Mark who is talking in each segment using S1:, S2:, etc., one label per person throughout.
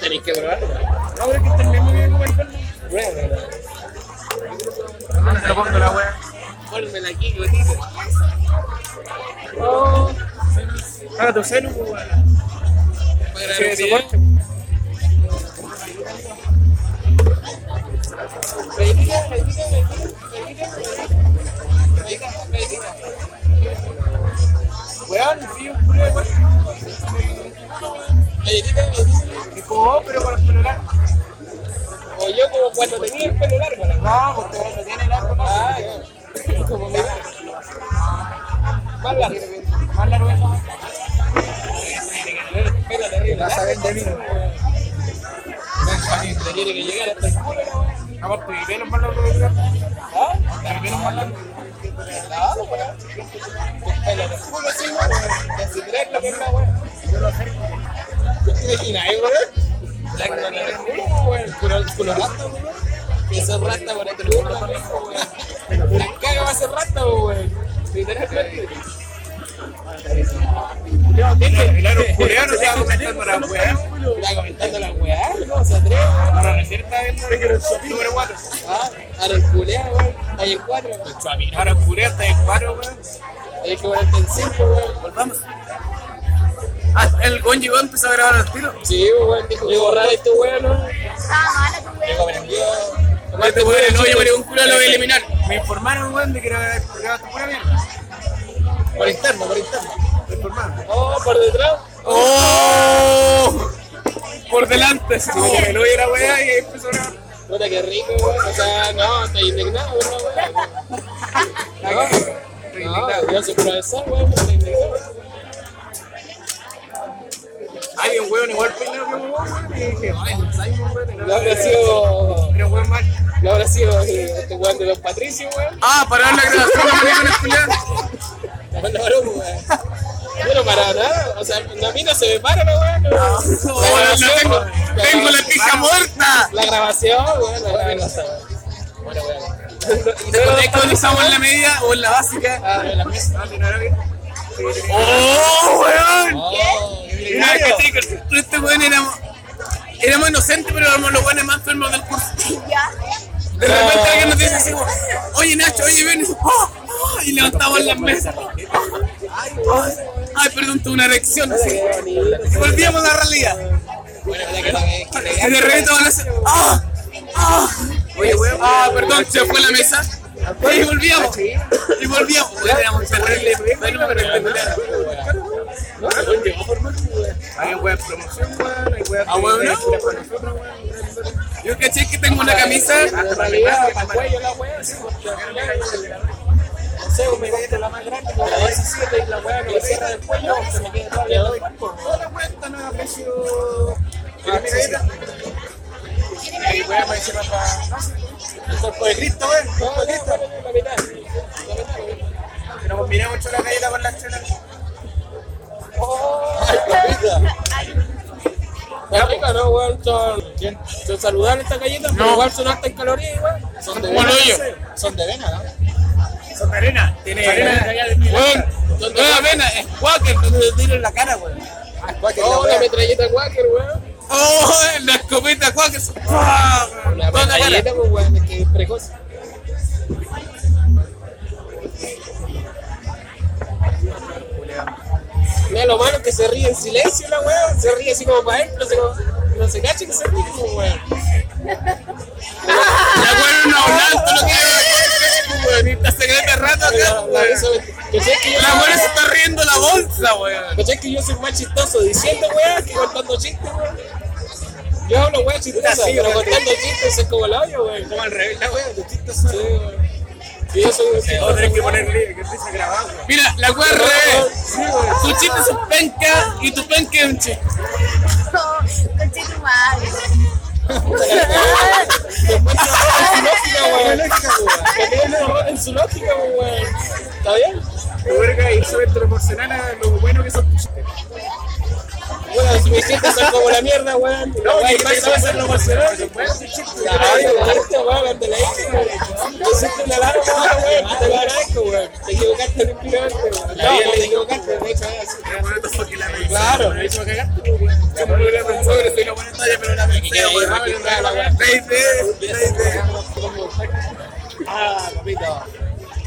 S1: tenéis que probar.
S2: No, pero es que está el mismo que comer con
S1: se lo pongo la wea. Pónmela aquí, gotito.
S2: Ah, tu celu, pues, weón.
S1: Para grabar
S2: Sí, de
S1: un video.
S2: soporte. Weón, sí, un culo de Es como vos, pero con el pelo largo.
S1: O yo como cuando tenía el pelo largo, la
S2: No, porque vos no tiene largo, no.
S1: Ah, ya. Como me da. Más largo.
S2: Más largo eso.
S1: El pelo terrible.
S2: Vas a vender vino.
S1: Te tiene que llegar hasta el culo, la wea.
S2: Amor, tu pelo es más largo que el otro.
S1: ¿Ah?
S2: Tu pelo es más largo.
S1: Claro, weón. Con pelo en el culo, sí, weón. Con su dread, la perra, weón. Yo te imaginas, eh, weón. La que tiene el culo, weón. Culo- culo rasta, weón. Eso es rasta para tu culo, weón. La caga va a ser rasta, weón. Literalmente.
S2: No, tiene. El aro coreano se va a comentar para la weá.
S1: Está comentando la weá, no se atreve.
S2: Ahora recién está viendo el número 4.
S1: Ah, ahora el culea, weón. Ahí el 4, weón.
S2: Ahora curé hasta el 4, weón.
S1: Ahí el 45, weón.
S3: Volvamos. Ah, el Gonji va a empezar a grabar al tiro.
S1: Sí, pues, weón. Dijo que borrar esto, weón, ¿no? Dijo, aprendió.
S3: Este weón, el hoyo, pero un culo lo voy a eliminar.
S2: Me informaron, weón, de que era el programa de pura mierda.
S1: Por interno, por interno.
S2: Me informaron.
S1: Oh, por detrás.
S3: ¡Oh! Por delante, se me el hoyo la weá y ahí empezó a grabar.
S1: Puta, qué rico, weón. O sea, no, estoy indignado, weón. No, no, yo soy profesor, weón, pero estoy indignado.
S2: Hay un weón igual peinado que un weón, y dije, ay, Simon, weón.
S1: Lo habrá sido.
S2: Pero weón mal.
S1: Lo habrá sido eh, este weón de los Patricios, weón.
S3: Ah, parar la grabación, la manejo en el culiado.
S1: La manda Baruco, weón. Yo no para nada. O sea, a mí no se me para, la weón.
S3: Oh, weón, la tengo, tengo la pija muerta.
S1: La grabación, weón, la grabación. Bueno, weón.
S3: ¿Te acordás cuando usamos en la media o en la básica?
S1: Ah, en la mesa.
S2: Ah, tiene ahora que-
S3: ¡Oh, weón!
S1: Oh,
S3: Una vez que estoy con este weón éramos, éramos inocentes, pero éramos los weones más enfermos del curso. De repente alguien nos dice así, como, oye Nacho, oye ven, ¡Oh! ¡Oh! y levantamos las mesas. Ay, Ay, perdón, tuve una erección. así.
S1: qué bonito.
S3: Y volvíamos a la realidad.
S1: Bueno, la que también.
S3: Y de repente van a hacer, ¡ah! ¡ah!
S1: Oye, weón.
S3: Ah, perdón, se fue la mesa. Y volvíamos. Y volvíamos. Weón, éramos terribles. Bueno, pero
S2: Hay un weón en promoción, weón. Hay weón
S3: Ah, weón,
S2: que-
S3: no.
S2: para nosotros, weón.
S3: Yo caché que tengo una camisa.
S1: En realidad, para el cuello la weá, sí, porque la weá es la- No sé, me quedé la más grande, como la 17 y la weá no me cierra del cuello, se me queda todavía todo el cuerpo.
S2: Toda la weá está a precio. Ah, sí, sí. Hay weón, me dice, papá, no sé,
S1: El cuerpo de Cristo,
S2: weón,
S1: no,
S2: ¿cómo que
S1: no,
S2: esto?
S1: no, la mitad. La mitad, weón.
S2: Que nos miremos hecho la galleta con las chelas.
S1: Ay, papita. Está rica, ¿no, weón? Son- son saludables estas galletas, pero igual son altas en calorías, igual. Son de
S3: Como
S1: vena,
S3: el hoyo.
S1: sí. Ah, Son de vena, ¿no?
S2: Son de arena. Tiene
S1: arena.
S2: allá de mi-
S3: Weón, toda avena, es cuáquer, no te tiro en la cara, weón.
S1: Oh, la metralleta Wacker, weón.
S3: ¡Oh! La escopeta cuáquer. ¡Ah!
S1: La
S3: Toda la cara.
S1: metralleta, pues, weón, es que es precoz. Mira lo malo que se ríe en silencio la weá, se ríe así como para él, no se, no se cacha que se ríe como weón.
S3: La weón no hablando, lo que era, weón. Y está secreta este rato acá,
S1: Caché
S3: weón.
S1: que, yo-
S3: La weón se está riendo la bolsa, weón.
S1: ¿Cachai Pues que yo soy más chistoso diciendo weá que contando chistes, weón. Yo hablo weá chistosa,
S2: Sí,
S1: pero
S2: weón.
S1: contando chistes es como el hoyo, weón.
S2: Como al revés, la weón, de chistes
S1: Sí,
S2: son.
S1: weón. Y yo soy un
S2: Vos tenés que
S1: weón.
S2: ponerle que empiece a grabar, weón.
S3: Mira, la weón al revés. Tu chiste es un penca y tu penca es un chiste.
S4: Conche tu madre.
S1: lógica, weón. Tenía un error en su lógica, weón. ¿Está bien?
S2: Tu verga y sobre proporcional a lo bueno que son tus chistes.
S1: Bueno, si mis chistes son como la mierda, weón.
S2: No,
S1: Weón,
S2: que
S1: yo
S2: pasa
S1: pensaba
S2: a
S1: hacer
S2: hacerlo
S1: lo más
S2: Barcelona.
S1: celoso.
S2: Pero
S1: Ay, chiste, weón, ante la hija, weón. Yo siento una larga, weón, te lo agradezco, weón. Te equivocaste en un weón. No, no te equivocaste, de hecho, es así.
S2: bueno, esto fue que la ley.
S1: Claro.
S2: Ahí se va a cagar. Yo no hubiera pensado que le estoy poniendo talla, pero la me quiero poner más, pero nada, la weá.
S1: Ah, papito.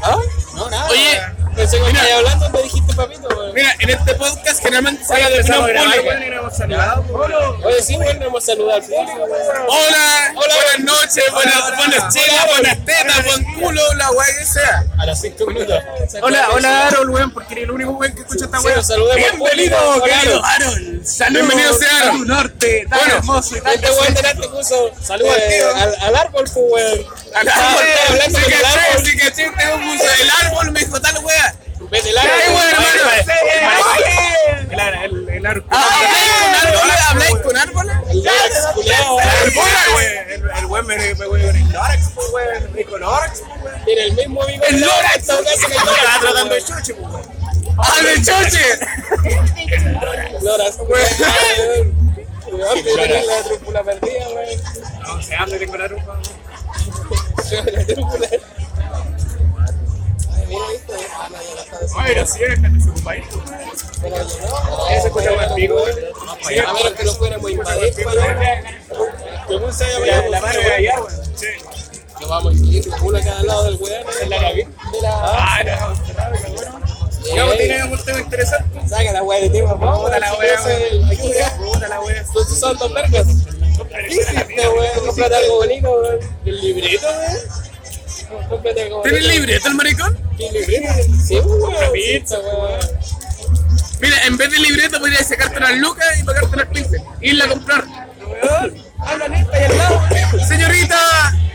S2: ¿Ah?
S1: No, nada.
S3: Oye,
S1: pensé que
S3: mira.
S1: estabas hablando, me dijiste papito, weón.
S3: Mira, en este podcast generalmente se habla de
S2: Empezamos a
S3: opinión
S2: grabar,
S3: pública.
S2: weón, y no hemos saludado, weón.
S1: Oye, sí, bueno, no hemos saludado al público, weón.
S3: Hola, hola, buenas noches, buenas,
S2: hola.
S3: buenas chelas, buenas tetas, buen culo, la weá que sea.
S1: A las 5 minutos.
S2: Hola, hola Harold, weón, porque eres el único weón que escucha esta
S1: Sí,
S2: weón.
S1: nos saludemos,
S2: Bienvenido,
S1: público.
S2: querido
S1: Hola,
S2: Harold. Saludos
S3: Bienvenido sea
S2: a
S3: Harold.
S2: tu norte, tan
S3: Bueno,
S2: hermoso y tan
S1: Este weón delante puso
S2: Saluda al
S1: eh,
S2: tío.
S1: al, al árbol, pues, weón.
S3: Al
S1: Estaba-
S3: árbol,
S1: estaba hablando
S3: se
S1: con el
S3: caché,
S1: árbol.
S3: se caché, tengo este un uso del árbol, me dijo tal weá.
S1: Ves el árbol.
S3: Ay, bueno, hermano.
S2: El ara- el- el arco.
S3: Ah, ¿Habláis con árboles? ¿Habláis con árboles?
S1: El Dax, culiao.
S2: El bola, weón. El- El weón me me- me- con el pues, Lorax, po, weón. Me dijo Lorax, po, weón.
S1: Tiene el mismo amigo
S3: El
S1: que
S3: Lorax.
S1: Lorax, todo caso que el Lorax,
S2: Estaba tratando de
S1: weón.
S2: choche, po, weón.
S3: ¡Ah, de choche!
S1: Lorax, weón. Weón, tiene la trúpula perdida, weón.
S2: No, se habla de colar un weón.
S1: La trúpula. Ay, mira, viste. Ah, no, ya la está deshaciendo.
S2: Ay, no, sí, déjate su compañero.
S1: Pero yo no.
S2: Ese escucha buen pico, weón.
S1: Sí, a menos que lo fuéramos a invadir, weón. Yo puse ahí,
S2: La-
S1: weón,
S2: La mano de allá, weón. Sí.
S1: Nos vamos a invadir, culo a cada lado del weón.
S2: En la nariz.
S1: De la-
S2: Ah, no. Yo tiene un tema interesante.
S1: Saca la weá de ti, por favor.
S2: Puta la
S1: Si
S2: wea,
S1: no se- aquí, ya.
S2: weón. Puta la wea.
S1: Entonces son dos vergas. ¿Qué hiciste, weón? Cómprate algo bonito, weón. ¿El librito, weón? Cómprate algo bonito.
S3: ¿Tienes libreto el maricón?
S1: ¿Qué librito? Sí, weón.
S2: pizza,
S1: weón.
S3: Mira, en vez de libreto podría sacarte unas lucas y pagarte unas pinzas. Irla a comprar.
S2: Weón. Habla Ah, neta y al lado, weón.
S3: Señorita,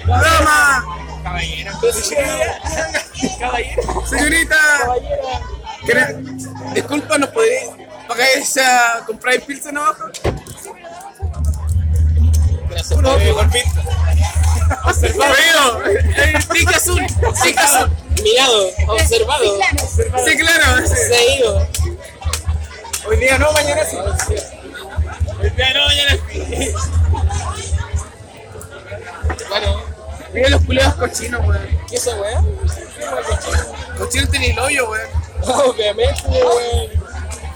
S3: dama,
S2: Caballero. Caballero.
S3: señorita. ¿quere- Disculpa, ¿nos podéis pagar esa. comprar pilsen abajo?
S1: Gracias por el golpito.
S3: Observado. Tic eh, azul, tic azul.
S1: Mirado, observado,
S3: Sí, claro. sí.
S1: seguido.
S2: Hoy día no, mañana sí. Hoy día no, mañana sí.
S1: Bueno,
S3: Mira los culeados cochinos, weón.
S1: ¿qué esa weón?
S3: Cochinos tienen el hoyo, weón.
S1: Obviamente, weón.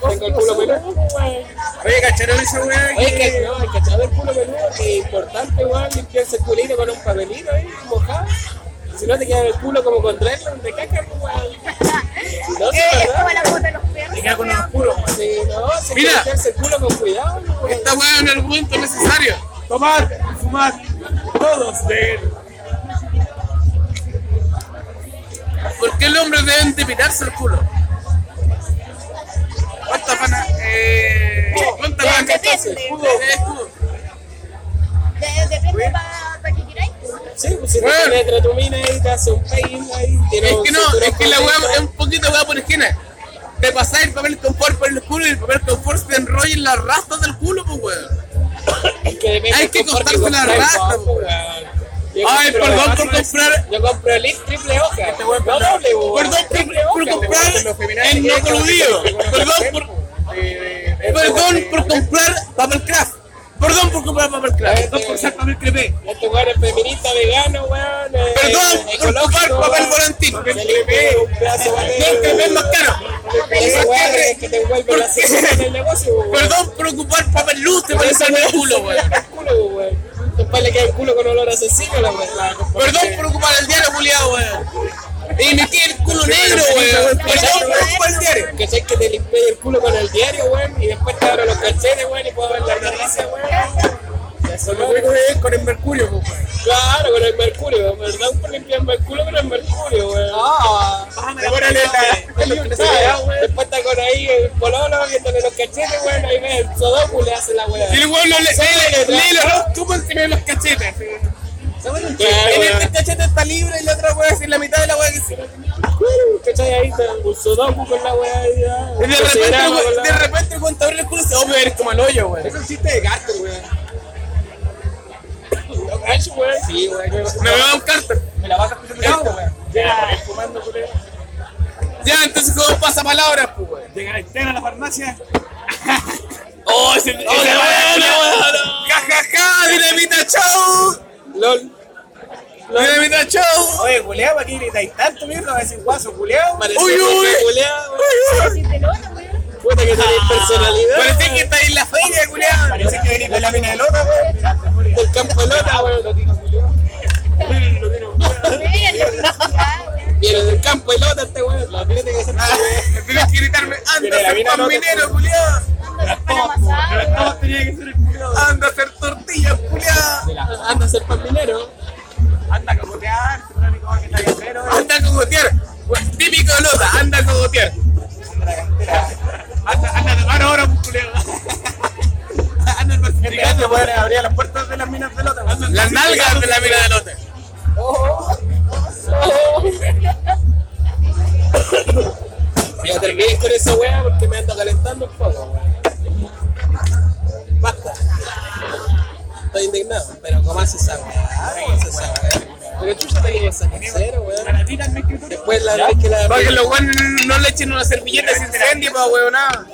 S1: Tengo el culo peludo, weón.
S2: Oye, ¿cacharon esa weá?
S1: Oye, que no, el cachado del culo peludo que es importante, weón, limpiarse el culito con un papelito ahí, mojado. Si no te queda el culo como con dreadlock de caca, pues, weón. No, sí,
S4: Eh, es
S1: ¿verdad?
S4: como la foto de los perros.
S2: Ya con los oscuros.
S1: Sí, no, se
S3: Mira.
S1: Mira. limpiarse el culo con cuidado, weón.
S3: Esta weón es un argumento necesario.
S2: Tomar, fumar, todos de él.
S3: ¿Por qué los hombres deben de pitarse el culo? ¿Cuántas van a.? Eh, ¿Cuántas van a.?
S4: Depende.
S3: quitarse? Escudo.
S4: De- Depende para que queráis.
S1: Sí, pues si te
S3: Weón.
S1: pones entre tu mina y te hace un pein ahí. tiene
S3: Es
S1: un
S3: que no,
S1: cinturón
S3: es que la
S1: con
S3: weá
S1: cinta.
S3: es un poquito weá por esquina. Te pasás el papel confort por el culo y el papel confort se enrolla en las rastas del culo, pues weón.
S1: Es que depende
S3: Hay que
S1: del confort
S3: cortarse la
S1: compres,
S3: rasta,
S1: weón.
S3: weón.
S1: Yo
S3: Ay,
S1: compro-
S3: perdón por comprar.
S1: Yo compro el triple hoja. Este
S2: weón
S1: no
S2: compra-
S1: doble, weón.
S3: Perdón por, por comprar en no coludido. Perdón por, perdón por comprar papel craft. Perdón por comprar papel craft. Perdón por usar papel crepé.
S1: Este weón es feminista, vegano, weón. eh,
S3: Perdón por comprar papel volantín.
S1: un pedazo de
S3: No, el crepé es más caro.
S1: Ese weón es que te envuelve la cerveza en el negocio, weón.
S3: Perdón por ocupar papel luz, te
S1: Por eso
S3: parece
S1: no
S3: el
S1: es
S3: culo, weón.
S1: culo, weón. Después le queda el culo con olor a asesino, la weón.
S3: Perdón por ocupar el diario, culiado, weón. Y me tiene el culo negro, weón. Perdón por ocupar el diario.
S1: Que sé que te limpié el culo con el diario, weón, y después te abro los calcetes, weón, y puedo ver la narices, weón. Ya son los únicos-
S2: Con el mercurio,
S3: pues,
S2: po, weón.
S1: Claro, con el mercurio, perdón por limpiarme el culo con el mercurio, weón.
S3: Ah,
S1: Ah,
S2: Órale, la-
S1: Hay libertad, weón. Después está con ahí el pololo viéndole los cachetes, weón, ahí ves el sodoku le hace la weá.
S3: Y el weón no le lee lee los dos tubos encima de los cachetes.
S1: Claro,
S3: En
S1: weón.
S3: este cachete está libre y la otra weá es en la mitad de la weá que se.
S1: Claro, ¿Cachai? Ahí está un sodoku con la weá. ahí, ya.
S3: Y de
S1: Un
S3: repente,
S1: programa
S3: weón,
S1: con la
S3: de
S1: weá.
S3: repente cuando abre el culo se va a ver como el hoyo, weón.
S2: Es un chiste de gato, weón.
S1: Lo cacho, weón. Sí, weón.
S3: Me va a buscar.
S2: Me la vas a escuchar
S3: gato,
S2: weón.
S1: Ya,
S2: Fumando, culero.
S3: Ya, entonces ¿cómo pasa palabras, pues, weón.
S2: Llega Aitana a la farmacia.
S3: Oh, ese. ese- Ja, ja, ja, dinamita show.
S1: LOL.
S3: Dinamita show.
S2: Oye, culeado, aquí gritáis tanto mierda, va a decir guaso, culeado.
S1: Parece
S3: Uy, uy.
S1: que se culea, weón.
S4: Sin pelota, weón.
S1: Weón, puta que tenés personalidad.
S3: Parece que está en la feria, culiado.
S2: Parece que venís de la mina de Lota, weón.
S1: El campo de
S3: Ah,
S1: lota, weón. Viene del campo de lota este weón. La pirata que
S3: Ah.
S1: se
S3: Tienes que gritarme, anda
S2: Mira, la
S3: a hacer
S2: mina
S3: pan
S2: no te-
S3: minero, culiado.
S2: Todo tenía que ser el culo.
S3: Anda a hacer tortillas, culiado.
S1: Anda a ser pan minero.
S2: Anda a cogotear, se pone mi cogote que está bien cero.
S3: Anda a cogotear. Bueno, Típico de Lota, anda a cogotear.
S2: Anda, anda a tomar ahora, pues, culero.
S3: Anda al
S2: Este
S3: Mexicanos.
S2: te puede abrir las puertas de las minas de Lota. weón.
S3: Las nalgas de la mina de Lota.
S1: Ya terminé con esa weá porque me ando calentando un poco, weón. Basta. Estoy indignado, pero ¿cómo se sabe? ¿Cómo se sabe? Porque chucha te llevo esa casera, weón.
S2: Granadita en mi escritorio.
S1: Después la vez que la.
S3: Para que los weones no le echen una servilleta y se incendie, pa' weonada.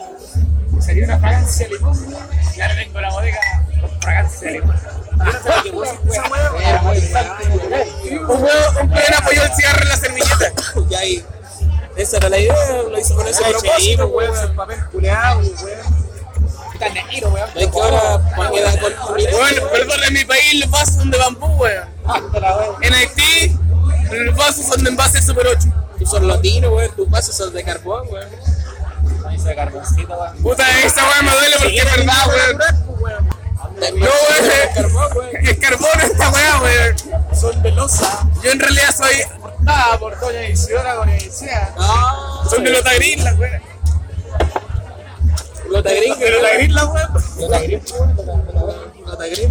S2: Sería una fragancia de limón. weón. Y ahora tengo la bodega con fragancia de limón. Esa weón,
S1: Era muy
S3: Un weón, un weón apoyó el cigarro en la servilleta.
S1: Y ahí. Esa era la idea, lo hizo con ese
S2: Ay, chico,
S1: propósito,
S2: weón,
S1: weón.
S2: ese papel culeado, weón. Está negro, weón.
S1: No es que ahora pa' que da con
S3: Bueno, perdón, en mi país los vasos son de bambú, weón.
S2: Anda la weón.
S3: En Haití, los vasos son de envase Super 8.
S1: Tú son latinos, weón. Tus vasos son de carbón, weón.
S2: Ese carboncito, weón.
S3: Puta, esa weón me duele porque es verdad, weón. No, weón. Es carbón esta weá, weón.
S2: Son de losa.
S3: Yo en realidad soy.
S2: Nada, Ah, por Doña Isidora con Isidora.
S1: Ah,
S3: Son de Lota Gris, las weón.
S1: Lota gris,
S2: Pero la gris la weón.
S1: Lota gris, weón. Lota gris.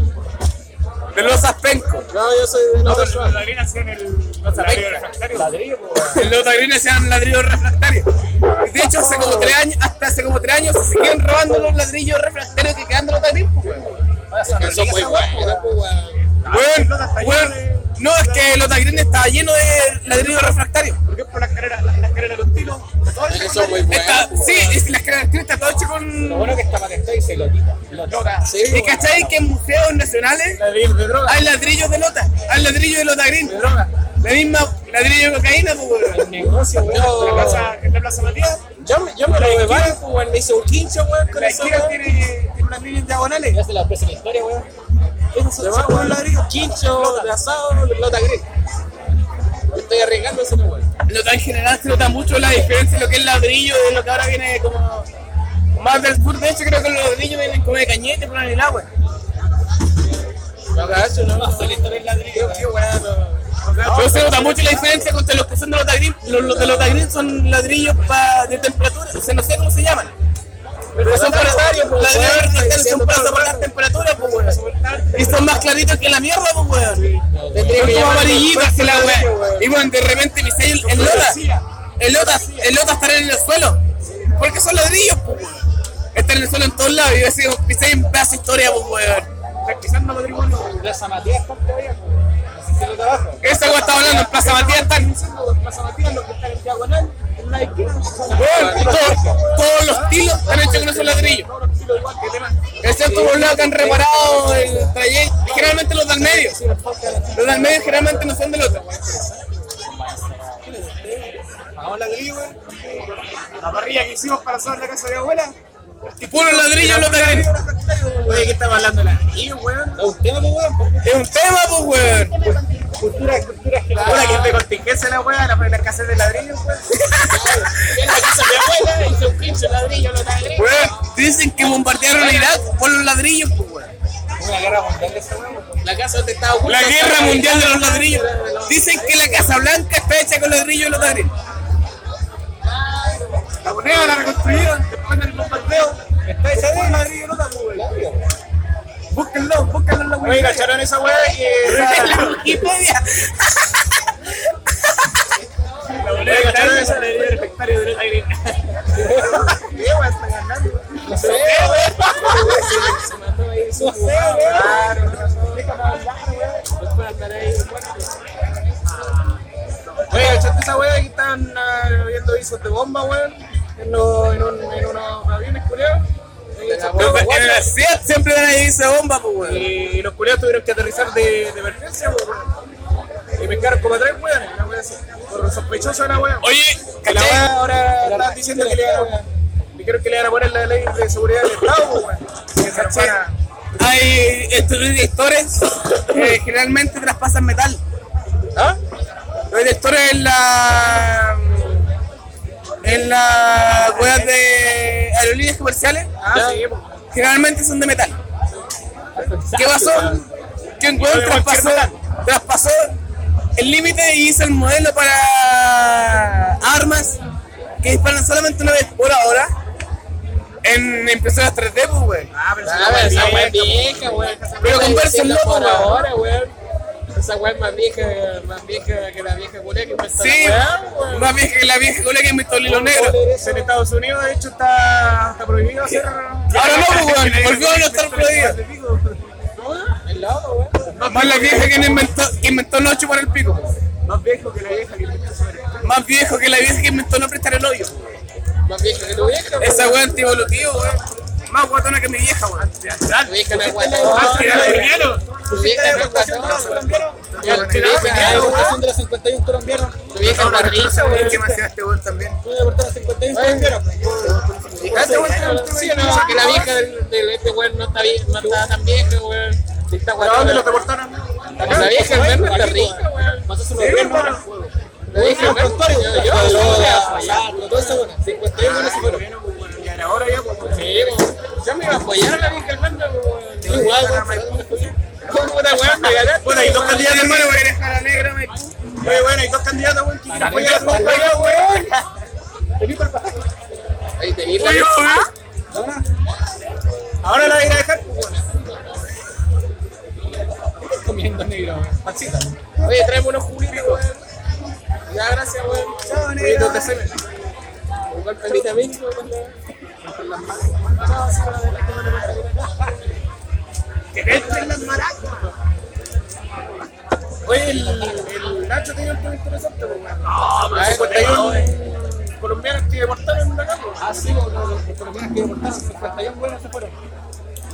S3: De los Aspenco.
S1: No, yo soy de Lota Schwab.
S2: La gris hacían el. No se la vio refractario.
S3: El Lota Green hacían ladrillos refractarios. Y De hecho, hace como tres años, hasta hace como tres años se seguían robando los ladrillos refractarios que quedan de Lota Green, pues, weón.
S1: Eso fue buena, pues,
S3: Ah,
S1: weón.
S3: Weón, weón. No, es que Lota Green estaba lleno de ladrillos refractarios.
S2: Porque es por las carreras, las, las carreras de los tiros. Todo eso.
S1: Eso fue
S3: Está-
S1: buena.
S3: sí, es las características, todo hecho con.
S1: bueno que está para que estoy se lo quita.
S2: Lota.
S1: Sí,
S3: ¿Y cachai que en museos nacionales
S2: La gris de droga.
S3: hay ladrillos de Lota? Hay ladrillos de Lota Green.
S2: De droga.
S3: La misma ladrillo de cocaína, pues, weón.
S2: Negocio, weón.
S1: Yo-
S2: En la plaza, en la plaza Matías.
S1: Yo, me- yo me lo bebé, pues, weón. Me hice un quincho, weón, con
S2: La
S1: eso,
S2: esquina
S1: weón.
S2: tiene, tiene unas líneas diagonales.
S1: Hace la presa en la historia, weón. Esos son-
S2: Le va a
S1: son
S2: poner ladrillo.
S1: Quincho, de asado, Lota gris. Me estoy arriesgando ese pues, weón.
S3: Lota en general se nota mucho la diferencia de lo que es ladrillo de lo que ahora viene como. Más del sur, de hecho, creo que los ladrillos vienen como de cañete, por el agua.
S1: No, cacho, no, no, solo estoy en ladrillo,
S2: Qué weón. O sea,
S3: Pero se nota mucho la diferencia contra los que son de Lota Green. Los, los de Lota Green son ladrillos pa- de temperatura, o sea, no sé cómo se llaman. Pero son pues, para ladrillos
S2: pues,
S3: refractarios, son para soportar temperatura, pues, weón. Y son más claritos que la mierda, pues, weón.
S1: Tendría
S3: Son
S1: que pues,
S3: como
S1: llamar
S3: amarillitos que la weón. Y bueno, de repente mi sello, el Lota, el Lota, el Lota estará en el suelo. Porque son ladrillos, pues, weón. Están en el suelo en todos lados. Y yo decía, mi sello es un pedazo de historia, pues, weón.
S2: Pesquisando matrimonio. Plaza Matías, ¿cuánto había? Necesito trabajo.
S3: Esa weón estaba hablando en Plaza Matías, están.
S2: Plaza Matías, los que están en diagonal, en una esquina.
S3: Weón, todo- todos los tilos están hechos con esos ladrillos.
S2: Todos los kilos igual que teman.
S3: Excepto por los que han reparado el trayecto. Generalmente los del medio. Los del medio generalmente no son del otro.
S2: Hagamos ladrillo, weón. La parrilla que hicimos para hacer la casa de abuela.
S3: Y puros ladrillos los del medio.
S2: Oye, ¿qué estamos hablando? Ladrillo, weón.
S1: Es un tema, pues, weón. porque
S3: Es un tema, pues, weón.
S2: Cultura, cultura general. Ahora que te contingencia la weá, la, la casa de ladrillo, weón.
S1: en la casa de mi abuela hice un quincho, ladrillo, Lota gris.
S3: Weón, Dicen que bombardearon Irak por los ladrillos, pues, weón.
S2: Una guerra mundial de esa weón.
S1: La casa donde estaba
S3: La guerra mundial de los ladrillos. Dicen que la Casa Blanca está hecha con ladrillos los ladrillos.
S2: La moneda la reconstruyeron después del bombardeo. Está esa de ladrillo, no la weón. Búsquenlo, búsquenlo en la weón. Oye, cacharon esa weá
S3: En la
S2: que.
S3: Wikipedia.
S2: La moneda cacharon esa ladrillo del hectáreo de la gris. ¿Qué weón está ganando?
S1: No sé, weón. Se mandó ahí su
S2: Claro, Oye, ¿cachaste esa weá que están ah, viendo visos de bomba, weón? En, los- en, un- en unos aviones, culiados.
S3: En la ciudad siempre van a ir esa bomba, pues, weón.
S2: Y los culiados tuvieron que aterrizar de, de emergencia, weón. Y pescaron como a tres weones, una wea así. Por sospechoso era weón.
S3: Oye,
S2: la
S3: ¿cachai?
S2: wea ahora están diciendo que le
S1: dijeron que le iban a poner la ley de seguridad del Estado, pues, weón.
S3: ¿Cachai? Hay estos directores que generalmente traspasan metal.
S1: ¿Ah?
S3: Los directores en la. en las weas de aerolíneas comerciales
S1: Ah, sí, pues.
S3: generalmente son de metal. ¿Qué pasó? Que un weón
S1: de cualquier
S3: traspasó, traspasó el límite y hizo el modelo para armas que disparan solamente una vez por hora en impresoras 3D, pues, weón.
S1: Ah, pero esa weá es vieja, weón.
S3: Pero con verso
S1: el
S3: loco, weón.
S1: ahora, weón. Esa weá es más vieja, más vieja que la vieja culé que me
S3: Sí, más vieja que la vieja colega que me visto el hilo negro.
S1: En Estados Unidos, de hecho, está, está prohibido hacer.
S3: Ahora no, pues, weón, volvió a no estar prohibido.
S1: El lado, weón.
S3: Más la vieja que inventó, que inventó el ocho por el pico.
S1: Más viejo que la vieja que me sobre.
S3: Más viejo que la vieja que inventó no prestar el hoyo.
S1: Más vieja que tu vieja, weón.
S3: Esa weá antievolutivo, weón. Más guatona que mi vieja, weón.
S1: Tu vieja no es Ah, guatona. Tu vieja no es guatona. Tu vieja no es guatona.
S2: de los 51 colombianos.
S1: Tu vieja es guatona, weón.
S3: ¿Qué me hacía este weón también?
S2: Voy a aportar los 51 colombianos.
S1: Sí, no, que la vieja del, del este weón no está bien, no está tan vieja, weón. Sí está guatona.
S2: reportaron?
S1: La vieja del verbo está rica, weón.
S2: Pasó su hermano.
S1: La vieja del verbo. Yo, yo, yo,
S2: Todo eso, bueno. 51 buenos se
S1: Ah,
S2: fueron.
S1: Sí, weón. Yo me iba a apoyar a la vieja del verbo, weón. Igual, weón. ¿Cómo puta weón me ganaste?
S2: Bueno, hay dos
S1: weón.
S2: candidatos, hermano,
S3: voy a dejar a negra, me.
S2: Oye, bueno, hay dos candidatos, weón. que quieren
S1: Voy
S2: apoyar
S1: a
S2: a Juan
S1: apoyar,
S2: Guaidó, weón.
S1: weón. Ahí tenés la
S2: Ahora la voy a ir a dejar, weón.
S1: comiendo negro, weón. Oye, tráeme unos juguitos, weón. Ya, gracias, weón.
S2: Chao, negro.
S1: Juguitos de semen. Un golpe de vitamina, weón. Con las manos. Chao, sí, para adelante, para adelante. Oye, el, el Nacho tenía un tema interesante, pues, weón. No, pero 51 colombianos que deportaron de acá, Ah, sí, los colombianos que deportaron, 51 buenos se fueron.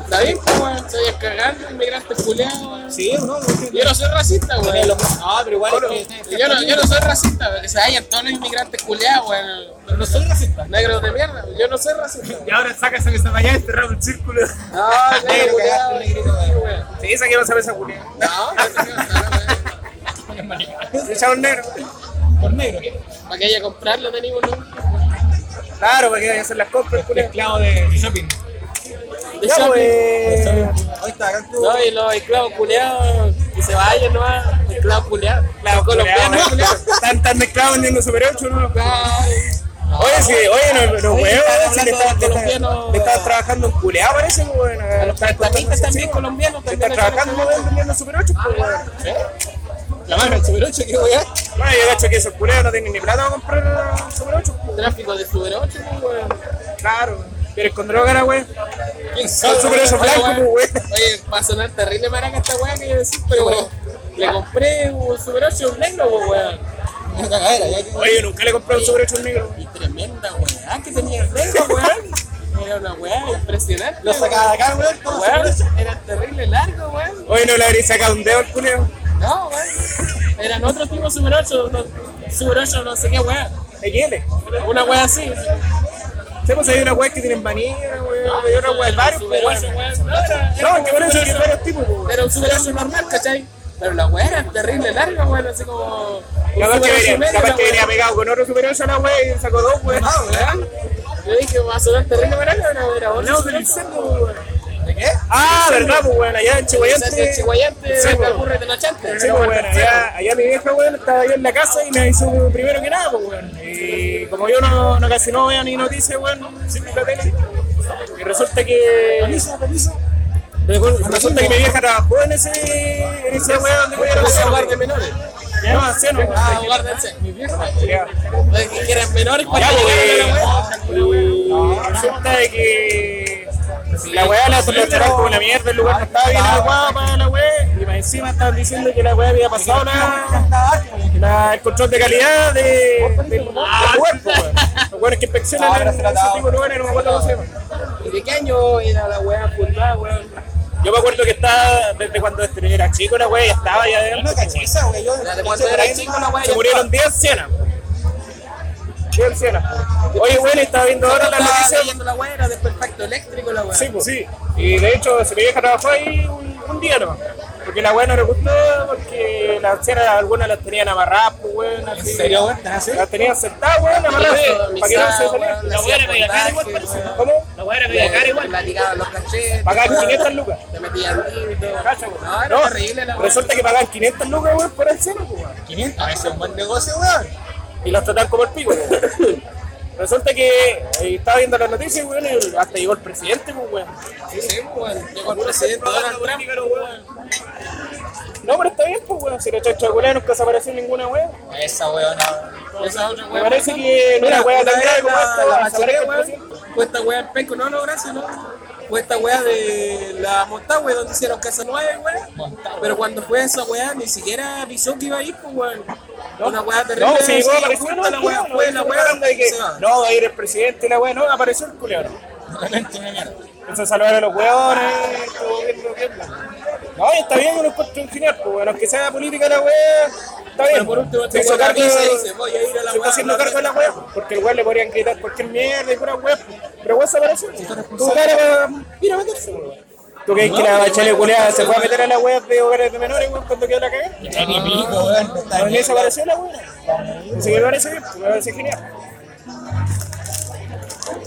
S1: Está bien, pues, weón, se vayan cagando, inmigrantes culeados, weón.
S2: Sí, no,
S1: Yo no soy racista, güey.
S2: No, pero igual es que-
S1: Yo no, yo no soy racista, güey. que se vayan todos los inmigrantes culeados, güey.
S2: No soy racista.
S1: Negros de mierda, yo no soy racista.
S2: Y ahora sácase que se vaya a enterrar un círculo.
S1: No, negro culeado, sí, güey.
S2: Sí, esa quiero saber esa culia.
S1: No, no, no, no,
S2: Echaba un negro. Por negro.
S1: no. Para que haya comprarlo tenemos, ¿no?
S2: Claro, porque hay que hacer las compras, culia. Esclavo de shopping.
S1: De
S2: Ya,
S1: shopping.
S2: pues. Ahí está, acá tú.
S1: No, y los esclavos culeados, que se vayan nomás, esclavos culeados. Los colombianos culeados.
S2: Están tan mezclados vendiendo Super 8, ¿no?
S1: No,
S2: Oye, sí, oye, no, no,
S3: Oye,
S2: weón, si
S3: están
S2: le
S3: hablando
S2: están,
S3: de
S2: le están-
S3: colombianos.
S2: le están trabajando en culeado, parece, weón.
S1: a Los prestamistas también colombianos
S2: Le están
S1: también.
S2: trabajando, weón, vendiendo Super 8, pues, weón.
S1: ¿Eh? La mano, el super 8, qué weón.
S2: Bueno, yo cacho que esos culeados no tienen ni plata para comprar Super 8, pues.
S1: Tráfico de super 8, weón.
S2: Claro, pero con droga, era, weón.
S1: ¿Quién
S2: Son súper esos
S1: Oye,
S2: blancos,
S1: weón.
S2: pues,
S1: Oye, va a sonar terrible maraca esta weá que yo decir, pero weón. Le compré un Super 8 un negro, pues, weón. Una cagadera, ya que.
S2: Oye, yo nunca le compré un Super 8 al negro.
S1: Y tremenda weá que tenía el negro, weón. Era una weá impresionante. Lo
S2: de acá, weón. todo Super 8.
S1: Weón, era terrible largo, weón.
S2: Oye, no le habría sacado un dedo al culeo.
S1: No, weón. Eran otro tipo Super 8, no, Super 8, no sé qué weá.
S2: XL.
S1: Una weá así.
S2: Se pues hay unas weas que tienen manilla, weón. Hay otras weas varios,
S1: Super
S2: pues,
S1: 8,
S2: weón.
S1: weón. No, era- era
S2: No, es que por
S1: un
S2: eso
S1: Super
S2: que hay
S1: 8.
S2: varios tipos, pues, weón.
S1: Era un super 8 normal, ¿cachai? Pero la weá era terrible larga, weón, así como. un
S2: Capaz que
S1: Super 8 y
S2: venía,
S1: medio,
S2: capaz
S1: la
S2: que
S1: weá.
S2: venía pegado con otro Super 8 a la wea y sacó dos, pues. weón.
S1: weón. Yo dije, va a sonar terrible verano, pero era otro.
S2: Hablamos del incendio, weón. ¿De qué? Ah, verdad, pues, weón. Allá en
S1: Chihuayante,
S2: Chihuayante.
S1: Chihuayante,
S2: Sí,
S1: venga,
S2: weón.
S1: ocurre de nochante.
S2: Sí, pues, bueno, allá, allá mi vieja, weón, estaba yo en la casa y me hizo primero que nada, pues, weón. Y como yo no, no casi no veo ni noticias, weón, siempre la tele. Y resulta que... Recu- Resulta que mi vieja trabajó en ese... En ese weón donde pudieron
S1: Ese
S2: hacer,
S1: hogar de
S2: weón.
S1: menores.
S2: No, así no, weón.
S1: Ah, hogar de mi vieja.
S2: Ya,
S1: Es que eran menores para
S2: Ya,
S1: que llegaran a la weá.
S2: weón. Resulta de que... La weá la trataron como una mierda, el lugar no estaba bien adecuado para la weá. Y más encima estaban diciendo que la weá había pasado la... la, el control de calidad de, del del cuerpo, weón. Los weones que inspeccionan en ese tipo de lugares, no me acuerdo cómo se llama.
S1: ¿Y de qué año era la weá fundada, weón?
S2: Yo me acuerdo que estaba, desde cuando este- era chico, la wea ya estaba allá adentro.
S1: Desde cuando era chico la weá.
S2: Se murieron 10 ancianas. Viva el cielo. Oye, bueno, estaba viendo ahora la noticia.
S1: leyendo la weá, era del perfecto eléctrico la weá.
S2: Sí, pues. sí. Y de hecho, se me deja trabajar ahí un, un día nomás. Porque la weá no le gustó, porque las ancianas algunas las tenían amarradas, pues weón. ¿En
S1: serio, weón? ¿Ah, sí?
S2: Las tenían sentadas, weón, amarradas, para que no se salieran.
S1: La weá era media cara igual, parece.
S2: ¿Cómo?
S1: La weá era media cara igual. Platicaban los cachetes.
S2: Pagaban 500 lucas.
S1: Te metían dildo.
S2: Cacha, weón.
S1: No, era
S2: No,
S1: terrible la weá.
S2: Resulta que pagaban 500 lucas, weón, por el cielo, pues, weón.
S5: 500, ese Ah, es un buen negocio, weón.
S2: y los tratan como el pico. weón. Resulta que eh, estaba viendo las noticias, weón, y hasta llegó el presidente, pues, weón.
S1: Sí, weón. Llegó el presidente Donald Trump.
S2: No, pero está bien, pues, weón. Si los chachos culeros nunca se apareció ninguna weón.
S1: Esa weón. Esa otra
S2: Me
S1: weón.
S2: parece que no era weón tan grave como esta,
S1: La
S2: weón. Se
S1: bachelet,
S2: aparezca el
S1: weón.
S2: presidente.
S1: Fue esta weá en Penco. No, no, gracias, no. Fue esta weá de la Montagüe donde hicieron Casa Nueva, weón. Pero cuando fue esa weá, ni siquiera avisó que iba a ir, pues, weón. Una weá terrible.
S2: No, sí, llegó,
S1: sí,
S2: apareció
S1: justo
S2: no,
S1: la weá,
S2: no,
S1: fue la
S2: no,
S1: weá
S2: hablando de que
S1: se va.
S2: no, va a ir el presidente y la weón, no, apareció el culero. Entonces saludaron a los weones, estuvo viendo bien, weón. No, y está bien, uno encuentro un final, pues, bueno, que sea política la weá, está bien.
S1: Pero por último,
S2: Se
S1: este
S2: hizo
S1: weón
S2: cargo-
S1: avisa y dice, voy a ir a la
S2: se está
S1: weá,
S2: haciendo
S1: la
S2: cargo de la web, porque el weón le podrían gritar cualquier mierda y pura web, pero weón se apareció. Tu cara mira meterse, weón. ¿Tú crees que la bachelet culeada se fue a meter a la web de hogares de menores, weón, cuando quedó la cagada?
S5: Ya ni pico, weón. Está
S2: No
S5: bien.
S2: le desapareció la weón. Así que me parece bien, pues, me parece genial.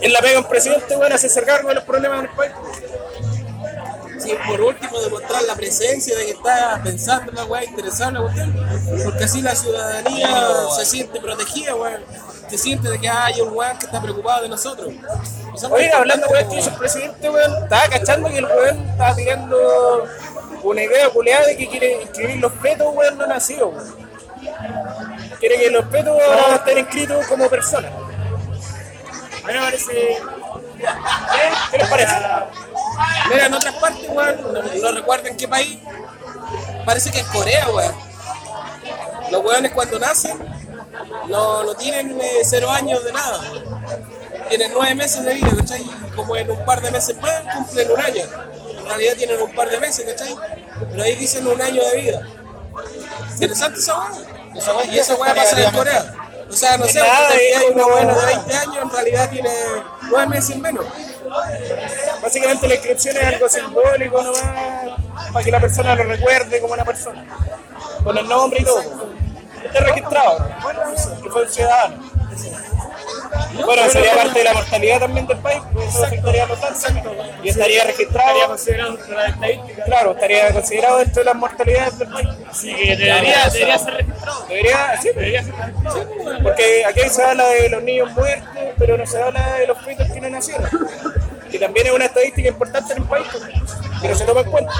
S2: En la pega un presidente, weón, hacerse cargo de los problemas en el país.
S1: Sí, por último, demostrar la presencia de que está pensando la weá, interesada en la cuestión, porque así la ciudadanía se siente protegida, weón. Se siente de que hay un weón que está preocupado de nosotros. O sea,
S2: Oiga, hablando weón, que hizo el presidente, weón, estaba cachando que el weón estaba tirando una idea culeada de que quiere inscribir los fetos, weón, no nacidos, weón. Quiere que los fetos ahora van a estar inscritos como personas. A mí me parece. ¿Eh? ¿Qué les parece?
S1: Mira, en otras partes, weón, no, no recuerdo en qué país, parece que en Corea, weón. Los weones cuando nacen no, no tienen eh, cero años de nada. Tienen nueve meses de vida, ¿cachai? Y como en un par de meses más cumplen un año. En realidad tienen un par de meses, ¿cachai? Pero ahí dicen un año de vida. Interesante esa weón. Y esa weá pasa en Corea. O sea, no sé,
S2: nada,
S1: porque
S2: es
S1: hay una
S2: una
S1: weón de
S2: weá.
S1: 20 años, en realidad tiene nueve meses menos.
S2: Básicamente la inscripción es algo simbólico nomás, para que la persona lo recuerde como una persona. Con el nombre y todo. Está registrado, ¿no? que fue un ciudadano. Bueno, sería parte de la mortalidad también del país, pues eso afectaría a los tantos. Y estaría registrado. Estaría considerado dentro de la estadística. Claro, estaría considerado dentro de las mortalidades del país. Así que debería, debería ser registrado. Debería, sí, debería ser registrado. Porque aquí se habla de los niños muertos, pero no se habla de los fetos que no nacieron. Que también es una estadística importante en el país, pues, que no se toma en cuenta.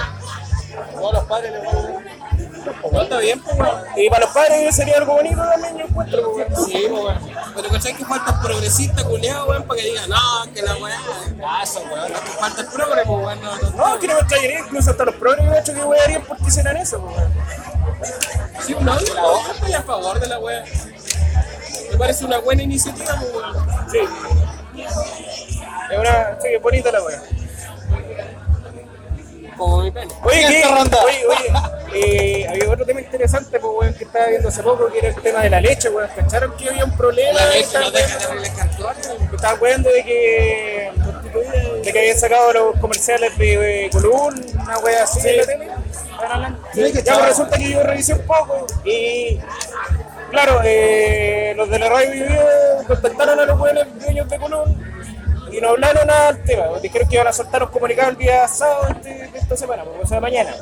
S1: No, los padres les van a... Está bien, pues, weón.
S2: Y para los padres sería algo bonito también, yo encuentro. pues, bueno.
S1: Sí, po, weón. Pero cachai que falta progresista, culiado, weón, para que digan, no, que la weá pasa, weón. No, que falta el progre, po, weón. No, no,
S2: No, que no me traería incluso hasta los progres, de hecho, que wearían porque hicieran eso. pues, bueno.
S1: Sí, no, no, yo estoy a favor de la weá. Me parece una buena iniciativa, po, weón.
S2: Sí. Es una. Sí, es bonita la wea.
S1: Como mi pene.
S2: Oye, ¿qué? Oye, oye. eh, había otro tema interesante, pues, weón, que estaba viendo hace poco, que era el tema de la leche, weón. ¿Cacharon que había un problema?
S1: La
S2: que
S1: leche no
S2: estaban
S1: deja de
S2: weando-
S1: abrirle cartón.
S2: que estaban weando de que. de que habían sacado los comerciales de, de Column, una wea así en la tele. Estaban hablando. Ya, pues, resulta que yo revisé un poco y. Claro, eh, los de la radio Bio contactaron a los buenos dueños de Colón y no hablaron nada del tema. Dijeron que iban a soltar un comunicado el día sábado este- de esta semana, o sea, mañana.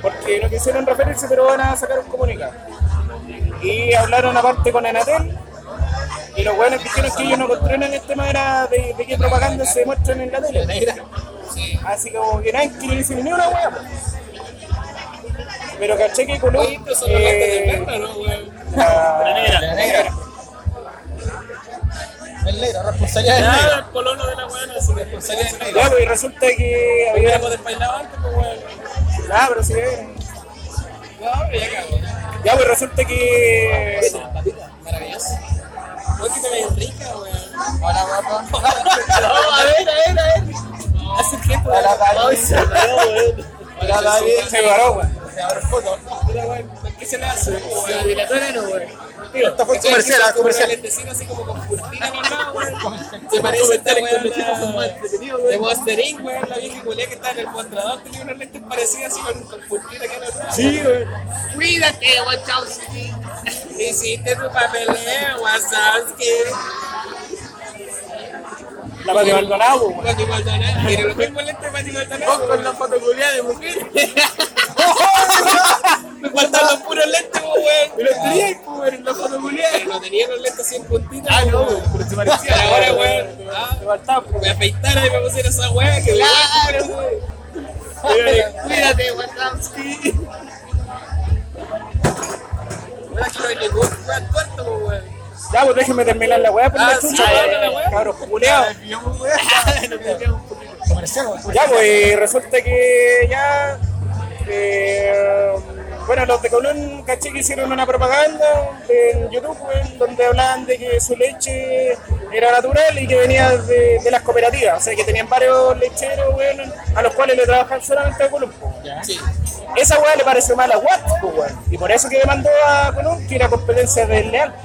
S2: Porque no quisieron referirse, pero van a sacar un comunicado. Y hablaron aparte con Anatel. Y los buenos dijeron que ellos no controlan el tema era de, de qué propaganda se muestran en la tele. Así como que nadie quiere decir ni una hueá. Pero caché que Colón...
S1: Oye, pero son las latas de
S2: eh,
S1: perna, ¿no, weón?
S2: la
S5: La negra. El negro, responsabilidad del negro.
S1: Ya, el polono de la weá no es responsabilidad del negro.
S2: Ya, pues, y resulta que
S1: Ya
S2: había.
S1: hemos despailado antes, po, weón.
S2: Ah, pero sí, eh.
S1: No, pero ya cago.
S2: Ya, pues resulta que.
S1: Maravilloso. Weón, que te ves rica, weón.
S5: Hola, guapo.
S1: a ver, a ver, a ver. Hace tiempo.
S5: Hola, David.
S1: Ay, se me dio, weón.
S5: Hola, David.
S2: Se paró, weón.
S5: se abre foto.
S1: Mira, weón, ¿qué se le hace?
S2: Si la dilataran, no, güey.
S5: Esta fue comercial, ah, comercial.
S1: Bendecido así como con cortina por lado, weón. Se parece esta weón de Monster Inc, weón, la vieja culia que está en el mostrador, tenía unas lentes parecidas así con, con cortina que no
S2: Sí, güey.
S1: Cuídate, Wachowski. Hiciste tu papeleo, Wachowski.
S2: La Pati Maldonado, güey.
S1: Pati Maldonado. Tiene los mismos lentes Pati Maldonado.
S3: Con la fotoculia de mujer.
S1: Me faltan los puros lentes, po, weón.
S2: Pero tenía, güey, la fotoculia.
S1: Pero No tenía los lentes así en puntita.
S2: Ah, no,
S1: weón.
S2: güey, pero se parecía.
S1: Ahora, weón. Ah,
S2: Se faltaba, güey.
S1: me afeitara y me pusiera esa weá que
S4: Claro.
S2: Mira,
S4: Cuídate, Wachowski.
S1: Bueno, aquí no hay ningún weón corto, po, weón.
S2: Ya, pues déjenme terminar la weá, pero
S1: Ah,
S2: la
S1: sí,
S2: chucha,
S1: ya,
S2: güey.
S1: la weá.
S2: Cabros culeados.
S5: Comercial, weón.
S2: Ya, pues resulta que ya. eh, bueno, los de Colón, caché que hicieron una propaganda en YouTube, weón, donde hablaban de que su leche era natural y que venía de, de las cooperativas. O sea, que tenían varios lecheros, weón, a los cuales le trabajan solamente a Colón. po.
S1: Sí.
S2: Esa weá le pareció mal a Watt, po, weón. Y por eso que demandó a Colón, que era competencia desleal. po.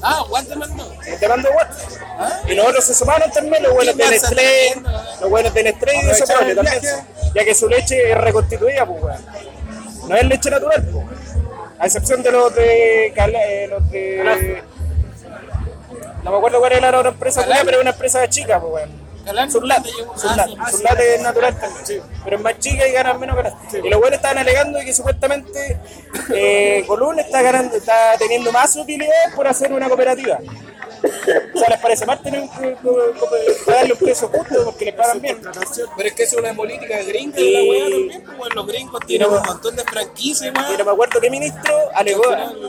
S1: Ah, Juan te mandó.
S2: Te mando WhatsApp. Y los otros se sumaron también, los buenos de
S1: ¿Qué pasa?
S2: Nestlé, los buenos de Nestlé y de esos
S5: Aprovecharon el
S2: buenos también.
S5: viaje.
S2: Ya que su leche es reconstituida, pues, weón. No es leche natural, pues. weón. A excepción de los de. Cala- eh, los de no me acuerdo cuál era la otra empresa,
S1: Calal.
S2: pero es una empresa chica, pues, weón.
S1: Calal.
S2: Surlat,
S1: Ah,
S2: Surlat,
S1: Surlat.
S2: Surlat es natural también, pero es más chica y ganan menos que la. Y los buenos estaban alegando que supuestamente eh, Colón está, ganando, está teniendo más utilidad por hacer una cooperativa. O sea, les parece más tener un, un- un- pagarle un precio justo porque les pagan bien.
S1: Pero es que es una política gringa
S2: Y-
S1: la weá también, pues, weón. Los gringos tienen
S2: no-
S1: un montón de franquicias,
S2: Y no
S1: weón.
S2: me acuerdo qué ministro alegó,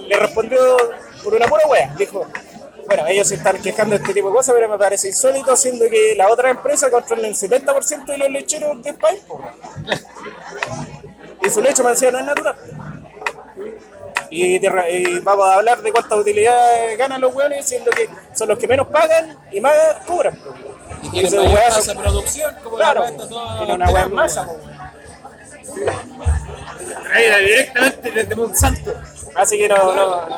S2: le respondió por una pura wea. Dijo, bueno, ellos se están quejando de este tipo de cosas, pero me parece insólito, siendo que la otra empresa controla el 70% de los lecheros del país. po". Y su leche me decía, no es natural. Y, te re- y vamos a hablar de cuánta utilidad ganan los weones, siendo que son los que menos pagan y más cobran. po.
S1: Y
S2: Y
S1: tienen
S2: esa
S1: mayor
S2: weá-
S1: tasa de producción, como
S2: Claro,
S1: la weá está toda
S2: tiene una wea en
S1: alterada,
S2: masa.
S1: weón.
S2: po.
S3: Traída directamente desde Monsanto.
S2: Así que no, no, no.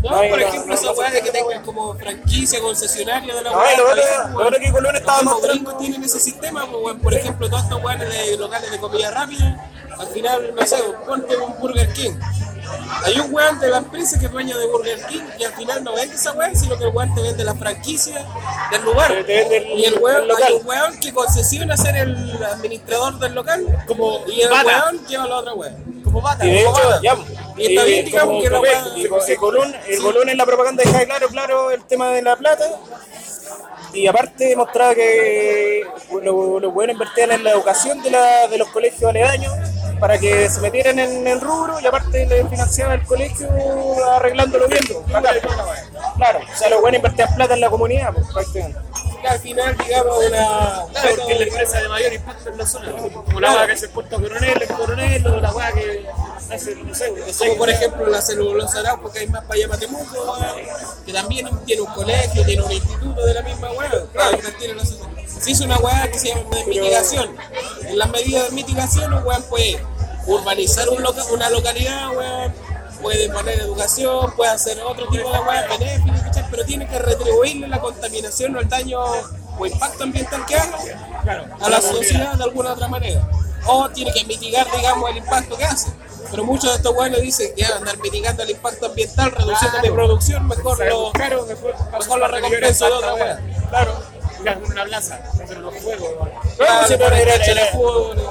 S1: No,
S2: No, y
S1: por
S2: no-
S1: ejemplo,
S2: no
S1: esa
S2: pasa
S1: weá de que tengan como franquicia, concesionaria de la
S2: No, y lo otro,
S1: weá.
S2: lo otro que Colón estaba
S1: Los
S2: mostrando.
S1: gringos tienen ese sistema, pues, weón. por ejemplo, todos estos weones de locales de comida rápida, al final, no sé, ponte un Burger King. Hay un weón de la empresa que es dueño de Burger King y al final no vende esa weón, sino que el weón te vende la franquicia del
S2: Te-
S1: lugar.
S2: te vende el-
S1: y el weón,
S2: el local.
S1: hay un weón que concesiona ser el administrador del local como, y el
S3: pata.
S1: weón lleva la otra weón. Como pata.
S2: Y de
S1: como
S2: hecho,
S1: pata.
S2: ya.
S1: Y está bien,
S2: eh,
S1: digamos,
S2: como
S1: que la
S2: Copec,
S1: weá-
S2: y co- El Colón, el Colón en la propaganda deja claro, claro, el tema de la plata. Y aparte mostraba que lo- los buenos invertían en la educación de, la- de los colegios aledaños para que se metieran en el rubro y aparte le financiaban el colegio arreglándolo bien. pues, bacán. Claro, o sea, los buenos invertían plata en la comunidad, pues, prácticamente.
S1: al final, digamos, una.
S3: Claro, porque es la empresa de mayor impacto en la zona. Como la
S1: Claro.
S3: weá que hace el puerto coronel, el coronel, o la weá que hace, no sé, no sé.
S1: Como por ejemplo la celulosa Arauco, que hay más para allá para Temuco, weón, que también tiene un colegio, tiene un instituto de la misma weá. Claro, que tiene los- se hizo una weá que se llama de mitigación. En las medidas de mitigación, un weón puede urbanizar un loca- una localidad, weón, puede poner educación, puede hacer otro tipo de weá benéficas, ¿cachai? pero tiene que retribuirle la contaminación o el daño o impacto ambiental que haga a la sociedad de alguna otra manera. O tiene que mitigar, digamos, el impacto que hace. Pero muchos de estos buenos dicen que van a andar mitigando el impacto ambiental, reduciendo mi producción, mejor lo,
S3: Claro, después
S1: mejor lo recompenso de otra weá.
S3: Claro, mira, con una plaza, hacer los juegos. weón.
S1: Claro,
S2: sí,
S1: por
S2: pero
S1: el
S2: era-
S1: cancha de
S2: era-
S1: fútbol,
S2: Pero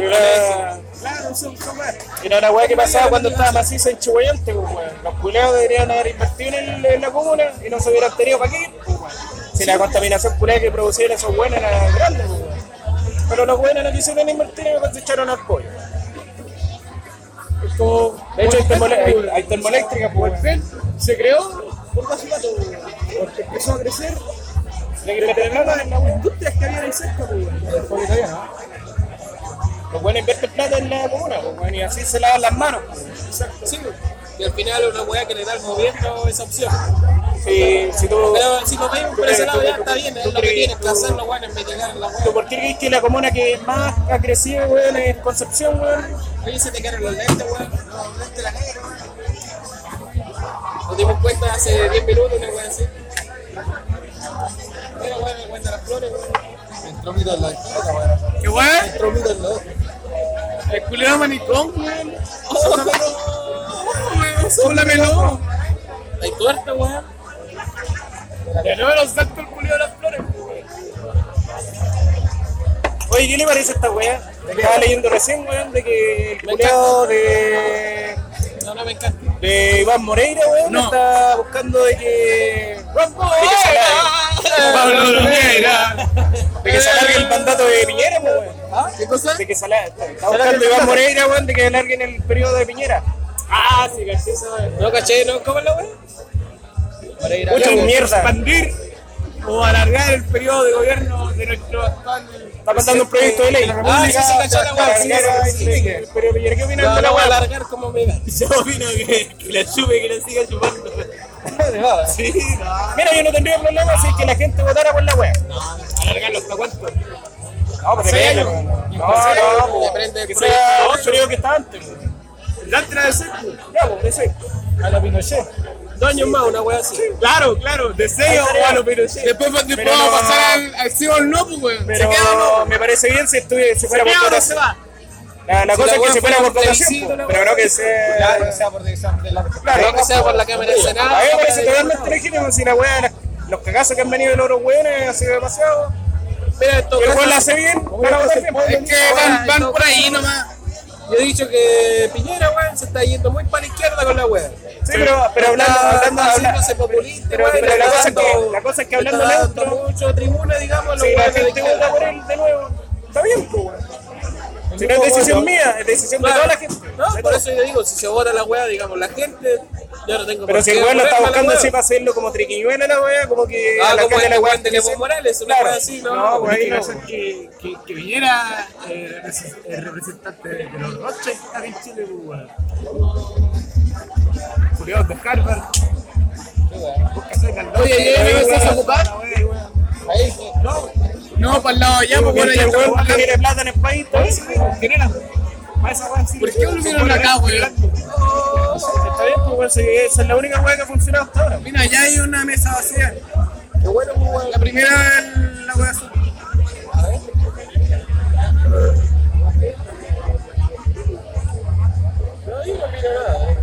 S1: weón.
S2: era-
S3: Claro, son son weas.
S2: Era una weá que pasaba cuando estaba maciza en Chihuayante, pues, weón. Los culeados deberían haber invertido en, el- en la comuna y no se hubieran tenido para qué, pues, weón. Si la contaminación culeada que producían esos buenos era grande, pues, weón. Pero los buenos no quisieron invertir y se echaron al pollo.
S3: Es como-
S2: De hecho, hay,
S3: como el
S2: termole- hay-
S3: Pen,
S2: hay termoeléctricas,
S3: como el
S2: pues, weón.
S3: Pen se creó por Guachipato, weón, porque empezó a crecer
S2: Le que meter plata en la weá.
S3: industrias que había en el cerco, weón.
S2: Los buenos invierten plata en la comuna, pues, weón, y así se lavan las manos, pues.
S1: Sí, y al final es una weá que le da al gobierno esa opción.
S2: Si, si tú,
S1: Pero si lo veis por ese lado ya está bien, es lo que tiene,
S2: tú-
S1: cazar los weones, mitigar la weá.
S2: ¿tú ¿por qué crees que la comuna que más ha crecido, weón, es Concepción, weón?
S1: Oye, se te quedaron los lentes, weón. Los lentes de la negra, Nos dimos cuenta hace 10 minutos, una weón así. Mira, weón, me cuenta las flores, weón. Entró mito en la esquina, weón.
S3: ¿Qué weón?
S1: Entró mito en la otra.
S3: El culiado manicón, weón. Oh, weón, sóblamelo.
S1: Hay tuerta, weón.
S3: De nuevo lo salto el culiado de las flores, weón.
S2: Oye, ¿qué le parece a esta weá? Estaba leyendo recién, weón, de que el culiado de,
S1: No, no me encanta.
S2: de Iván Moreira, weón,
S3: No.
S2: está buscando de que... De que se alargue.
S3: Pablo Longuera.
S2: De que se alargue
S1: Eh.
S2: el mandato de Piñera, pues, weón.
S1: ¿Qué cosa?
S2: De que se alargue. Está buscando Iván Moreira, weón, de que alarguen el periodo de Piñera. Ah, sí, caché esa weá.
S1: No caché, no, ¿cómo es la weón? Para ir a
S2: Mucho mierda.
S3: Expandir o alargar el periodo de gobierno de nuestro actual.
S2: Está pasando un proyecto de ley.
S1: Ah, sí, sí, caché la weá. Sí, sí, sí.
S2: Pero Piñera, ¿qué opinas
S1: No,
S2: de la
S1: la voy a
S2: weá?
S1: alargar como me da.
S3: Yo opino que, que la chupe, que la siga chupando. Sí, no.
S2: Mira, yo no tendría problema si es que la gente votara por la weá.
S3: Alargarlo hasta cuánto.
S2: No, pues
S3: Seis
S2: depende,
S3: años.
S2: weón. No, no,
S1: Depende
S2: pues,
S1: del
S2: que
S1: proyecto.
S2: sea el periodo que está antes. weón.
S3: Delante de seis.
S2: Ya, pues, de seis. A la Pinochet.
S1: Dos años más, una weá así.
S3: Claro, claro, de seis o a lo Pinochet.
S1: Después, después
S2: Pero vamos a no. pasar
S1: al, al sí o al no, pues, weón.
S2: Pero me parece bien si, estuviera, si fuera por
S3: ahora se
S2: votación.
S3: va.
S2: La, la
S1: Si
S2: cosa
S1: la
S2: es que
S1: weá
S2: se fuera
S1: fuera
S2: por
S1: un
S2: votación,
S1: plebiscito,
S2: pues,
S1: la
S2: pero
S1: weá.
S2: no que sea...
S5: Claro, que sea por decisión de la
S2: claro,
S1: No que sea por la Cámara del Senado.
S2: A mí me
S1: Cámara
S2: parece
S1: de
S2: totalmente legítimo si la weá, la- los cagazos que han venido de los otros weones ha sido demasiado.
S1: Mira, esto
S2: Pero el weón la hace bien, van a votar bien.
S3: Es que van, van por ahí nomás.
S1: Yo he dicho que Piñera, weón, se está yendo muy para la izquierda con la weón.
S2: Sí, pero, pero hablando, hablando, hablando,
S1: haciéndose populista,
S2: pero-
S1: weón,
S2: pero
S1: le
S2: la
S1: está
S2: cosa es que-
S1: dando-
S2: la cosa es que
S1: le está
S2: hablando
S1: dando
S2: neutro-
S1: mucho tribuna, digamos, a los
S2: si la
S1: weones de la
S2: gente
S1: izquierda.
S2: vota por él de nuevo, está bien, pues, weón. Si no es decisión mía, es decisión de
S1: Claro.
S2: toda la gente.
S1: No,
S2: De
S1: por
S2: todos.
S1: eso yo digo, si se vota la weá, digamos, la gente, yo no tengo
S2: Pero
S1: por
S2: si
S1: qué
S2: el weón lo está
S1: volverme a la
S2: buscando
S1: weá.
S2: así para hacerlo como triquiñuela la weá, como que
S1: Ah,
S2: a la
S1: como
S2: calle
S1: el
S2: la weá.
S1: weón de Evo Morales, una
S2: Claro.
S1: weá así, ¿no?
S2: No, weón, ahí
S3: Lo que
S2: no.
S3: pasa es que, que, que viniera eh, resi- el representante de de los Roches acá en Chile, pues, weón. Curioso de Harvard. Busca ser Galdós.
S1: Oye, ¿y ahí vas a ocupar?
S3: Ah, wey, wey.
S1: Ahí, sí.
S3: No, para el lado allá, pues bueno,
S2: Mientras
S3: ya
S2: el Este weón que
S3: estamos
S2: tiene plata en el país, todo eso, weón, pues, genera. Para esa weá sí.
S3: ¿Por qué volvieron acá, weón?
S2: Está bien, pues weón, si esa es la única weá que ha funcionado hasta ahora.
S3: Mira, allá hay una mesa vacía.
S1: Qué bueno, pues, weón.
S3: La primera es la wea azul.
S1: No, yo no opino nada. eh.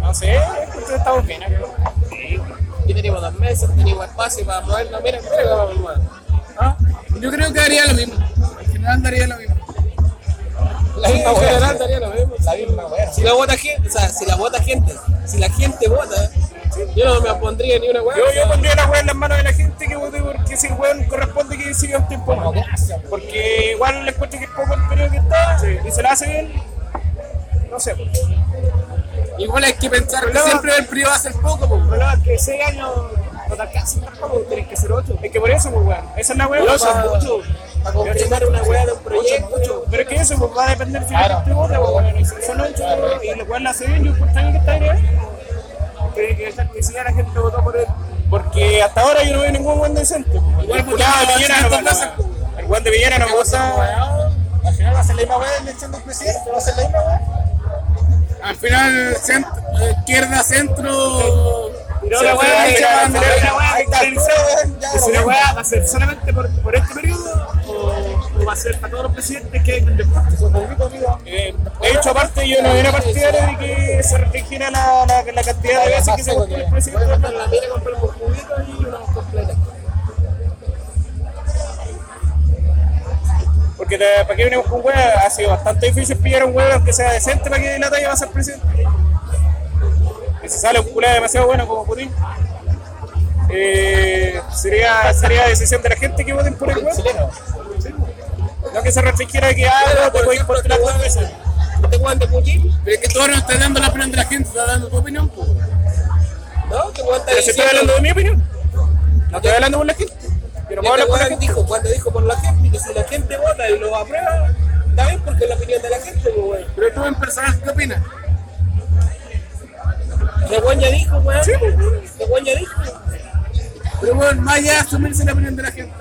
S2: No sé, esto está bien. ¿no?
S1: Aquí tenemos dos mesas, tenemos espacio para movernos. Mira, mira cómo vamos, weón.
S3: Yo creo que haría lo mismo. En general daría lo mismo.
S1: La misma weá. La misma weá. Si la vota gente, o sea, si la vota gente, si la gente vota, yo no me pondría ni una weá.
S2: Yo, yo pondría la weá en las manos de la gente que vote porque si el weón corresponde que siga un tiempo más. Porque igual le encuentro que es poco el periodo que está y se la hace bien. No sé, pues.
S3: Igual hay que pensar que
S2: Problema-
S3: siempre el privado hace el poco, pues.
S2: El problema es que 6 años no te alcanzan tampoco, tenés que ser 8. Es que por eso, pues, weón. Esa es la weón.
S1: No, son muchos. Para concretar una weá de un
S2: Mucho,
S1: proyecto.
S2: mucho. Pero es que eso pues, va a depender si la gente vota, pues, weón. Y si Son 8 y lo cual la hace bien. Yo por que está bien. Que, que, que si la gente votó por él. Porque hasta ahora yo no veo ningún buen decente. pues, weón.
S3: Igual
S2: El
S3: votaba
S2: culiao de Piñera no
S3: distintas
S2: me
S3: cosas, pues,
S2: gusta. El weón de Villena no me gusta.
S5: Al final va a ser la misma weá elección del presidente, va a ser la misma weá.
S3: Al final, centro, izquierda, centro.
S2: Tiró
S3: se
S2: la
S3: fue
S2: weá,
S3: ahí,
S2: tiró
S3: chaval,
S2: la
S3: tiró
S2: weá,
S3: la weá,
S2: ahí está,
S5: weón, ya,
S2: Esa
S5: lo
S2: la weá va a ser solamente por, por este periodo o, o va a ser para todos los presidentes que hay después. Eh, de hecho, aparte, yo no era partidario de que se restringiera la, la, la cantidad de veces que se cumple el presidente.
S1: Voy a mandar la mira, comprar unos cubitos y unos completos.
S2: Porque te- para qué venimos con weá, ha sido bastante difícil pillar un weón que sea decente para que la talla va a ser presidente. Que si sale un culé demasiado bueno como Putin. Eh, sería, sería decisión de la gente que voten por el weón. No que se restringiera que algo pues, te podéis postular dos veces.
S1: ¿Este weón de Putin?
S3: Pero es que tú ahora no estás dando la opinión de la gente, estás dando tu opinión, pues.
S1: No, que weón está
S2: Pero si estoy
S1: diciendo.
S2: hablando de mi opinión. No estoy hablando por la gente. Yo no puedo hablar
S1: Este
S2: por la
S1: weón
S2: gente.
S1: dijo, cuando dijo por la gente, que si la gente vota y lo aprueba, está bien porque es la opinión de la gente, pues, weón.
S3: Pero tú en personal, ¿qué opinas?
S1: De buen ya dijo, weón.
S2: pues,
S1: De buen ya dijo.
S3: Pero bueno, más allá de asumirse la opinión de la gente.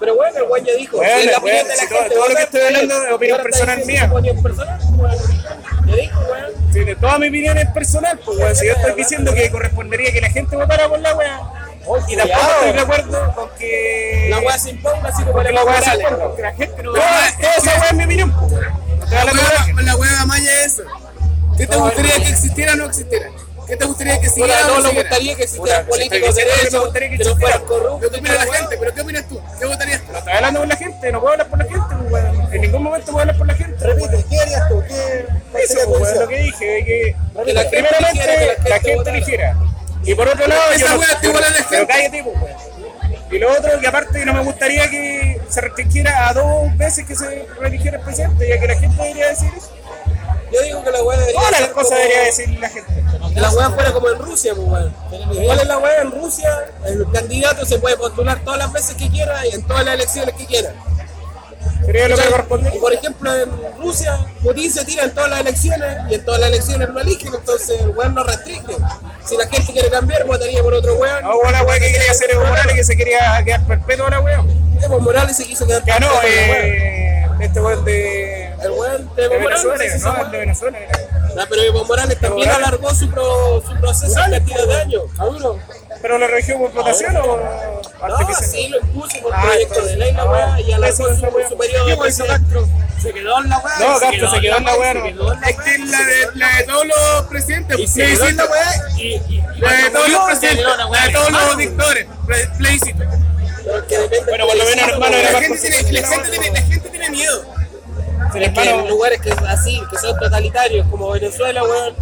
S1: Pero bueno, el weón ya dijo.
S2: Bueno,
S1: Es la
S2: weón,
S1: opinión de la
S2: si todo-
S1: gente,
S2: todo lo
S1: weón,
S2: que estoy hablando es
S1: pero
S2: opinión
S1: ahora
S2: personal
S1: está
S2: mía.
S1: diciendo que es opinión personal, weón. Ya dijo, weón.
S2: Sí, de toda mi opinión es personal, pues weón. Si yo estoy diciendo que correspondería que la gente votara por la weá. Y tampoco
S1: cuidado.
S2: estoy de acuerdo con que.
S1: La weá se imponga así como
S2: Porque
S1: le
S2: la weá se
S1: Morales.
S2: imponga, porque la gente no.
S3: No, es que-
S2: Esa weá es mi opinión, pues weón. No estoy
S3: La
S2: hablando de la
S3: hueva,
S2: gente.
S3: la hueva maya es eso. ¿Qué te gustaría que existiera o no existiera? ¿Qué te gustaría que
S1: Puta,
S3: siguiera
S1: a
S3: o
S1: todos
S3: no
S1: nos
S3: siguiera?
S1: gustaría que existieran
S2: Puta, si estoy
S1: políticos de
S2: diciendo que me
S1: derecho,
S2: gustaría que
S1: que no fueran
S2: existieran.
S1: corruptos.
S3: Pero qué opina la
S1: weón.
S3: gente, pero ¿qué opinas tú? ¿Qué votarías tú?
S2: No estoy hablando por la gente, no puedo hablar por la gente, pues, weón. En ningún momento puedo hablar por la gente. Repite,
S5: ¿Qué harías tú? ¿Qué cuál
S2: eso,
S5: sería tu
S2: pues, weón,
S5: decisión?
S2: lo que dije, de que,
S1: Que la gente
S2: primeramente
S1: eligiera, que la gente
S2: la gente
S1: votara.
S2: eligiera. Y por otro lado,
S3: Esa
S2: yo
S3: weá está igual a la
S2: pero
S3: gente.
S2: cállate, pues, weón. Y lo otro, que aparte no me gustaría que se restringiera a dos veces que se reeligiera el presidente, ya que la gente debería decir eso.
S1: Yo digo que la weá debería.
S2: Todas las
S1: ser
S2: cosas
S1: como-
S2: debería decir la gente.
S1: Que la weá fuera como en Rusia, pues weón. ¿Cuál es la weá en Rusia? El candidato se puede postular todas las veces que quiera y en todas las elecciones que quiera.
S2: Sería lo que corresponde.
S1: Y por ejemplo, en Rusia, Putin se tira en todas las elecciones y en todas las elecciones no eligen, entonces el weón no restringe. Si la gente quiere cambiar, votaría por otro weón.
S2: No, hubo Ah, la weá que quería hacer Evo Morales, que se quería quedar perpetua la weá.
S1: Evo Morales se quiso quedar.
S2: Ganó
S1: con la weá.
S2: eh, este weón de,
S1: El weón de
S2: de
S1: Evo Morales.
S2: Venezuela,
S1: se hizo
S2: ¿no? El
S1: weón.
S2: de Venezuela. era.
S1: Ah, pero Evo Morales también
S2: Morales.
S1: alargó su, pro- su proceso de
S2: Morales,
S1: cantidad de años.
S2: ¿Pero lo regió por votación o
S1: No,
S2: artificial?
S1: sí, lo impuso por
S2: Ah,
S1: proyecto de ley la weá y alargó
S2: eso es
S1: su,
S2: la weá.
S1: su periodo
S2: ¿Qué
S1: de
S2: weá hizo
S1: presidencia. Se quedó en la weá.
S2: No, Castro se quedó en la weá.
S1: se quedó en la
S3: Es que la de, la de todos los presidentes, plebiscito, weá, la de todos los presidentes, la de todos
S1: Ah.
S3: los dictadores, pre- plebiscito.
S1: Pero que depende
S2: Bueno, por lo menos,
S1: del
S2: hermano, era
S3: La
S2: más
S3: gente tiene, la gente tiene, la gente tiene miedo.
S2: El
S1: Es que en
S2: hermano,
S1: lugares que así, que son totalitarios como Venezuela, weón,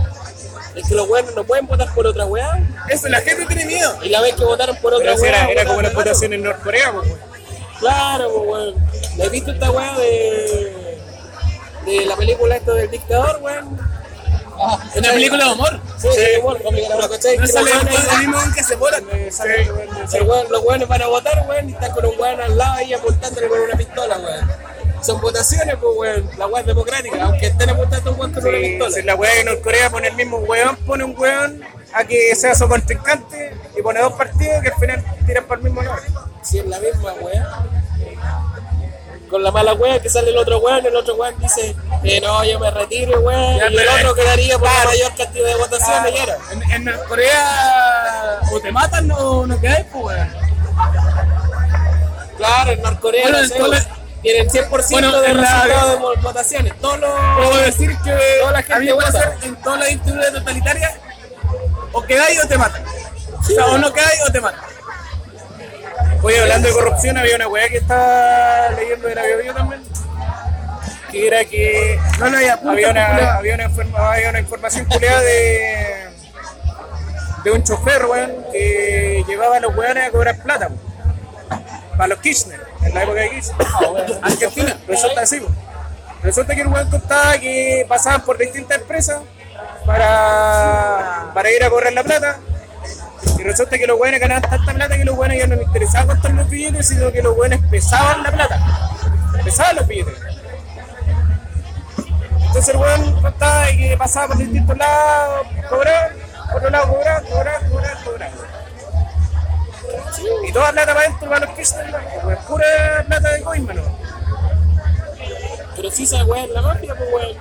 S1: es que los weones no pueden votar por otra weá.
S3: Eso, la gente tiene miedo.
S1: Y la vez que votaron por otra
S2: pero si
S1: weá.
S2: era, era
S1: votaron
S2: como la
S1: de nuevo.
S2: votación en Norcorea, pues, weón.
S1: Claro, pues, weón. ¿Has visto esta weá de. de la película esto del dictador, weón?
S3: Una película de amor.
S1: Sí, sí, weón, pero ¿cachai?
S3: No
S1: Que los
S3: sale
S1: weones-
S3: lo mismo que se votan.
S1: el weón- Los weones van a votar, weón, y están con un weón al lado ahí apuntándole con una pistola, weón. Son votaciones, pues, weón. La weá es democrática, aunque estén apuntando un weón con una
S2: Sí,
S1: pistola.
S2: Si la weá de Norcorea pone el mismo weón, pone un weón a que sea su contrincante y pone dos partidos que al final tiran para el mismo lado.
S1: Si es la misma weá. Con la mala weá que sale el otro weón, el otro weón dice que no, yo me retiro, weón.
S3: Ya,
S1: Y el
S3: pero-
S1: otro quedaría por la mayor cantidad de votaciones y era.
S3: En, en Corea o te matan o no quedáis, pues, weón.
S1: Claro, en Norcorea
S3: Bueno,
S1: no
S3: en
S1: sé,
S3: todas
S1: weón, tienen 100%
S3: Bueno,
S1: de
S3: en la-
S1: resultado de vo- votaciones. Todos los.
S3: Puedo decir que
S1: Toda la gente
S3: a mí me van a
S1: vota.
S3: hacer en todas las dictaduras totalitarias o quedáis o te matan. O sea, o no quedáis o te matan.
S2: Oye, hablando de corrupción, había una weá que estaba leyendo de la biobio también. Que era que
S3: No lo había
S2: había
S1: pues,
S2: una, había una, informa- había una información culeada de, de un chofer, weón, que llevaba a los weones a cobrar plata, weón. Para los Kirchner, en la época de Kirchner.
S1: Ah,
S2: Argentina, resulta así, weón. Resulta que el weón contaba que pasaban por distintas empresas para, para ir a cobrar la plata. Y resulta que los weones ganaban tanta plata que los weones ya no les interesaba contar los billetes, sino que los weones pesaban la plata. Pesaban los billetes. Entonces el weón contaba de que pasaba por distintos lados, cobrar, por otro lado cobrar, cobrar, cobrar, cobrar. Y toda plata para adentro, para los Kirchner, pues, pura plata de coin, mano.
S1: Pero sí, esa weá es la mafia, pues weón.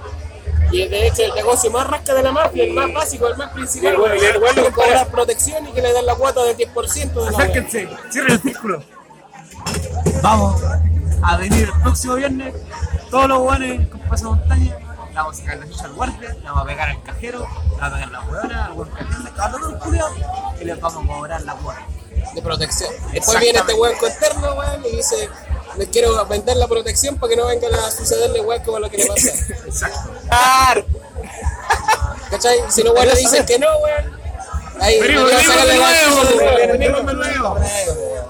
S1: Y de hecho, el negocio más rasca de la mafia, el más básico, el más principal.
S2: Y el weón- y el weón lo
S1: que
S2: compara-
S1: cobrar protección y que le dan la cuota del 10% de la weá.
S3: Acérquense, cierren el círculo. Vamos a venir el próximo viernes. Todos los guanes con paso montaña. Le vamos a sacar la chucha al guardia, le vamos a pegar al cajero, le vamos a pegar a la huevona, al hueón que atiende, a todos los culiados y les vamos a cobrar la cuota.
S1: de protección. Después viene este weón con terno, weón, y dice, les quiero vender la protección para que no vengan a sucederle weón como lo que le pasó.
S2: ¡Claro!
S1: ¿Cachai? Si los weones dicen que no, weón, ahí le van a sacar la weón.
S2: Venimos de nuevo.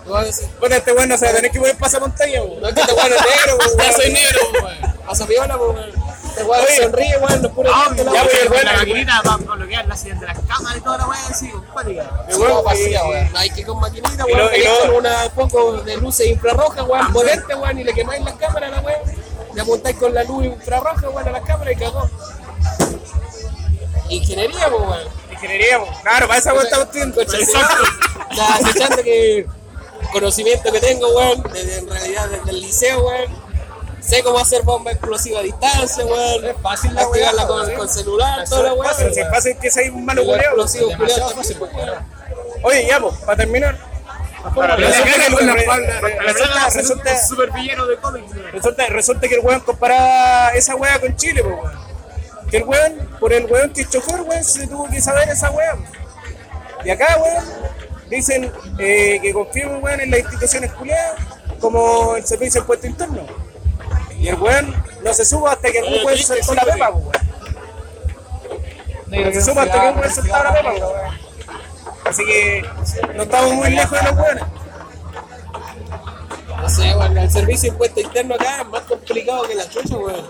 S1: Tú vas a decir,
S2: Bueno, este weón no se va a tener que poner pasamontaña, weón.
S1: No, es que este weón es negro, pues, weón.
S3: Ya soy negro, weón.
S1: Pasa piola, pues, weón. Este weón
S2: Oye.
S1: sonríe, weón, no es puro
S2: Ah,
S1: gente, la
S2: ya
S1: weón.
S2: voy al
S3: la
S2: weón.
S3: maquinita para bloquear la silla de las cámaras y toda la weá, así, cuática.
S1: Sí, como vacía,
S2: y-
S1: weón. No hay que ir con maquinita,
S2: y
S1: weón.
S2: lo- y Ah,
S1: Tenés
S2: lo-
S1: con una poco de luces infrarrojas, weón. Ponerte, weón, y le quemáis las cámaras, la weón. Le apuntáis con la luz infrarroja, weón, a las cámaras y cagó. Ingeniería, pues, weón.
S2: Ingeniería, po. claro, para esa weá estamos teniendo. Exacto.
S1: Está acechando que conocimiento que tengo, weón, desde, en realidad desde el liceo, weón. Sé cómo hacer bomba explosiva a distancia, weón. Es fácil
S2: la
S1: activarla
S2: weá,
S1: con,
S2: weón.
S1: con celular, toda la weón.
S2: Pero si pasa es que es ahí un malo
S1: Los
S2: culeado.
S1: explosivos, culiados,
S2: Oye, ya, po, para terminar. resulta
S3: la
S2: que
S3: cara con la
S2: el-
S3: espalda.
S2: re- resulta- resulta-
S6: super villano de cómics. weón.
S2: Resulta, resulta que el weón comparaba esa weá con Chile, po, weón. Que el weón, por el weón que es chofer, weón, se tuvo que saber esa weá. Y acá, weón, dicen eh, que confíen, weón, en las instituciones culiadas, como el servicio del puesto interno. Y el weón no se suba hasta que el
S1: Oye,
S2: weón
S1: triste,
S2: soltó
S1: sí,
S2: la
S1: güey.
S2: pepa, po, weón. No se suba hasta que un weón soltó la pepa, po, weón. Así que no estamos muy lejos de los weones.
S1: No sé, weón, el servicio de impuesto interno acá es más complicado que la chucha, weón.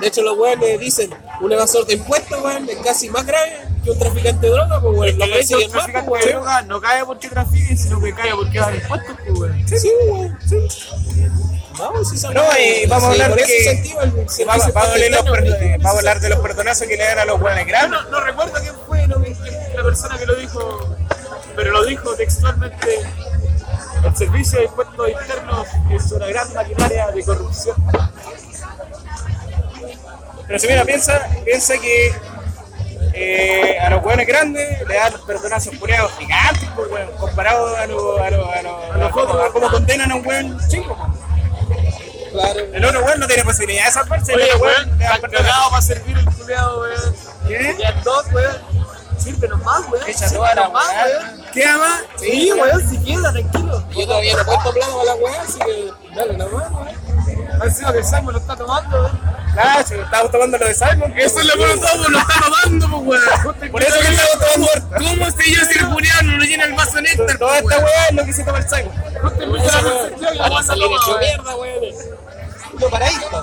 S1: De hecho, los weones dicen, un evasor de impuestos, weón, es casi más grave que un traficante de droga, pues, weón. Lo persiguen más, pues,
S6: Traficante de
S1: weón.
S6: droga no cae porque trafique, sino que cae porque da impuestos, pues, weón.
S1: Sí, sí, weón, sí. Vamos, sí, son-
S2: No, y vamos a
S1: sí,
S2: hablar
S1: por
S2: de
S1: eso
S2: que-
S1: incentiva el servicio
S2: Vamos,
S1: de
S2: vamos a
S1: impuesto
S2: hablar de los
S1: interno,
S2: per- eh,
S1: weón.
S2: vamos a hablar de los perdonazos que le dan a los weones grandes.
S6: No, no recuerdo quién fue lo que- la persona que lo dijo, pero lo dijo textualmente. El servicio de impuestos internos es una gran maquinaria de corrupción.
S2: Pero si mira, piensa, piensa que eh, a los hueones grandes le dan perdonazos puleados gigantes, pues, weón, comparado a los a los- a los- a cómo- a cómo condenan a un hueón chico.
S1: Claro,
S2: El otro hueón no tiene posibilidad de salvarse, el
S6: Oye,
S2: otro
S6: weón,
S2: hueón le
S6: tan
S2: dan
S6: cagado
S2: perdonazos.
S6: para servir el culeado, weón.
S2: ¿Qué?
S6: Ya dos, weón. Sírvenos más, weón.
S2: Echa toda la
S6: Sírvenos más,
S2: weá.
S6: weón.
S3: ¿Qué ama?
S6: Sí, weón, si queda, tranquilo.
S1: yo todavía no he puesto plano a la weá, así que dale eh. nomás, weón.
S6: Encima que el Salmo lo está tomando, weón.
S2: Claro, si estamos tomando lo de Simon.
S3: Eso es lo que nosotros lo está tomando, pues, weón.
S2: Por eso que estamos tomando harto.
S3: ¿Cómo si yo circuleado no nos llena el vaso de néctar,
S2: Toda
S3: pues,
S2: esta
S3: weón?
S2: hueá es lo que se toma el Simon.
S1: Esa weá, La weá salió hecho mierda, weón.
S5: Lo paráis, po.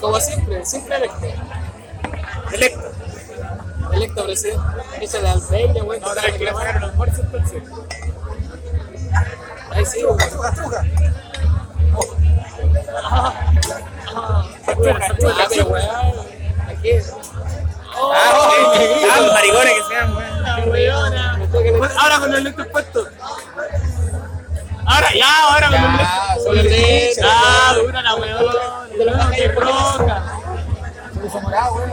S1: Como siempre, siempre electo.
S2: Electo.
S1: Electo presidente. Esa de Alzheimer, weón. que está reclamando. Ahí sí, weón. Ah, pero weón. Aquí es.
S2: Ah, los maricones que sean, weón.
S6: Ahora con el lente puesto. Ahora, ya, ahora con el lente.
S1: Ah, solo el
S6: Ah, dura la weón. Qué bronca. Puso morado,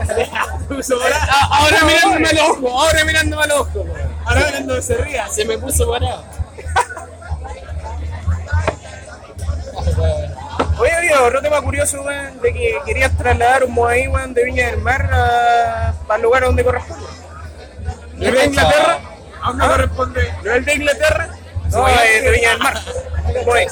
S3: Ah, Ahora mirándome al ojo, ahora mirándome al ojo.
S6: Ahora hablando de se ría.
S1: Se me puso parado.
S2: Oye, oye, otro tema curioso, weón, de que querías trasladar un Moai, weón, de Viña del Mar a, al lugar donde corresponde.
S1: ¿El de Inglaterra?
S6: Aún no corresponde.
S2: ¿Ah? ¿No el de Inglaterra? No, es de Viña del Mar. Moai.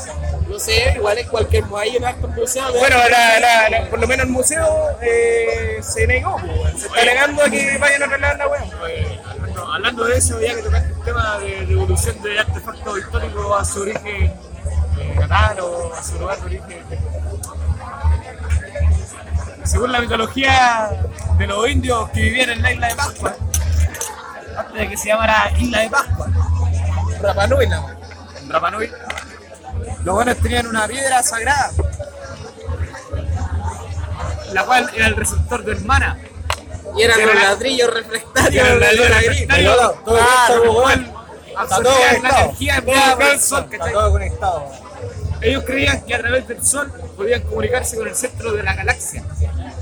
S1: No sé, igual es cualquier muelle en acto museo.
S2: Pues. Bueno, la- la- la- por lo menos el museo eh, se negó, weón. se está negando a que vayan a trasladar la weón.
S6: Bueno, hablando de eso, ya que tocaste el tema de devolución de artefactos históricos a su origen eh, natal o a su lugar de origen. Según la mitología de los indios que vivían en la isla de Pascua, antes de que se llamara Isla de Pascua, en Rapa Nui, los buenos tenían una piedra sagrada, la cual era el receptor del mana.
S1: Y eran los ladrillos reflectarios.
S6: Era la luna gris.
S1: gris.
S6: Claro, igual absorbían la energía empleada por el sol, ¿cachai? Ellos creían que a través del sol podían comunicarse con el centro de la galaxia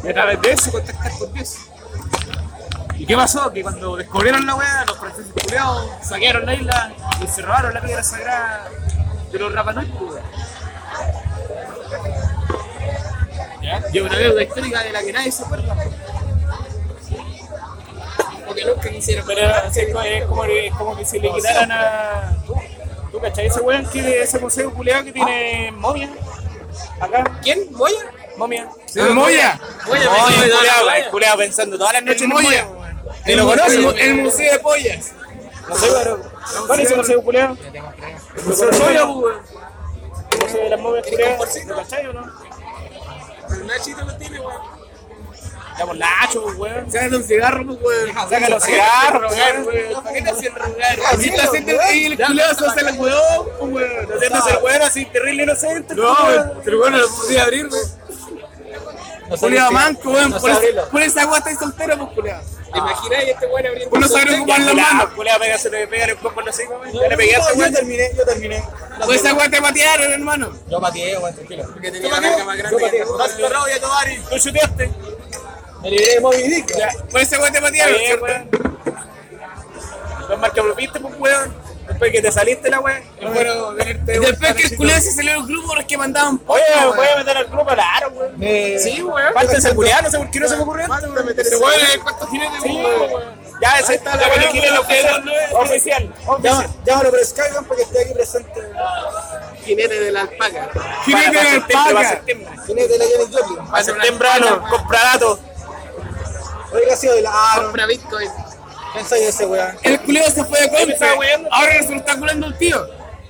S6: y a través de eso contactar con Dios. ¿Y qué pasó? Que cuando descubrieron la weá, los franceses culiados saquearon la isla y se robaron la piedra sagrada de los Rapanui, Y es una deuda histórica de la que nadie se acuerda.
S1: Porque nunca quisieron.
S2: Pero así es como- es como, es como que si le quitaran a. ¿Tú cachai? Ese weón tiene ese museo culiado que tiene momia. Acá,
S1: ¿Quién? ¿Moya?
S2: momia.
S3: ¿El Moya?
S1: Moya,
S2: No,
S1: me-
S2: el
S1: no,
S2: culiao,
S1: no,
S2: el culiao pensando todas las noches en
S3: Moya.
S2: Moya. ¿Te lo
S3: El mu-
S2: conoces?
S3: El museo de pollas.
S2: No sé, pero. ¿Cuál es ese museo culiao? Museo de Moya, weón. Museo de las momias culiao. ¿Lo cachai o no?
S1: El Nachito lo tiene, weón.
S2: Ya por Nacho, pues, weón.
S3: Sácale un cigarro, pues, weón.
S2: Saca los cigarros, weón.
S3: ¿Para qué te hacen rogar? Si te hacen y el culiao se hace el weón, pues, weón.
S2: No sientas el weón así terrible inocente.
S6: No, pero bueno, lo podía abrir, weón.
S3: Culiao manco, weón. Por esa- Por esa agua estáis soltero, pues, culiao.
S1: ¿Te imaginas este weón abriendo
S3: Uno
S1: un
S3: sabe
S1: softec?
S3: ocupar las manos.
S2: culea, pega, se le pega el poco en los cinco, weón. Ya le pegué hasta,
S7: Yo
S2: weón.
S7: terminé, yo terminé.
S3: Pues esa weá te patearon, hermano.
S7: Yo pateé, weón, tranquilo.
S1: Porque tenía la verga más grande que la
S2: Dáselo, Raúl, Tobari, tú chuteaste.
S7: Me libré de Moby Dick.
S3: Ya, Pues esa weá te patearon,
S2: Bien,
S3: ¿cierto?
S2: weón. Los marcapropiste, pues, weón. Después que te saliste la weón.
S3: Y Después que el culiao se salió del grupo, los que mandaban
S2: Oye,
S3: polla,
S2: voy a
S3: weón.
S2: meter al grupo a la aro, weón.
S7: Me...
S2: Sí, weón. Falta ese culiao, no sé por qué no se me ocurrió.
S3: Ese weón
S1: eh,
S3: es el cuarto jinete, weón.
S2: Ya, esa está la película lo que era oficial.
S7: Llama- Llámalo por Skype, weón, para que esté aquí presente.
S1: jinete de la alpaca.
S3: Jinete de alpaca.
S7: ¿Quién es de la Janet Joplin?
S2: Para temprano, compra datos.
S7: Oiga, ha sido de la Aaron.
S1: Compra Bitcoin.
S7: ¿Quién soy ese, weón?
S3: El culiao se fue de Conce. Ahora se lo está curando el tío.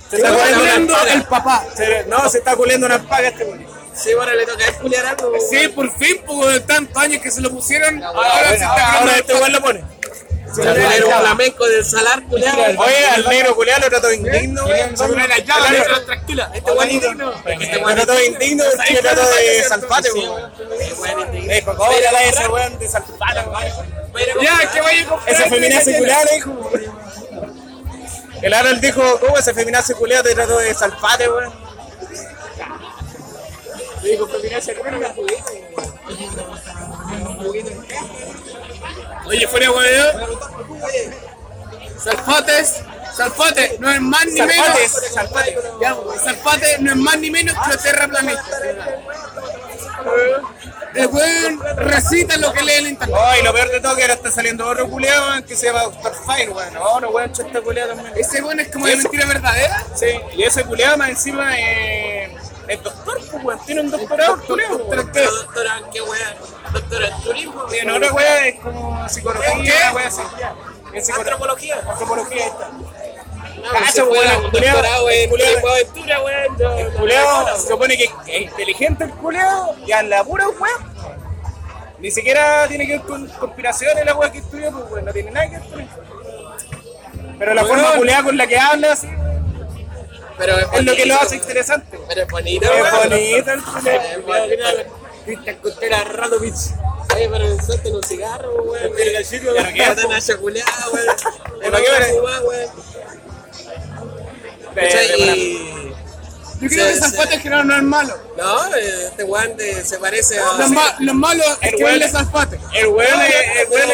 S2: Se está
S3: Está
S2: culiando
S3: curando el papá.
S2: No, se está culiando una paga este weón.
S1: Sí, ahora le toca a él culiar algo. weón.
S3: Sí, por fin, poco de tantos años que se lo pusieron. Ahora
S2: Ahora
S3: se
S2: este
S3: está curando el
S2: weón lo pone.
S1: Se va a poner un flamenco del salar culiado.
S2: Oye, al negro culiao lo trató indigno, weón.
S3: la llave,
S2: Claro.
S3: pero
S1: tranquila. Este weón indigno. Este
S2: Lo
S1: weón
S2: trató indigno porque lo trató de salpate, weón.
S1: indigno.
S2: Le dijo, cóbrala ese weón de salpate, weón.
S3: Ya, que vaya a comprar.
S2: Ese feminazi culiao le dijo. El Harold dijo, ¿cómo ese feminazi culiao te trató de salpate, weón?
S3: Oye, fuera weón. Salpates, salpate, no es más ni menos.
S2: Salpates, salpate.
S3: Ya, weón, Salpate no es más ni menos que los terraplanistas.
S2: Ah.
S3: El weón recita lo que lee el internet.
S2: Oh, y lo peor de todo que ahora está saliendo otro culiao weón, que se llama Doctor Fire, weón. No, no, weón, chanta culiao también.
S3: Ese weón es como de mentira verdadera.
S2: Sí, y ese culiao más encima eh, es doctor, pues, weón. Tiene un doctorado, el culiao. weón.
S1: Doctora, doctora, qué weón. Doctora en turismo.
S2: Tiene otra weá, es como psicología,
S3: ¿Qué?
S2: una weá así. Es psicología.
S1: Antropología.
S2: Antropología, ahí está.
S1: Cacho, weón. Un
S2: culiao.
S1: doctorado en
S2: Culiao.
S1: turismo aventura, weón. No,
S2: El
S1: no,
S2: culeado
S1: no,
S2: se supone que es inteligente el culeado y a la pura weá. Ni siquiera tiene que ver con conspiraciones la weá que estudia, pues weón, no tiene nada que ver con eso. Pero la forma culeada con la que habla así,
S1: no. Pero
S2: es lo que lo
S1: bonito,
S2: hace interesante.
S1: Pero es bonito,
S2: Es
S1: weón.
S2: bonito el culeado.
S1: Es bonito. Cristian Costera Radovich. Oye, pero suelten un cigarro, weón. Mira, chico.
S2: Ya no queda,
S1: Matan a Chaculeada, weón.
S2: Ya no queda,
S1: fumar, weón.
S2: Pero,
S1: ¿Cachai?
S2: bueno,
S1: Y-
S3: Yo creo que
S1: Sí,
S3: Salpate
S1: sí.
S3: es que no, no es malo.
S1: No, eh, este weón de- se parece a.
S3: Los, ma- los malos es
S2: El
S3: que
S2: weón-
S3: huele Salpate.
S2: El weón es- el weón es-
S1: Pero, pero,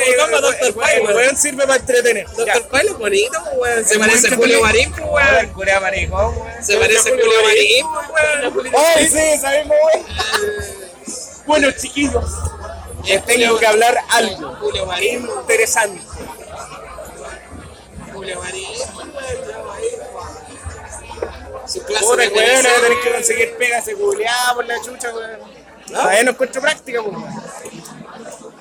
S2: el weón- el weón sirve para entretener. Ya.
S1: Doctor Pablo es bonito, weón. Se
S3: El
S1: parece a
S3: buen
S1: Julio
S3: Julio.
S1: Marín, pues,
S2: El
S1: weón.
S2: culeado maricón, weón.
S1: Se parece a Julio Marín, pues, weón.
S2: Ay, sí, sabemos, weón. Bueno, chiquillos, les tengo que hablar algo
S1: pues. Julio Marín,
S2: interesante.
S1: Julio Marín, weón. ya, weón. pues. Su clase
S2: Puta,
S1: de
S2: weón, ahora voy a tener
S1: televisión,
S2: que conseguir pegas culiado por la chucha, weón.
S3: ¿Ah?
S2: Todavía no encuentro práctica, pues, weón.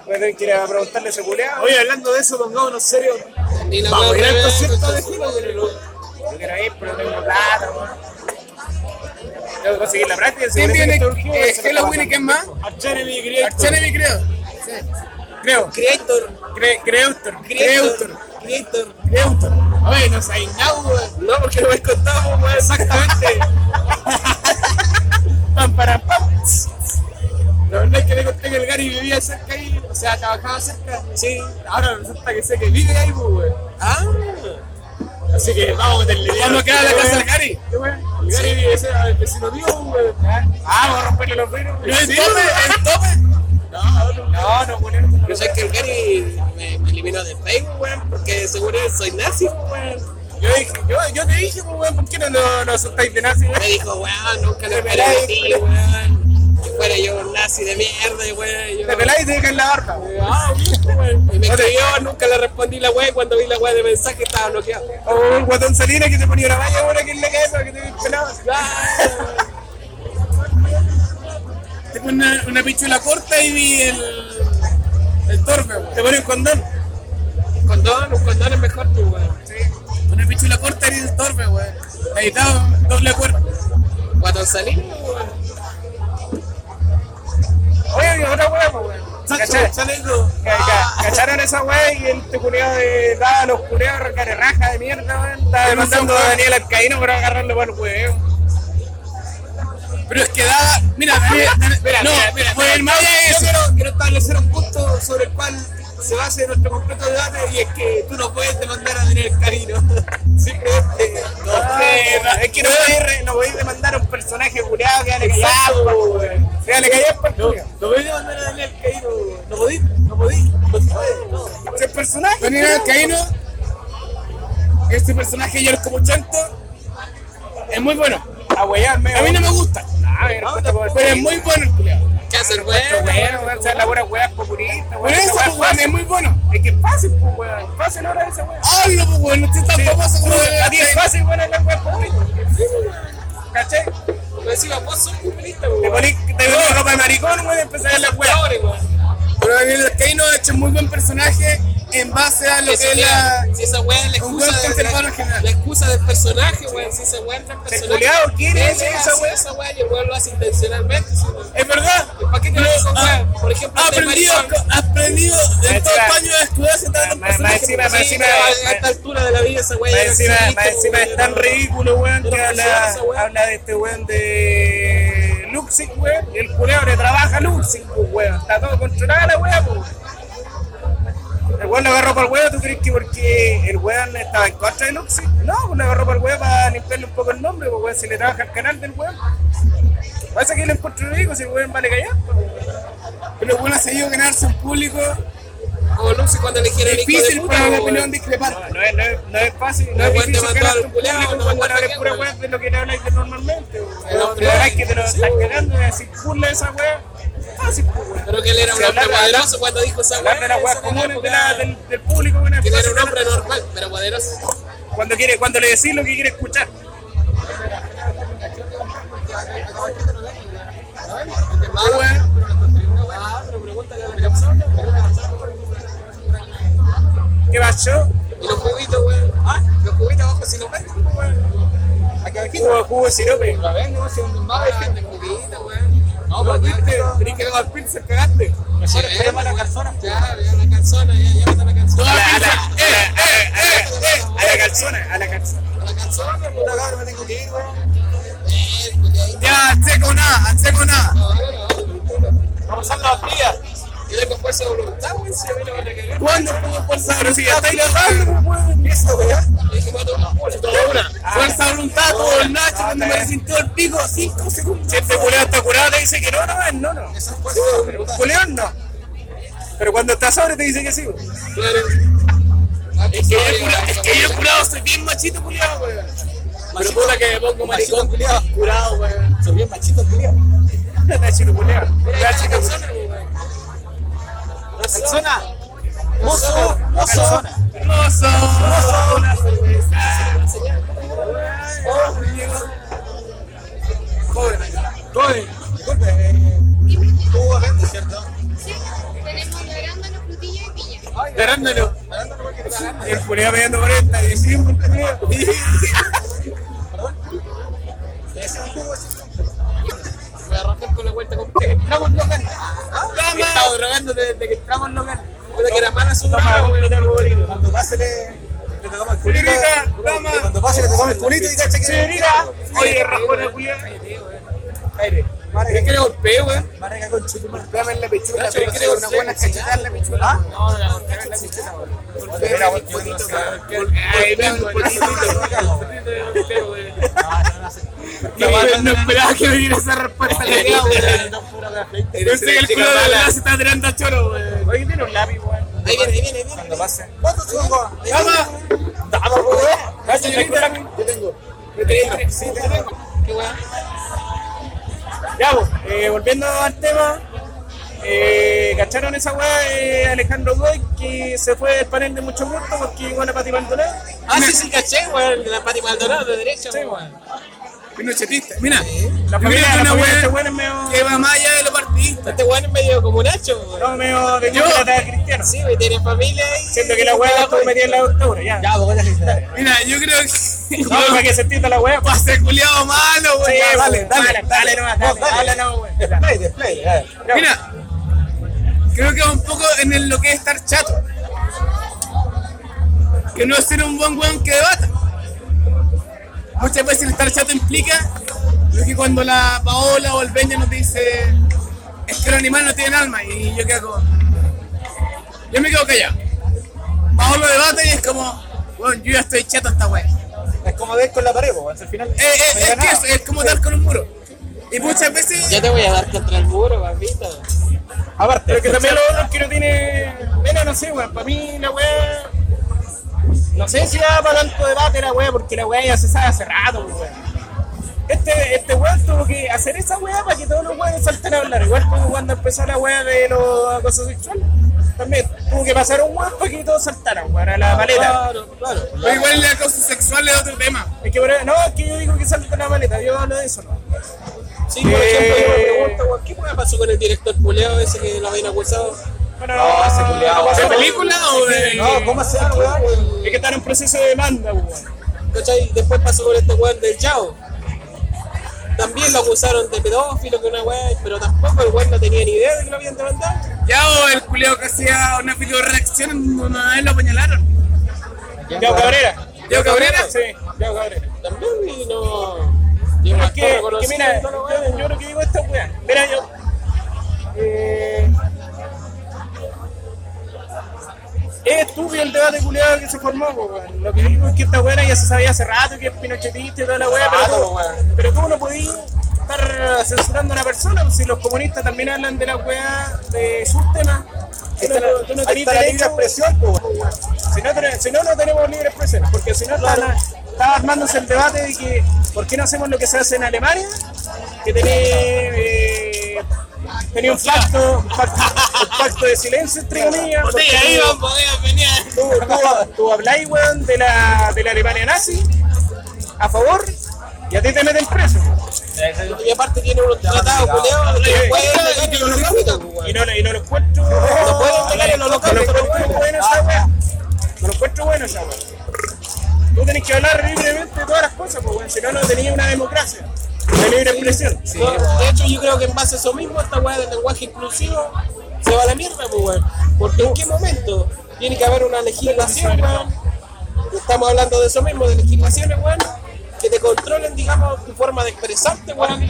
S2: Voy a tener que ir a preguntarle a ese culiado. Oye, hablando de eso, don Gabo, no serio.
S1: Ni la
S2: Vamos a ir
S1: weón,
S2: al
S1: weón,
S2: concierto de
S1: con-
S2: Julio, Yo quiero ir, pero no tengo plata, weón. Tengo que conseguir la práctica.
S3: ¿Quién
S2: seguro
S3: viene?
S2: que esto urgió,
S3: Eh,
S2: se me está
S3: Halloween y quién más?
S2: pasando. Archenemy, querido.
S3: Archenemy creo.
S2: Creo,
S1: Creator,
S2: cre- creutor, creutor,
S1: Creator, Creator.
S2: creutor.
S3: Oye, no sabéis nada, weón.
S1: No, porque no me contamos, weón.
S2: Exactamente. Pam, para, pam. La verdad es que le conté que el Gary vivía cerca ahí, o sea, trabajaba cerca. Sí. Ahora resulta que sé que vive ahí, pues, güey.
S1: Ah,
S2: Así que vamos a meterle miedo.
S3: ¿Cuándo queda la
S2: Sí,
S3: casa
S2: güey.
S3: del Gary?
S2: Sí, güey. El Gary vive cerca del vecino mío, güey. Ah, vamos a romperle los vidrios. güey.
S3: ¿El
S2: Sí,
S3: tope?
S2: güey.
S3: ¿El tope?
S2: No, no, güey. no.
S1: yo sé que el Gary me, me eliminó de Facebook, weón, porque seguro soy nazi, weón.
S2: Yo, dije, yo, yo te dije, pues, güey, ¿por qué no lo no, asustáis de nazi, güey?
S1: Me dijo, weón, nunca lo esperé de ti, weón. Que fuera yo un nazi de mierda, weón. Yo,
S2: Te peláis y te dejan la barba, güey.
S1: Ah, weón. Y me escribió, nunca le respondí la weón. Cuando vi la weón de mensaje estaba bloqueado.
S2: O el Oh, guatón Salinas que te ponía una valla ahora que en la cabeza que te pelabas.
S1: Ah,
S3: Tengo una, una pichula corta y vi el, el torpe, weón.
S2: Te ponen condón.
S1: un condón, un condón es mejor, pues, weón.
S3: Una pichula corta y el torpe, weón. Editado, doble cuerpo.
S1: Cuando salí, weón.
S2: Oye, y otra hueá, pues, weón. ¿Cachai? Ca-
S1: Ah.
S2: ca- Cacharon esa weá y el culiado de daba a los culeados raja de mierda, weón. Estaba demandando a Daniel Alcaíno por agarrarlo para el hueveo.
S3: Pero es que daba. Mira, mira, mira, no,
S2: mira, mira,
S3: por el malla
S1: Yo
S3: es.
S1: quiero, quiero establecer un punto sobre el cual se basa en nuestro completo debate y es que tú no puedes demandar a Daniel Carino. Simplemente. No,
S2: Ah, Es que no podéis, re- no podéis demandar a un personaje curado que pues, ya le callaba. Ya le callaba.
S1: no, no podéis demandar a Daniel Carino. No podéis, no podéis, no se puede, no.
S2: Ese personaje.
S3: Daniel Caíno, este personaje yo como chanto, es muy bueno.
S2: A wearme.
S3: A mí no me gusta,
S2: Ah,
S3: pero es muy bueno el culiao.
S1: ¿Qué hacer, güey?
S2: Bueno, weón, o sea, la pura weá es populista,
S3: Por
S2: weón.
S3: eso,
S2: Esa
S3: pues,
S2: weá
S3: weón, es muy bueno.
S2: Es que es fácil, pues, weón. Ah, Fácil ahora esa weá.
S3: Hablo, pues, weón, usted es tan famoso como
S2: A ti es
S3: el
S2: fácil, weón, la weá populista. ¿Cachai?
S1: Lo decía, vos sos comunista,
S2: Te
S1: güey.
S2: ponís te ponís ropa de maricón, weón, y empezás a la weá.
S1: Ahora, güey.
S3: Pero Daniel Caíno ha hecho muy buen personaje en base a lo
S1: Eso,
S3: que es
S1: mira,
S3: la.
S1: Si esa weá es la
S3: un weón
S1: excusa, de,
S3: conservador en
S1: la,
S3: general.
S1: la excusa del personaje, weón. Si esa weá entra el
S2: El
S1: personaje.
S2: culiado quiere
S1: Él
S2: esa
S1: hace
S2: esa weá.
S1: Esa weá y el weón lo hace intencionalmente. sí, weón.
S3: Es verdad,
S1: ¿Para qué te lo digo, weón? Por ejemplo, este
S3: ha
S1: el de
S3: aprendido,
S1: Maricón.
S3: ha aprendido de
S2: Más
S3: todo
S2: encima-
S3: paño de escudo se trata de un
S2: más- más
S3: personaje.
S2: encima-
S3: como-
S2: más
S1: Sí,
S2: encima-
S1: pero a
S2: más-
S1: esta altura de la vida esa weá
S2: Más
S1: ya no
S2: encima,
S1: existe,
S2: más encima
S1: weón,
S2: es tan
S1: no-
S2: ridículo, weón, que
S1: no funciona
S2: habla,
S1: esa weá.
S2: habla de este weón de Luxig, weón, y el culeado le trabaja a Luxig, pues, weón. Está todo controlado la weá, pues. weón. El weón lo agarró para el weón, ¿tú crees que porque el weón estaba en contra de Luxig? No, pues lo agarró para el weón para limpiarle un poco el nombre, pues, weón, si le trabaja el canal del weón. Pasa que lo encuentro ridículo, si el weón vale callar, pues, weón.
S3: Pero bueno, ha seguido ganarse un público
S1: Como Lucy cuando le dijeron
S3: difícil
S1: hijo de puta,
S3: para una
S1: weón.
S3: opinión discrepante.
S2: No, no es, no es- no es fácil, no es
S1: Igual te
S2: difícil
S1: mató
S2: ganar
S1: al
S2: tu
S1: culiao,
S2: público
S1: no
S2: cuando
S1: mató a
S2: hablas
S1: qué,
S2: pura
S1: weón.
S2: weá de lo que no habláis de normalmente. weón. Pero
S1: Pero
S2: la verdad es que te lo
S1: sí,
S2: estás
S1: weón.
S2: cagando y así burla esa weá. Fácil, pues, weón.
S1: Pero que él era un
S2: Se
S1: hombre
S2: habla de-
S1: poderoso cuando dijo esa weá.
S2: Hablar de las weas
S1: esa
S2: comunes de
S1: época,
S2: la- del, del público, weón, es
S1: Que él era
S2: fácil
S1: un
S2: ganar.
S1: hombre normal, pero poderoso.
S2: Cuando, quiere, cuando le decís lo que quiere escuchar. ¿Qué pasó?
S1: Y los juguitos, weón. Ah, los juguitos abajo pues, si los venden, weón.
S2: Jugo, jugo de sirope.
S1: Ah, venden juguitos, weón. No, pues viste.
S2: Tenés que cagar se cagaste.
S1: Llama a la calzona. Ya, ya la calzona, ya, llámate a la
S2: A
S1: calzona.
S2: la, a la, eh, eh, eh, eh, a la calzona, a la calzona.
S1: A la calzona, weón.
S7: Puta cabrón, me tengo que ir, weón.
S1: Eh, pues, ahí.
S3: Ya, sé con nada, sé con nada.
S1: Vamos a los días. Yo tengo fuerza de voluntad, güey. Si a mí no me van a cagar.
S3: ¿Cuándo tuvo fuerza de
S2: Pero si ya
S3: voluntad?
S2: estáis
S3: Eso, weón.
S1: Le dije, mato una pura.
S3: Fuerza de voluntad, todo el Nacho
S2: Ah,
S3: cuando me resintió el pico, 5 segundos.
S2: Si este culeo está curado te dice que no, no, es no, no. Culeón no. Pero cuando está sobre te dice que sí.
S1: Claro.
S3: Es que yo, he cura- es que yo he curado, soy bien machito, culiado, weón.
S1: Pero puta que me pongo maricón.
S3: Curado, weón. Soy bien machito, culiado.
S2: Está chido culeo.
S1: Gracias, calzona, güey.
S7: Persona. Mozo. Mozo.
S3: Hermoso.
S7: Tú arrendas, ¿cierto?
S4: Sí, tenemos de arándano, frutilla y piña.
S2: Garándolo. Y el culeo pidiendo 40 y decimos, culeo.
S1: Voy a romper con la vuelta con que entramos en local. He estado drogándote desde que entramos en local. Puta que era mala su
S2: Toma,
S1: güey.
S2: culeo, te lo bonito.
S7: Cuando pase le, le tocamos el culito.
S2: Señorita, dama.
S7: Cuando pase le tocamos el culito y cacha que.
S2: Señorita, oye, rajona, culeo.
S1: ¿Qué le golpeé, güey?
S7: Marega con chutumar. Dame en la pechuga.
S1: Nacho, ¿qué le golpeé?
S7: cachetada en la pechuga. ¿Ah?
S1: No, la golpeé en la piscina, güey. Era un poquito, güey. Ay, era un poquito, güey.
S2: Y No esperaba que me diera esa respuesta.
S1: Ay,
S2: culiao,
S1: güey.
S2: weón. Yo sé que el culeo de verdad se está tirando a choro, weón. Oye, tiene un lápiz, weón.
S1: Ahí viene, ahí viene, ahí viene.
S7: Cuando pase. ¿Cuánto chungo?
S1: Dama.
S7: Dama, weón.
S1: Ah, señorita.
S7: Yo tengo.
S1: Sí, tengo. Qué güey.
S2: Ya, pues, eh, volviendo al tema, eh, ¿cacharon esa weá de Alejandro Goy que se fue del panel de mucho gusto porque llegó a la Pati Maldonado?
S1: Ah, sí, sí, caché, güey. El de la Pati Maldonado, de derecha, güey.
S3: Pinochetista. Mira,
S2: La familia,
S3: mira
S2: la
S3: una
S2: familia de este
S3: weón
S2: weón es medio,
S3: que va más allá de lo partidista.
S1: Este güey es medio como Nacho, güey.
S2: no, medio demócrata cristiano.
S1: Sí, güey, tiene familia y...
S2: Siento que la weá estuvo metida en la doctora, ya.
S7: Ya, vos, ya,
S3: Mira, yo creo que.
S2: No, para que se entienda la weá. pues.
S3: Pase culiado malo,
S2: Sí,
S3: weón.
S2: pues, dale, dale, nomás, dale, dale, no, weón.
S7: Display, display. a ver.
S2: Ya,
S3: Mira, creo que va un poco en el- lo que es estar chato. Que no es ser un buen weón que debata. Muchas veces el estar chato implica lo que cuando la Paola o el Beña nos dice es que los animales no tienen alma y yo quedo como... Yo me quedo callado. Paolo debate y es como, bueno, yo ya estoy chato a esta wea.
S7: Es como ver con la pared, po, al final.
S3: Eh, eh, es que eso, es como dar con un muro. Y muchas veces.
S1: Yo te voy a dar contra el muro, papito.
S7: Aparte,
S2: Pero que también lo otro es que no tiene. Mira, no sé, weón. Para mí la weá. No sé si da para tanto debate la weá, porque la weá ya se sabe hace rato, weón. Este, este weón tuvo que hacer esa weá para que todos los weones salten a hablar. Igual como cuando empezó la weá de los acosos sexuales. También tuvo que pasar un weón para que todos saltaran, weón, a
S7: Ah,
S2: la maleta.
S3: Pero igual la cosa sexual es otro tema.
S2: Es que, por- e-, no, es que yo digo que salten a la maleta, yo hablo de eso, ¿no?
S1: Sí, por ejemplo, yo me pregunto, weón, ¿qué weá pasó con el director puleo ese que lo habían acusado?
S2: Bueno, no, se culiaba.
S3: ¿De película o de.?
S7: No, ¿cómo se llama, weón?
S2: Es que están en proceso de demanda, weón.
S1: ¿Cachai? Después pasó con este weón del Chao. También lo acusaron de pedófilo, que una weá, pero tampoco el weón no tenía ni idea de que lo habían demandado.
S3: Ya, o el culeo que hacía una video reacción donde a él lo apuñalaron.
S2: Diego Cabrera.
S3: Diego Cabrera.
S2: Sí, Diego Cabrera.
S1: También, y no. Yo
S2: Pero es
S1: más
S2: que, que
S1: reconocí
S2: mira,
S1: toda la
S2: yo,
S1: weá.
S2: yo lo que digo es esta weá. Mira, yo. Eh, es estúpido el debate culiado que se formó, po, weón. Lo que digo es que esta weá ya se sabía hace rato que es pinochetista y toda la weá, pero, tú- pero tú no podías estar censurando a una persona, pues si los comunistas también hablan de la weá de sus temas. Tú no, tú no
S7: Ahí está
S2: tenés
S7: la libre
S2: derecho-
S7: expresión, po, weón.
S2: si no, tenemos- si no, no tenemos libre expresión, porque si no, están- estaba armándose el debate de que por qué no hacemos lo que se hace en Alemania, que tenía, eh, tenía un pacto, un pacto, un pacto de silencio, entre comillas. porque
S1: Pues Sí, ahí
S2: tú-
S1: van, podían venir.
S2: tú, tú, tú habláis, weón, de la, de la Alemania nazi a favor y a ti te meten preso.
S1: Y aparte tiene unos tratados culeados, no
S2: Sí.
S1: pueden negar que lo holocausto,
S2: Y
S1: weón.
S2: no, lo- y no lo encuentro. No
S1: pueden negar el holocausto,
S2: lo encuentro bueno esa weá. No lo encuentro bueno esa weá. Tú tenés que hablar libremente de todas las cosas, pues, weón. Si no, no tenías una democracia. De libre expresión.
S1: De hecho, yo creo que en base a eso mismo, esta weá del lenguaje inclusivo se va a la mierda, pues, weón. Porque en qué momento tiene que haber una legislación, weón. Estamos hablando de eso mismo, de legislaciones, weón. Que te controlen, digamos, tu forma de expresarte, weón.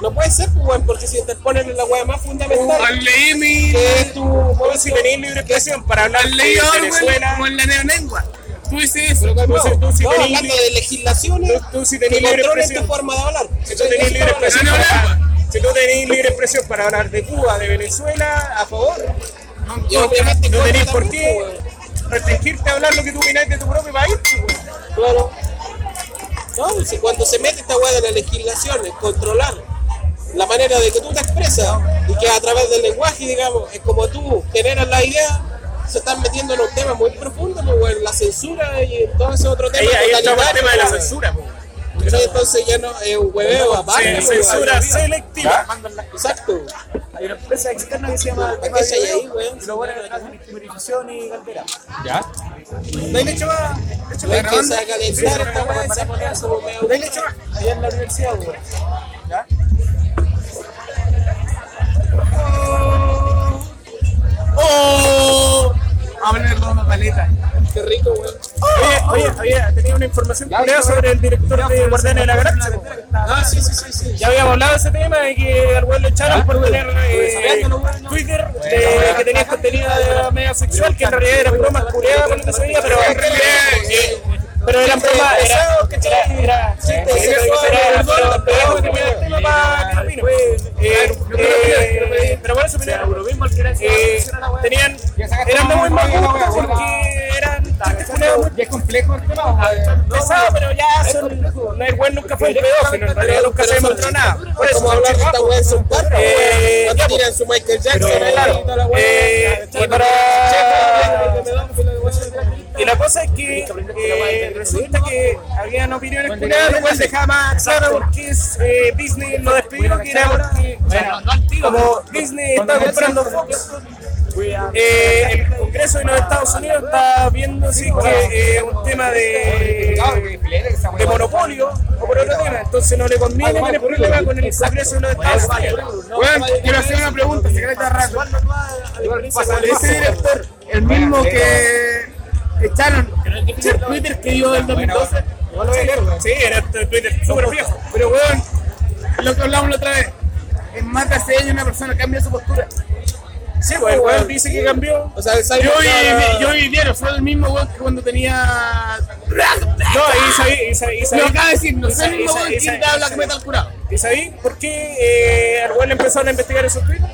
S1: No puede ser, pues, weón, porque si te interponen en la weá más
S3: pues,
S1: fundamental,
S3: Leí mi.
S1: que es tu
S2: Vos si tenés libre expresión para hablar de
S3: Leí Orwell
S2: Venezuela,
S3: como en la neolengua. Tú dices eso.
S2: tú si- tú si
S1: No,
S2: tenés
S1: hablando de legislaciones
S2: tú- tú sí tenés
S1: que
S2: libre
S1: controlen tu
S2: expresión.
S1: forma de hablar.
S2: Si tú tenés libre expresión
S3: no, no,
S2: para, si tú tenés libre expresión para hablar de Cuba, de Venezuela, a favor,
S1: Y obviamente
S2: no
S1: contra
S2: tenés por
S1: también,
S2: qué
S1: pues, weón.
S2: restringirte a hablar lo que tú opinás de tu propio país. pues, weón.
S1: Claro. No, si cuando se mete esta weá de la legislación, es controlar la manera de que tú te expresas y que a través del lenguaje, digamos, es como tú generas la idea, se están metiendo en un tema muy profundo, pues, weón, la censura y en todo ese otro tema.
S2: Ahí, ahí estamos el
S1: totalitario,
S2: tema de la
S1: weón.
S2: censura. pues.
S1: Sí, Entonces ya no es un hueveo aparte.
S2: Sí,
S1: pues, weón.
S2: censura selectiva.
S1: Exacto.
S2: Hay una empresa externa que se llama
S1: ¿Para qué se hay ahí, weón?
S7: Y lo bueno es que discriminación y caldera.
S1: Hay que sacalentar esta weá, esa weá, como medio-
S7: Allá en la universidad, weón.
S3: ¡Oh! A ver, toma paleta.
S1: Qué rico, weón.
S2: Oye, oye, oye, tenía una información curiosa sobre el director de Guardianes de la Galaxia. po.
S1: Ah, sí, sí, sí, sí.
S2: Ya habíamos hablado de ese tema de que al weón lo
S1: Ah,
S2: echaron por tener eh, Twitter de que tenía contenido de medio sexual, que en realidad era broma culeada por lo que se veía, pero eh, pero eran bromas, era, era, era, era- pero- pero era- era tema para que lo opine. Eh, eh, pero bueno, eso opinaron. Eh, tenían, eran de muy mal gusto porque eran chistes culeados muy
S6: Y es complejo el tema, weón.
S2: pesados, pero ya son, no, el weón nunca fue un pedófilo, en realidad nunca se demostró nada.
S3: pues,
S2: Por
S1: Es
S2: eso,
S1: como hablar de esta weá en South
S2: Pues,
S1: Park,
S2: Eh,
S1: weón.
S2: ya,
S1: Cuando tiran su Michael Jackson, ahí,
S2: claro,
S1: toda la weá.
S2: eh, y para- Y la cosa es que eh, resulta que habían opiniones culiadas, lo cual dejaba más claro porque es, eh, Disney lo despidió, que era porque como Disney está comprando Fox, eh, el Congreso de los Estados Unidos está viendo si es que eh, un tema de, de monopolio o por otro tema, entonces no le conviene tener problema con el Congreso de los Estados Unidos.
S3: Weón, quiero hacer una pregunta, secreta rato. Ese director, el mismo que echaron, ese Twitter que dio el 2012,
S2: Sí, era este Twitter súper viejo.
S3: pero weón, lo que hablamos la otra vez, en más de hace años una persona cambia su postura.
S2: Sí, pues el weón dice que cambió.
S3: O sea, el Cyborg
S2: Yo
S3: ahora-
S2: y, yo y Diario fue el mismo weón que cuando tenía. No, y sabí, y sabí, y sabí.
S3: Lo acaba de decir, no
S2: y
S3: sé el
S2: sabí-
S3: mismo
S2: y
S3: weón
S2: sabí-
S3: quién
S2: y
S3: da
S2: sabí-
S3: Black Metal curado.
S2: ¿Y sabí por qué eh, al weón le empezaron a investigar esos tweets?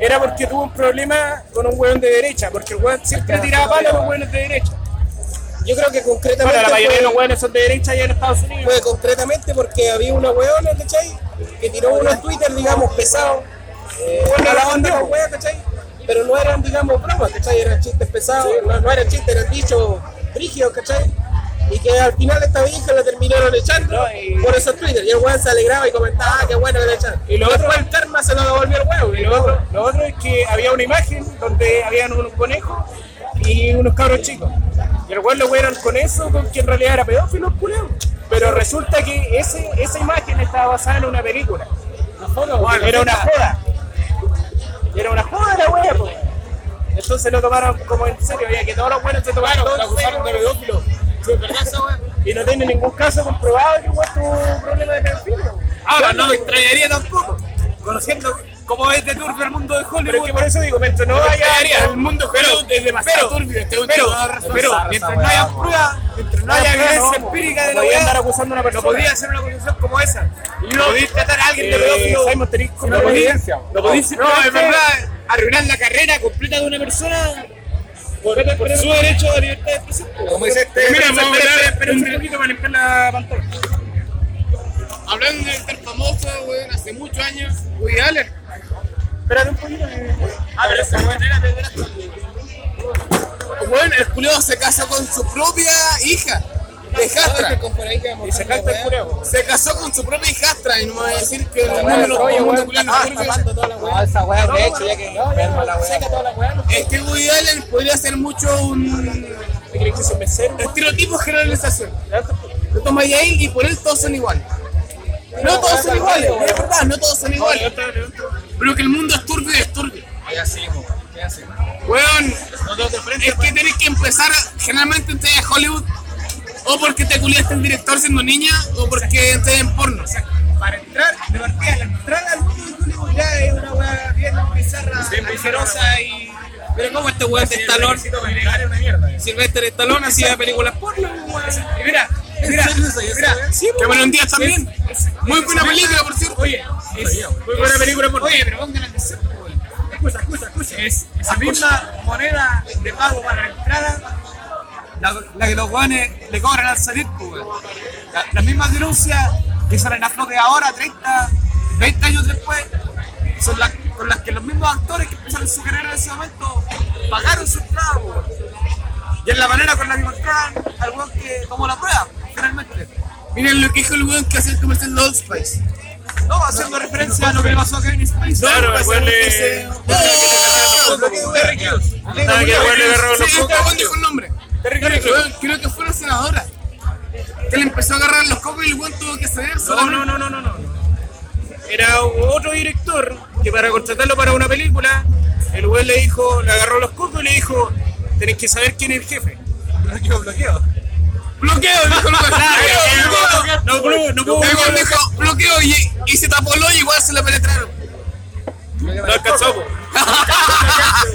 S2: Era porque tuvo un problema con un weón de derecha, porque el weón siempre tiraba palos a los weones de derecha.
S3: Yo creo que concretamente.
S2: Bueno, la mayoría de
S3: fue-
S2: los weones son de derecha allá en Estados Unidos.
S3: Fue concretamente porque había una weona, ¿cachai? Que tiró unos Twitter, digamos, pesados. Eh, a la onda con wea, ¿cachai? Pero no eran, digamos, bromas, ¿cachai? Eran chistes pesados, no, no eran chistes, eran dichos rígidos, ¿cachai? Y que al final esta vieja la terminaron echando por esos Twitter. Y el weón se alegraba y comentaba, ah, qué bueno que la echaron.
S2: Y lo
S3: Después
S2: otro-
S3: el karma se lo devolvió el huevo.
S2: Y lo otro, lo otro es que había una imagen donde habían unos conejos y unos cabros chicos. Y el weón lo fueron con eso, con que en realidad era pedófilo, culeo. Pero resulta que ese, esa imagen estaba basada en una película. era una joda. Era una joda la wea, po. Entonces lo tomaron como en serio, ya que todos los buenos se tomaron todo en serio. Y no tiene ningún caso comprobado que weón tuvo problema de pedofilia. po.
S1: Ahora no me extrañaría tampoco. Conociendo cómo
S3: este
S1: es de turbio el mundo de Hollywood.
S2: Pero es que por eso digo, mientras no haya
S1: el mundo de Hollywood es demasiado turbio. Este
S2: pero-
S1: pero mientras no haya pruebas, mientras no haya evidencia empírica de la
S2: podía andar
S1: weá,
S2: acusando a una persona.
S1: no podía hacer una acusación como esa. No podía tratar a alguien de
S2: Eh,
S1: pedófilo.
S2: Simon, tenés como
S1: No podía-
S2: evidencia.
S1: No, podía ser- no, es verdad, arruinar la carrera completa de una persona por, por su derecho a libertad de expresión.
S3: Como dice este,
S1: Mira, vamos a hablar-
S2: un poquito para limpiar la pantalla.
S1: Hablando de estar famoso, weón, hace muchos años, Woody Allen.
S2: Espérate un poquito.
S1: Ah, pero ese weón era de verdad.
S3: Bueno, el culiao se casó con su propia hija. Hijastra.
S2: Y se canta el cureo.
S3: Se casó con su propia hijastra y no me voy a decir que el ah, número
S8: oye,
S3: común de
S8: weón,
S3: culiao
S1: ah,
S3: no es turbio.
S8: No, Ah, esa weá de hecho, ya que enferma la weá.
S3: Es que este Woody Allen podría ser mucho un estereotipo generalización. Lo toma de ahí y por él todos son iguales. No todos son iguales, es verdad, no todos son iguales. Pero que el mundo es turbio es turbio. Weón, es que tenés que empezar, generalmente te a Hollywood, o porque te culiaste el director siendo niña, o porque entré en porno.
S1: Para entrar, de partida, al entrar al mundo de Hollywood ya es una weá bien bizarra, asquerosa y.
S3: Pero como este weón de Stallone,
S2: eh.
S3: Sylvester Stallone hacía películas porno, weón.
S1: Y mira, mira, mira.
S3: Sí, Cameron Díaz también. Muy buena película, por cierto.
S1: Oye, es muy buena película por Oye, pero pongan atención, weón. Escucha, escucha, escucha. Es esa misma moneda de pago para la entrada, la, la que los guanes le cobran al salir, pues, weón. La- Las mismas denuncias que salen a flote ahora, 30, 20 años después, son las con las que los mismos actores que empezaron su carrera en ese momento pagaron su entrada, pues, weón. Y es la manera con la que encontraron al weón que tomó la prueba, finalmente.
S3: Miren lo que dijo el weón que hace el comercial de Old Spice.
S1: No, haciendo referencia a lo que le pasó a Kevin Spacey.
S2: Claro, el weón le-
S1: Terry Crews.
S2: Nada que huele de robo,
S3: Sí,
S2: los
S3: este
S2: pocos.
S3: weón dijo el nombre. Creo que, weón, creo que fue una senadora. Que le empezó a agarrar los cocos y el weón tuvo que ceder
S2: No, no,
S3: solamente.
S2: no, no, no, no. Era otro director que para contratarlo para una película, el weón le dijo, le agarró los cocos y le dijo, tenés que saber quién es el jefe.
S3: Bloqueo, dijo el weón. Bloqueo,
S2: No, no, no puedo.
S3: bloqueo. El weón dijo bloqueo y, y se tapó el hoyo y igual se lo penetraron.
S2: No alcanzó. po.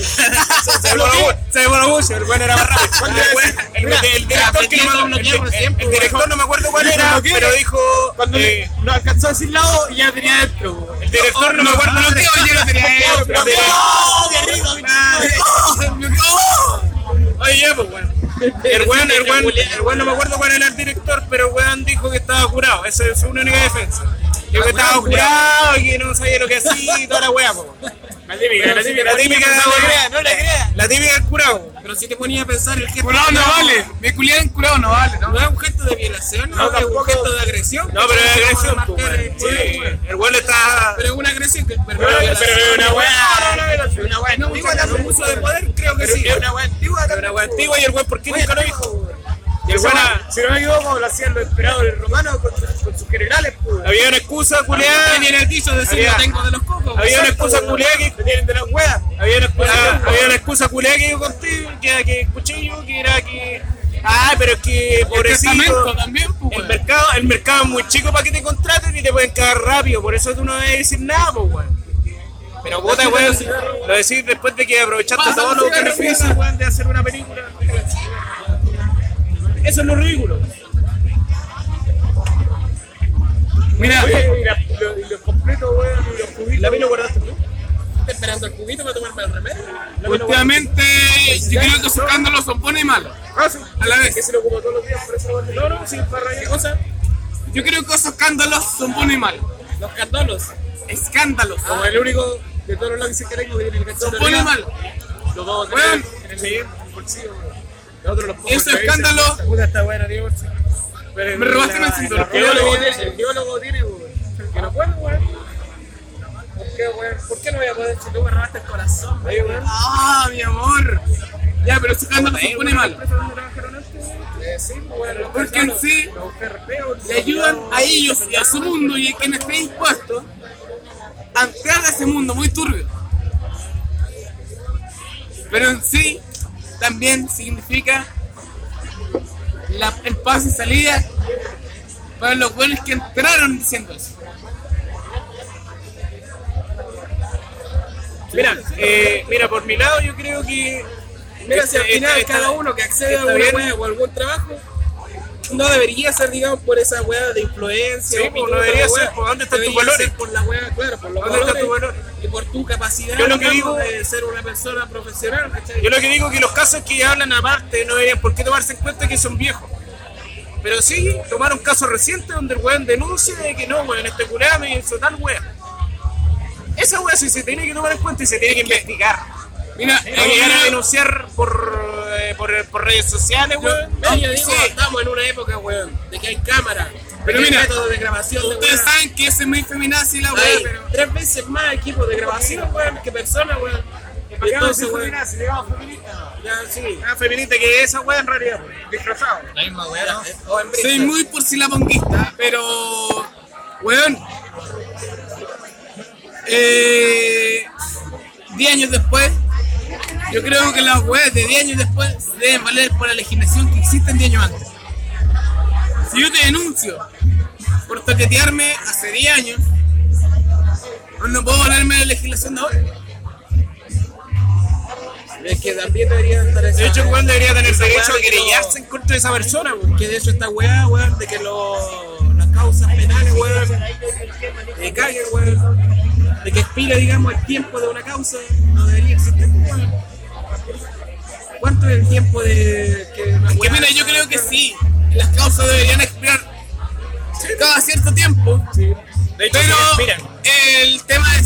S2: Se demoró mucho, Se demoró mucho, el weón era más rápido. El weón- el- El director que no me- el- el- el director no me acuerdo cuál era, pero dijo. eh,
S1: No alcanzó a decir lado y ya tenía dentro.
S2: El director no me acuerdo lo que
S3: Bloqueo y yo lo tenía ahí.
S2: pero-
S3: Bloqueo, bloqueo.
S2: Oye, ya, pues, weón. El weón, el weón, el weón no me acuerdo cuál era el director, pero el weón dijo que estaba curado. Esa es su única defensa. Dijo que estaba curado y que no sabía lo que hacía y toda la weá, pues. weón. La típica, la típica, la típica,
S3: No le creas.
S2: la típica del curado.
S3: Pero si te ponía a pensar el gesto.
S1: Curado no vale.
S3: Me culiaban curado no vale. No, es un gesto de violación, no, es un gesto de agresión.
S2: No, pero es agresión,
S3: Marcar
S2: pues,
S3: el
S2: weón. Sí,
S3: cuerpo.
S2: el weón está.
S3: Pero es una agresión que pero
S2: Pero es una weá.
S3: una weá. No,
S2: antigua también.
S3: un uso de poder, creo que
S2: Pero
S3: sí.
S2: es una
S3: weá antigua.
S2: Pero Una weá antigua y el weón, ¿por qué nunca lo dijo? Y el weón, ah,
S1: Si no me equivoco, lo hacían los emperadores romanos con sus, con sus generales, pues.
S2: había una excusa, culiada.
S3: Tenía en el dicho decir,
S2: Había-
S3: lo tengo de los cocos.
S2: Había una
S3: Exacto,
S2: excusa
S3: weón.
S2: culiada que
S1: Tienen de las weas.
S2: Había una excusa, había una excusa culiada que yo conté, que, que escuché yo, que era que. Ah, pero es que pobrecito.
S3: testamento también, pues,
S2: El
S3: weón.
S2: mercado, el mercado es muy chico para que te contraten y te pueden cagar rápido, por eso tú no debes decir nada, pues, weón. Pero puta, weón, lo decís después de que aprovechaste
S1: Pasa
S2: todos
S1: un
S2: los
S1: cigarro,
S2: beneficios,
S1: mierda.
S2: weón, de hacer una película.
S1: Eso es lo ridículo.
S6: Mira, y los lo completos, weón, y los cubitos.
S2: La pelo guardaste tú.
S1: Estoy esperando el cubito para tomarme el remedio.
S3: Últimamente, yo creo que su escándalo son buenos y malos. A la vez.
S1: Que se lo ocupa todos los días por eso. No, no, sin para ¿Qué cosa?
S3: Yo creo que esos escándalos son buenos y malos.
S1: Los candolos.
S3: Escándalos.
S1: Como Ah, el único de todos los lápices que tengo que tiene el cachorro.
S3: Son buenos y malos.
S1: Los dos acá
S3: Weón.
S1: en el leyendo, en el bolsillo. weón. Los otros los pongo
S3: Esos
S1: al revés.
S3: escándalos
S1: Puta, está buena, tío. Pero
S3: Me robaste el cinturón.
S1: El geólogo tiene, el geólogo tiene, weón. Que no puedo, weón. ¿Por qué, weón? ¿Por qué no voy a poder si tú me robaste el corazón, weón?
S3: Ah, mi amor. Ya, pero ese escándalo se pone malo.
S1: Eh,
S3: Porque en sí le ayudan a ellos y a su mundo y a quien esté dispuesto a entrar a ese mundo muy turbio. Pero en sí también significa la- el paso y salida para los buenos que entraron diciendo eso.
S2: Mira, eh, mira, por mi lado yo creo que...
S1: Mira, si al
S2: Está-
S1: final
S2: está-
S1: cada uno que accede a
S2: Este, está
S1: una
S2: bien.
S1: wea o algún trabajo no debería ser, digamos, por esa wea de influencia.
S2: Sí,
S1: o
S2: pues,
S1: opinión
S2: no
S1: de la
S2: debería
S1: wea.
S2: ser, pues, ¿dónde están tus
S1: Debería
S2: valores?
S1: ser por la wea, claro, por los
S2: ¿Dónde están
S1: valores
S2: tus valores?
S1: y por tu capacidad
S2: Yo lo que
S1: digamos,
S2: digo-
S1: de ser una persona profesional. ¿cachai?
S2: Yo lo que digo es que los casos que hablan aparte no deberían por qué tomarse en cuenta que son viejos. Pero sí, tomaron casos recientes donde el weón denuncia de que no, weón, este curado me hizo tal weón. Esa weón sí se tiene que tomar en cuenta y se tiene que investigar.
S3: Mira,
S2: No llegar a denunciar por, eh, por, por redes sociales, weón.
S1: Pero yo
S3: no,
S1: digo,
S3: sí.
S1: estamos en una época, weón, de que hay cámara,
S3: Pero
S1: pero de que
S3: mira,
S1: hay métodos de grabación, de
S3: ustedes
S1: weón.
S3: saben que ese es muy feminazi la wea,
S1: Hay
S3: pero...
S1: tres veces más equipos de grabación, weón, que personas, weón. Y Entonces, weón, ya sí.
S2: Una feminista que es esa weón en realidad. Disfrazado. Ah.
S1: O en
S3: Soy
S1: Bristol.
S3: muy porcilaponguista, pero. Weón. Eh. 10 años después, yo creo que las weas de 10 años después se deben valer por la legislación que existe en 10 años antes. Si yo te denuncio por toquetearme hace 10 años, no puedo valerme la legislación de ahora.
S1: Es que también deberían estar esa-
S2: De hecho, el weón debería tener
S1: esa
S2: derecho
S1: weá
S2: a
S1: de que no-
S2: querellarse en contra de esa persona, weón.
S1: Que de hecho esta weá, weón, de que lo- las causas penales, weón, de caguen, weón, de que expire, digamos, el tiempo de una causa, no debería existir, weón. ¿Cuánto es el tiempo de que una
S3: Que
S1: weá-
S3: mira, yo creo que sí, las causas deberían expirar cada cierto tiempo.
S2: De hecho,
S3: Pero
S2: sí, mira,
S3: el tema es,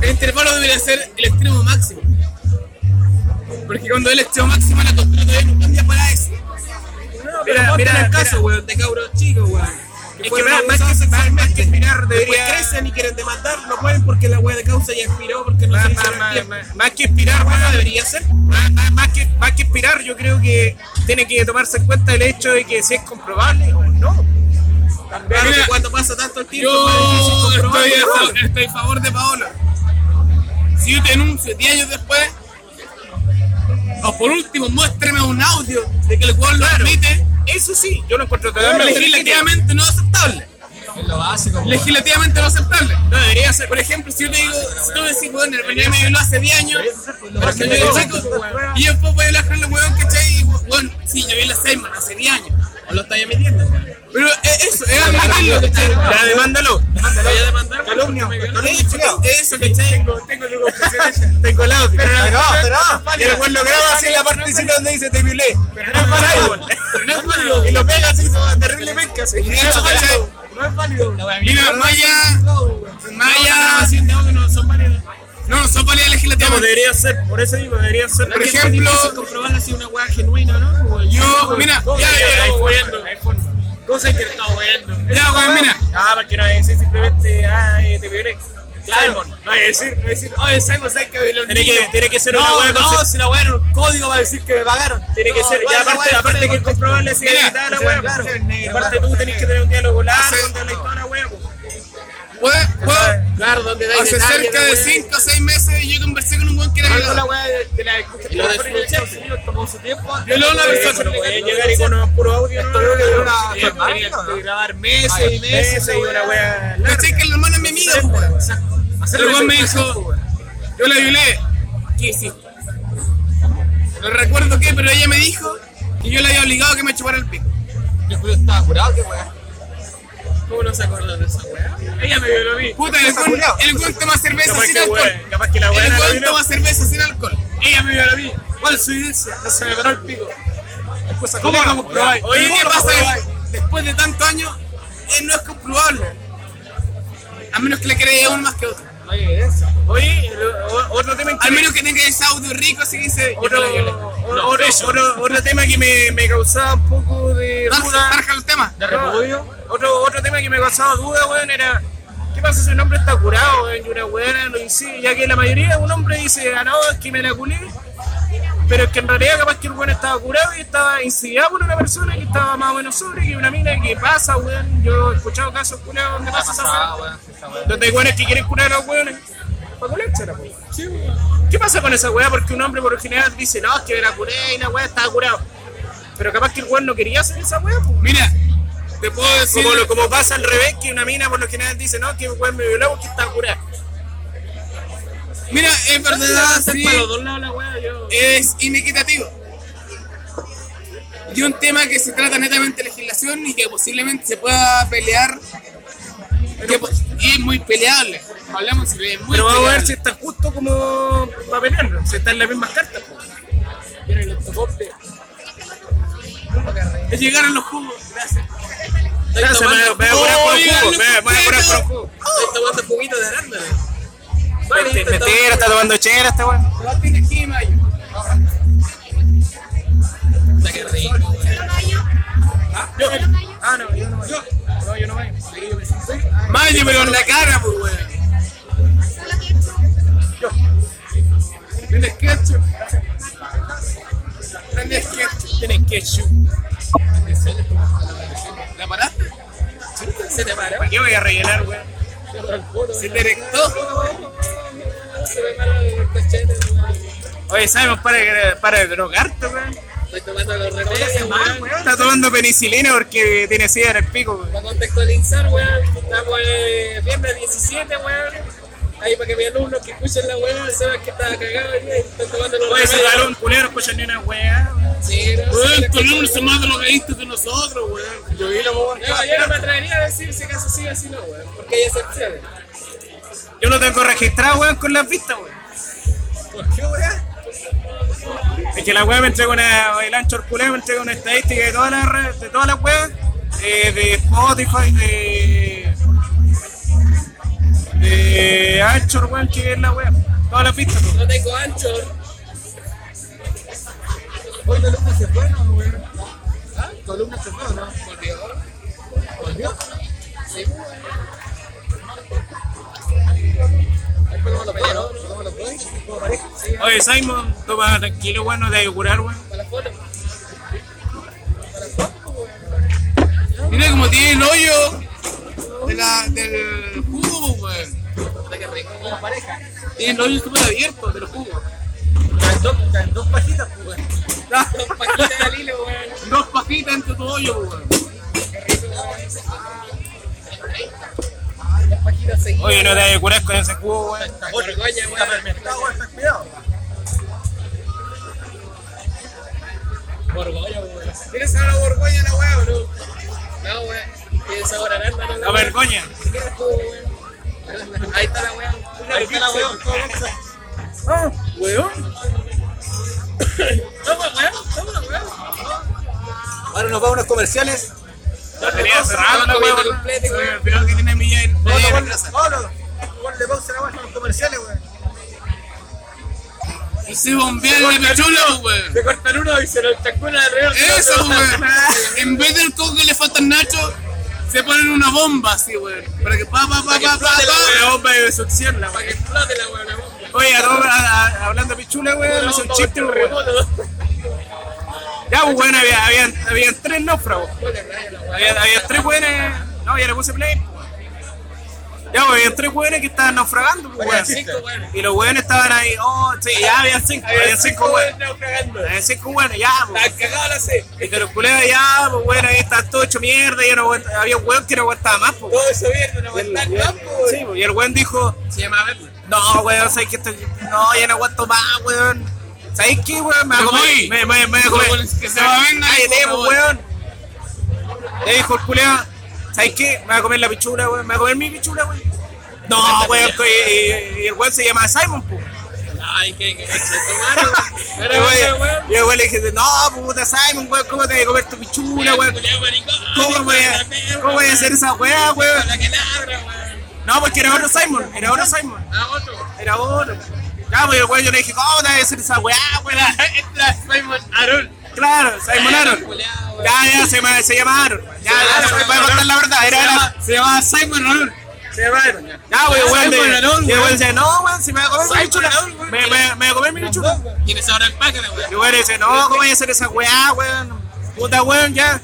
S3: el intervalo debería ser el extremo máximo. Porque cuando es el extremo máximo la tortura todavía no cambia para eso.
S1: No,
S2: Mira,
S1: pero
S2: mira,
S1: mira,
S2: mira.
S1: el caso, weón, de cabros chicos, weón.
S2: Es que
S1: fueron
S2: más- más
S1: abusados
S2: que- más- más que expirar,
S1: Después
S2: debería-
S1: crecen y quieren demandar, no pueden porque la weá de causa ya expiró, porque no se
S2: más,
S1: hizo
S2: más,
S1: en el
S2: más,
S1: tiempo.
S2: más- más que inspirar, weón, debería ser. Más, más- más que, más que inspirar, yo creo que tiene que tomarse en cuenta el hecho de que si es comprobable o no.
S1: Claro que
S3: Mira,
S1: cuando pasa tanto el tiempo, es más difícil
S3: Yo
S1: comprobar,
S3: estoy a,
S1: weón.
S3: fa- estoy a favor de Paola. Si yo te denuncio 10 años después, o por último, muéstrame un audio de que el jugador lo admite,
S2: Eso sí, yo lo encuentro totalmente legítimo.
S3: legislativamente no aceptable. Legislativamente no aceptable. No debería ser. Por ejemplo, si yo te digo, si tú me decís, weón, el Benjamín me violó hace 10 años, pero que yo digo, chico, y yo después voy a hablar con el weón, ¿cachai? Y, weón, sí, yo vi la Seyman hace 10 años.
S1: O lo estáis emitiendo, weón.
S3: Pero es eso, es admitirlo, ¿cachai?
S2: Ya, demándalo.
S1: Voy a demandar, weón, porque me violó.
S3: Es eso, ¿cachai?
S2: Tengo el audio. Pero
S7: Pero, pero,
S2: Y el weón lo graba así en la partecita donde dice te violé. Pero no es válido. weón.
S3: Pero no es válido.
S2: Y lo pega así, terrible penca. así.
S3: Y eso, ¿cachai?
S1: No es válido.
S3: Mira, Maya. Maya.
S1: no son válidos.
S3: No, no son válidas legislativas.
S2: Debería ser, por eso digo, debería ser.
S3: Por
S1: Es
S3: ejemplo,
S1: difícil comprobar si una weá genuina o no. weón.
S3: yo, mira, ya, ya, ya,
S1: Cosa que estaba weando.
S3: ya, weón, mira.
S2: Ah, porque no es decir simplemente, ah, eh, te violé.
S1: Claro.
S2: No es decir, no es decir.
S1: Oye, Simon, ¿sabes que violó un
S2: Tiene que,
S1: niño?
S2: tiene que ser una
S1: No,
S2: hueá
S1: no, si la weá era un código para decir que me pagaron.
S2: Tiene que
S1: No,
S2: ser,
S1: weón,
S2: ya
S1: la
S2: aparte,
S1: weá
S2: aparte que es comprobable si
S3: Mira,
S2: es la weá, claro. Y aparte tú tenés que tener un diálogo largo con la historia, weá.
S3: Weón, weón,
S1: Claro, donde da
S3: Hace
S1: detalle,
S3: cerca
S1: la
S3: de
S1: weá.
S3: 5 o 6 meses yo conversé con un weón que era
S1: Algo la
S3: violador.
S1: weá de- de la escucha.
S2: Y lo
S1: Pero en
S2: desfruté.
S1: Estados Unidos tomó su tiempo. Eh,
S3: Violó a una
S2: Pero
S3: persona.
S2: no puedes llegar y con un puro audio, no.
S1: Creo que duró una-
S2: Sí,
S1: fue
S2: tenía
S1: mal,
S2: que
S1: ¿no? Ah,
S2: grabar
S1: Meses y meses
S2: meses y una
S1: weá.
S2: weá larga.
S3: ¿Cachai que la hermana es mi amiga, pues, weón? El weón me dijo, yo la violé. ¿Qué hiciste? No recuerdo qué, pero ella me dijo que yo le había obligado a que me chupara el pico.
S1: Yo Julio estaba curado, qué weá.
S3: ¿Cómo no se acuerda de esa weá?
S2: Ella me violó a mí.
S3: Puta, el weón, el weón toma cerveza
S2: Capaz
S3: sin
S2: que,
S3: alcohol.
S2: weá, capaz que la weá
S3: El
S2: era la
S3: weón
S2: vino.
S3: toma cerveza sin alcohol.
S2: Ella me violó a mí.
S3: ¿Cuál es su evidencia?
S2: No se me paró el pico. ¿Cómo lo comprobáis?
S3: Oye, ¿qué
S2: ¿Cómo lo
S3: pasa
S2: comprobáis?
S3: que después de tantos años eh, no es comprobable? A menos que le creáis a uno más que otro.
S2: Oye, el- o- otro tema
S3: Al
S2: interesante.
S3: menos que tenga ese audio rico, así que dice. yo
S2: Otro,
S3: la violé.
S2: otro, otro, otro, otro tema que me, me causaba un poco de
S3: Darse,
S2: duda.
S3: tarja el tema.
S2: de repudio. Otro, otro tema que me causaba duda, weón, era ¿qué pasa si un hombre está curado, weón? Y una weona lo dice, ya que la mayoría de un hombre dice, ah, no, es que me la culé. Pero es que en realidad capaz que el weón estaba curado y estaba insidiado por una persona que estaba más o menos sobre que una mina que pasa, weón. Yo he escuchado casos curados donde pasa esa Ah, weón. Donde hay weones que quieren curar a los weones. Para culársela, weón. ¿Qué pasa con esa weá? Porque un hombre por lo general dice, no, es que me la curé y la weá estaba curado. Pero capaz que el weón no quería hacer esa weá, pues.
S3: Mira, te puedo decir.
S2: Como, lo- como pasa al revés, que una mina por lo general dice, no, que weón me violó porque está curada.
S3: Mira, es verdad, Ah, sí,
S2: Para los dos lados la weá, yo.
S3: es inequitativo. Y un tema que se trata netamente de legislación y que posiblemente se pueda pelear. que po- y es muy peleable. Hablamos si es muy
S2: Pero vamos a ver
S3: peleable.
S2: si está justo como para pelearlo, si están las mismas cartas. po.
S3: Llegaron los jugos. Gracias.
S2: Gracias, me me voy a curar por el jugo, me me voy a curar por el jugo.
S3: Estoy tomando juguito de arándano.
S2: Mentira, mentira, está tomando chera este weón.
S3: Lo tienes aquí, Mayo.
S2: Ah, no, yo no voy. No, yo no voy.
S3: Mayo, pero en la cara, pues, weón. Tienes ketchup. Tienes ketchup. Tienes ketchup. ¿La paraste? Se te paró.
S2: ¿Para qué voy a rellenar, weón?
S3: Se te erectó.
S2: Oye, ¿sabes? Para, para de drogarte, weón.
S1: Estoy tomando los remedios, Ah, weón.
S2: Está tomando penicilina porque tiene sida en el pico, weón.
S1: Para contextualizar, weón, estamos eh, viernes 17, weón. Ahí para que mis alumnos que escuchen la weón sepan que estaba cagado y están tomando los
S2: Oye, ese
S1: remedios.
S2: galón culero, escucha ni una weá. weón.
S1: Sí, no, sí,
S3: Weón,
S1: no,
S3: tu nombre son más drogadictos que nosotros, weón. Yo vi la
S1: no, yo no me atrevería a decir si acaso sí o si no, weón, porque hay excepciones.
S2: Yo lo tengo registrado, weón, con las vistas, weón.
S1: ¿Por qué, weón?
S2: Es que la weá me entrega una. El ancho culero me entrega una estadística de todas las redes- de todas las weas. eh, de Spotify, de. De Anchor, weón, que es la wea. Todas las vistas, weón.
S1: No tengo ancho. ¿Ah?
S2: Oye, Simon, toma tranquilo, weón, no te hay que curar, weón.
S3: Mira cómo tiene el hoyo de la, del jugo, weón. Tiene el hoyo súper abierto del jugo. pues,
S1: Dos paquitas al hilo, weón.
S3: Dos pajitas entre tu hoyo, weón.
S1: Dos paquitas seguidas.
S2: Oye, no te hay que curar con ese cubo, weón.
S1: Borgoña, weón. Borgoña, weón.
S3: Mira esa la borgoña la weá, bro.
S1: No, weón. Tiene sabor a arándano, la
S2: La
S1: weá.
S2: vergüenza.
S1: Ahí está la weá. Ahí está la weá. Toma, weón. Toma, weón.
S9: Ahora nos vamos a unos comerciales.
S2: La tenía cerrada, la weón.
S1: Complete, weón.
S3: Pero que tiene millas en
S9: Vamos
S3: en
S9: a
S3: la
S9: ponle-
S3: plaza.
S9: Pablo, ponle pausa a la weá, unos comerciales, weón.
S3: Se bombean el pechulo, weón.
S1: Se cortan uno y se lo chacuna de alrededor.
S3: Eso, weón. En vez del coco que le faltan nachos, se ponen una bomba así, weón. Para que pa, pa, pa, pa, pa, pa.
S2: La bomba de succión, la
S1: Para
S2: weón.
S1: que explote la weá. la bomba.
S2: Oye, a todo- a- a- hablando de pichula, weón,
S1: La
S2: es un
S1: bomba,
S2: chiste,
S1: weón,
S2: weón.
S1: remoto.
S2: Ya, pues, weón, había, habían, habían tres náufragos. Había, había tres weones. No, ya le puse play. pues, weón. Ya, pues había tres hueones que estaban naufragando, pues, weón. Y los hueones estaban ahí, oh, sí, ya había cinco, había cinco hueones. Había cinco hueones, ya, pues. Y te los culeros, ya, pues, bueno, ahí está todo hecho mierda. Y no aguanta- había un hueón que no aguantaba más, pues.
S1: Todo eso bien, no aguantar más, pues.
S2: Sí, pues, y el weón dijo,
S1: Se llama Batman.
S2: no, weón, sabes que esto, no, ya no aguanto más, weón. ¿Sabes qué, weón? Me voy a comer, me, me, me voy a comer.
S1: Que se va a vender.
S2: Cállate, pues, weón. Le dijo el culeado, ¿sabes qué? Me voy a comer la pichula, weón. Me voy a comer mi pichula, weón. No, weón, que- y, y- y el weón se llama Simon, pues.
S1: Ay, que que- que se
S2: Y el
S1: tomaron.
S2: weón- y el weón le dije, no, puta Simon, weón, ¿cómo te voy a comer tu pichula, weón? ¿Cómo voy a, cómo voy a hacer esa weá, weón?
S1: La que ladra, weón.
S2: No, porque era otro Simon, era otro Simon.
S1: A otro.
S2: Era oro. Ya, pues, weón, yo le dije, ¿cómo te vas a hacer esa weá, weá?
S1: Entra Simon Arul.
S2: Claro, Simon Aaron.
S1: Culeado, weón.
S2: Ya, ya, se, llama- se llama Aaron. Ya, ya, se me puede contar la verdad. Era, era,
S1: Se llama Simon Arul.
S2: se llama Aaron. Ya, pues, weón, le-
S1: Simon Aaron,
S2: y el
S1: weón.
S2: weón dice, no, weón, si me voy a comer mi
S1: Simon
S2: chula.
S1: Aaron, weón.
S2: Me, me, me voy a comer mi chula.
S1: Ah, Tienes ahora el pack, weón.
S2: Y el weón dice, no, ¿cómo voy a hacer esa weá, weón? Puta, weón, ya.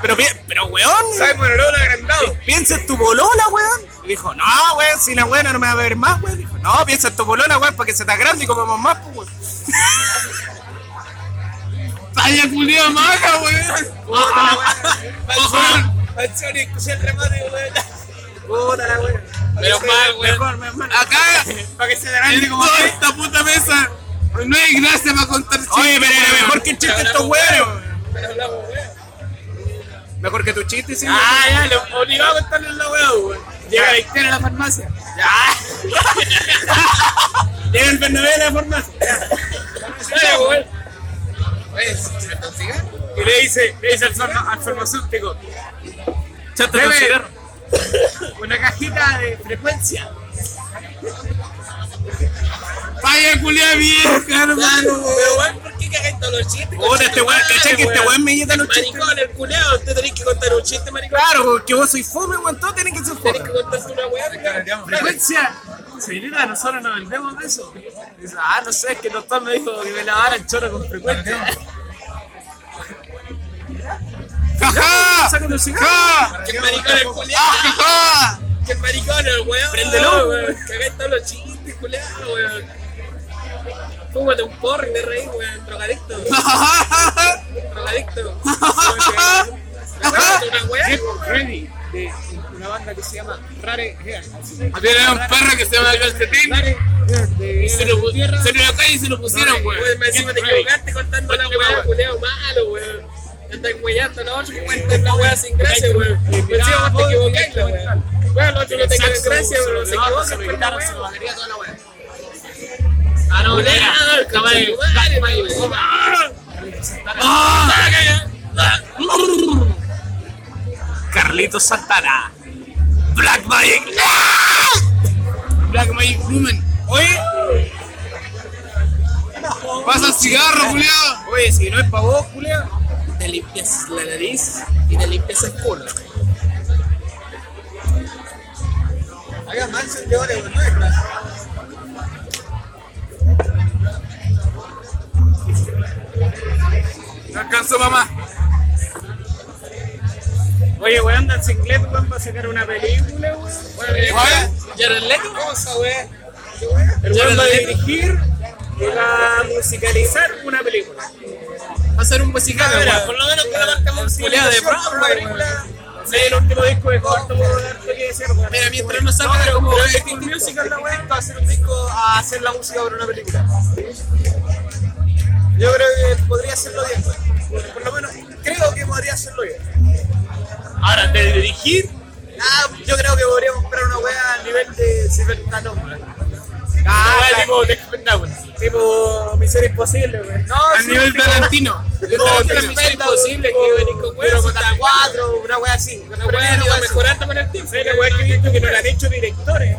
S2: Pero, pi- pero weón,
S6: Simon Arol agrandado.
S2: piensa en tu bolola, weón. Y dijo, no, weón, si la weón no me va a ver más, weón. Dijo, no, piensa en tu bolola, weón, porque se está grande y comemos más, pues, weón.
S1: Vaya culiao maja, weón.
S2: Puta la weón.
S1: Pero mal, weón.
S3: Acá,
S2: Para que se
S3: en
S2: grande como
S3: toda esta puta mesa, Pues no hay gracia para contar chistes.
S2: Oye, pero era mejor que el chiste de estos huevos. Mejor que tu chiste, sí.
S1: Ah, ya, lo obligaba a contarle la weón, weón. Llega la historia a la farmacia.
S2: Llega el Bernabé de la forma.
S6: Y le dice, le dice al, farma- al farmacéutico, deme una cajita de frecuencia.
S3: Vaya culia vieja, hermano.
S1: Pero weón, ¿por qué cagáis todos los chistes?
S2: Puta, este weón, ¿cachai que este weón me lleta los chistes?
S1: Maricón, el culeado, usted tenés que contar un chiste, maricón.
S2: Claro, porque vos sois fome, weón, todos tienen que ser
S1: Tenés
S2: fome.
S1: que contarse una weá, weón.
S6: frecuencia. Señorita, nosotros nos vendemos de eso. Dice, ah, no sé, es que el doctor me dijo que me lavara el choro con frecuencia.
S3: Jaja,
S2: Sácate el cigarro.
S1: Que maricón el culeado.
S3: jaja.
S1: Que maricón el weón.
S2: Préndelo,
S1: weón. Cagáis todos los chistes, culeado, weón. Fúmate un porro y me reí, weón. Drogadicto. Drogadicto. Fúmate una weá.
S6: Jeff Freddy, de una banda que se llama Rare Hair.
S3: Tiene un perro que se llama Calcetín.
S6: Rare Hair de
S3: Se lo, pu- se lo acá y se lo pusieron,
S1: Weón,
S3: weón.
S1: me encima te equivocaste contando la weá, culeado malo, weón. Estás weyando los otros que cuentan la weá sin gracia, weón. Me encima vos te equivocáis, la weá. Weón, los otros no te quedan gracia, weón. Se equivocan con la weá. Ah, no, no, caballo. Dale, mayo.
S2: Carlitos Santana. Black Magic. ¡Ah!
S3: Black Magic Woman.
S2: Oye,
S3: Pasa el cigarro, culiao.
S2: oye, si no es para vos, culia.
S1: Te limpias la nariz y te limpias el culo.
S7: Hagan más seguidores, weón, no es gracia.
S3: No alcanzó, mamá.
S2: Oye, weón, anda sin inglés, weón, va a sacar una película, Eh, weón.
S1: Jared Leto.
S2: El weón va a dirigir y va a musicalizar una película.
S1: Va a ser un musical, weón. Por lo menos que la marca musicalidad de Broadway, weón.
S2: Sí, el último disco de corto, weón, harto que decir, weón.
S1: Mira, mientras no salga como
S2: Full Musical, la weá, va a hacer un disco a hacer la música para una película.
S7: Yo creo que podría hacerlo bien, weón. Por lo menos, creo que podría hacerlo bien.
S2: Ahora, de dirigir,
S7: Ah, yo creo que podríamos comprar una wea al nivel de Silver pues. Talon, weón.
S2: ah, tipo de Tipo Misión Imposible, weón.
S7: No,
S3: A
S7: sí,
S3: nivel
S7: tipo-
S3: Tarantino.
S1: Es imposible que venís con
S7: Pero
S1: weón.
S7: con la 4, una wea así. Una wea
S1: Bueno,
S7: así.
S1: mejorando con el tiempo.
S2: Sí, la weá que he visto que no la han hecho directores.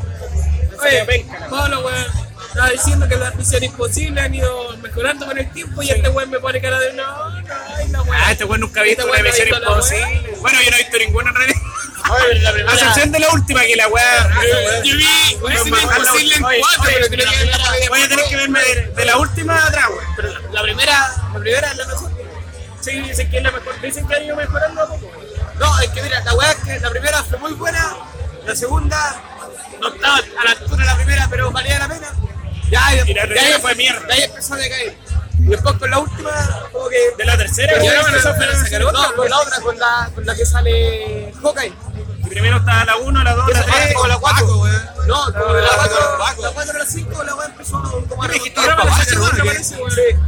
S2: Oye, venga.
S1: Pablo, weón, estaba diciendo que las misiones imposibles han ido mejorando con el tiempo y este weón me pone cara de no, no, ay, no, weón.
S2: Ah, este weón nunca ha visto
S1: Este
S2: una
S1: weón no ha
S2: Misión
S1: visto la
S2: Imposible. Bueno, yo no he visto ninguna en realidad.
S1: la
S2: A excepción de la última, que la weá. eh,
S3: Yo vi
S2: Ah,
S3: Misión Imposible en
S2: Oye,
S3: 4,
S2: oye,
S3: pero creo que la media
S2: Voy a tener que verme de, de la última atrás, weón.
S1: Pero la, la primera, la primera es la mejor.
S2: Sí, dicen que es la mejor. Dicen que ha ido mejorando a poco, weón.
S7: No, es que mira, la weá es que la primera fue muy buena, la segunda
S1: no estaba a la altura de la primera, pero valía la pena. Ya, y, de ahí fue mierda. De ahí empezó a decaer. Y después con la última, como que.
S2: De la tercera,
S1: Y
S2: weón,
S1: ahora van
S2: empezó
S1: a
S2: a
S1: van a sacar otra,
S2: otra,
S1: con la otra, con la, con la que sale Hawkeye.
S2: Y Primero estaba la 1, la 2, la 3.
S1: con la 4. No, con la
S7: la
S1: 4,
S7: cuatro.
S1: la 4 a la 5, la weá empezó a tomar.
S2: Ahora van a sacar otra,
S1: parece, weón.
S2: Eh,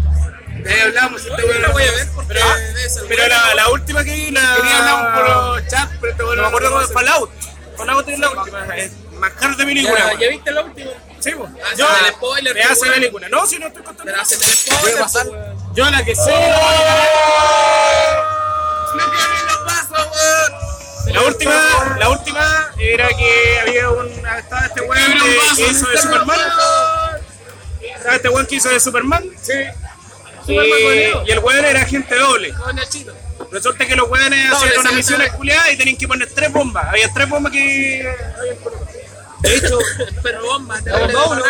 S1: De ahí hablamos, este weón la voy a ver porque debe ser
S2: Ah, Pero la, la última que vi, la.
S1: Quería hablar un poco
S2: chat, pero
S1: este
S2: no me acuerdo cómo Fallout. Fallout es la última, es más caro de película.
S1: ¿Ya
S2: weón.
S1: viste la última?
S2: Sí, po.
S1: Hace
S2: Yo,
S1: el spoiler,
S2: me hace
S1: weón.
S2: película. No, si no estoy contando.
S1: Pero hace tres spoilers,
S2: pasar.
S1: weón.
S2: Yo la que sé. La última, la última era que había un. Estaba este weón que- que hizo de Superman. Estaba este weón que hizo de Superman. Sí. Y, Eh, y el weón era agente doble. Resulta que los weones hacían unas misiones culiadas y tenían que poner tres bombas. Había tres bombas que.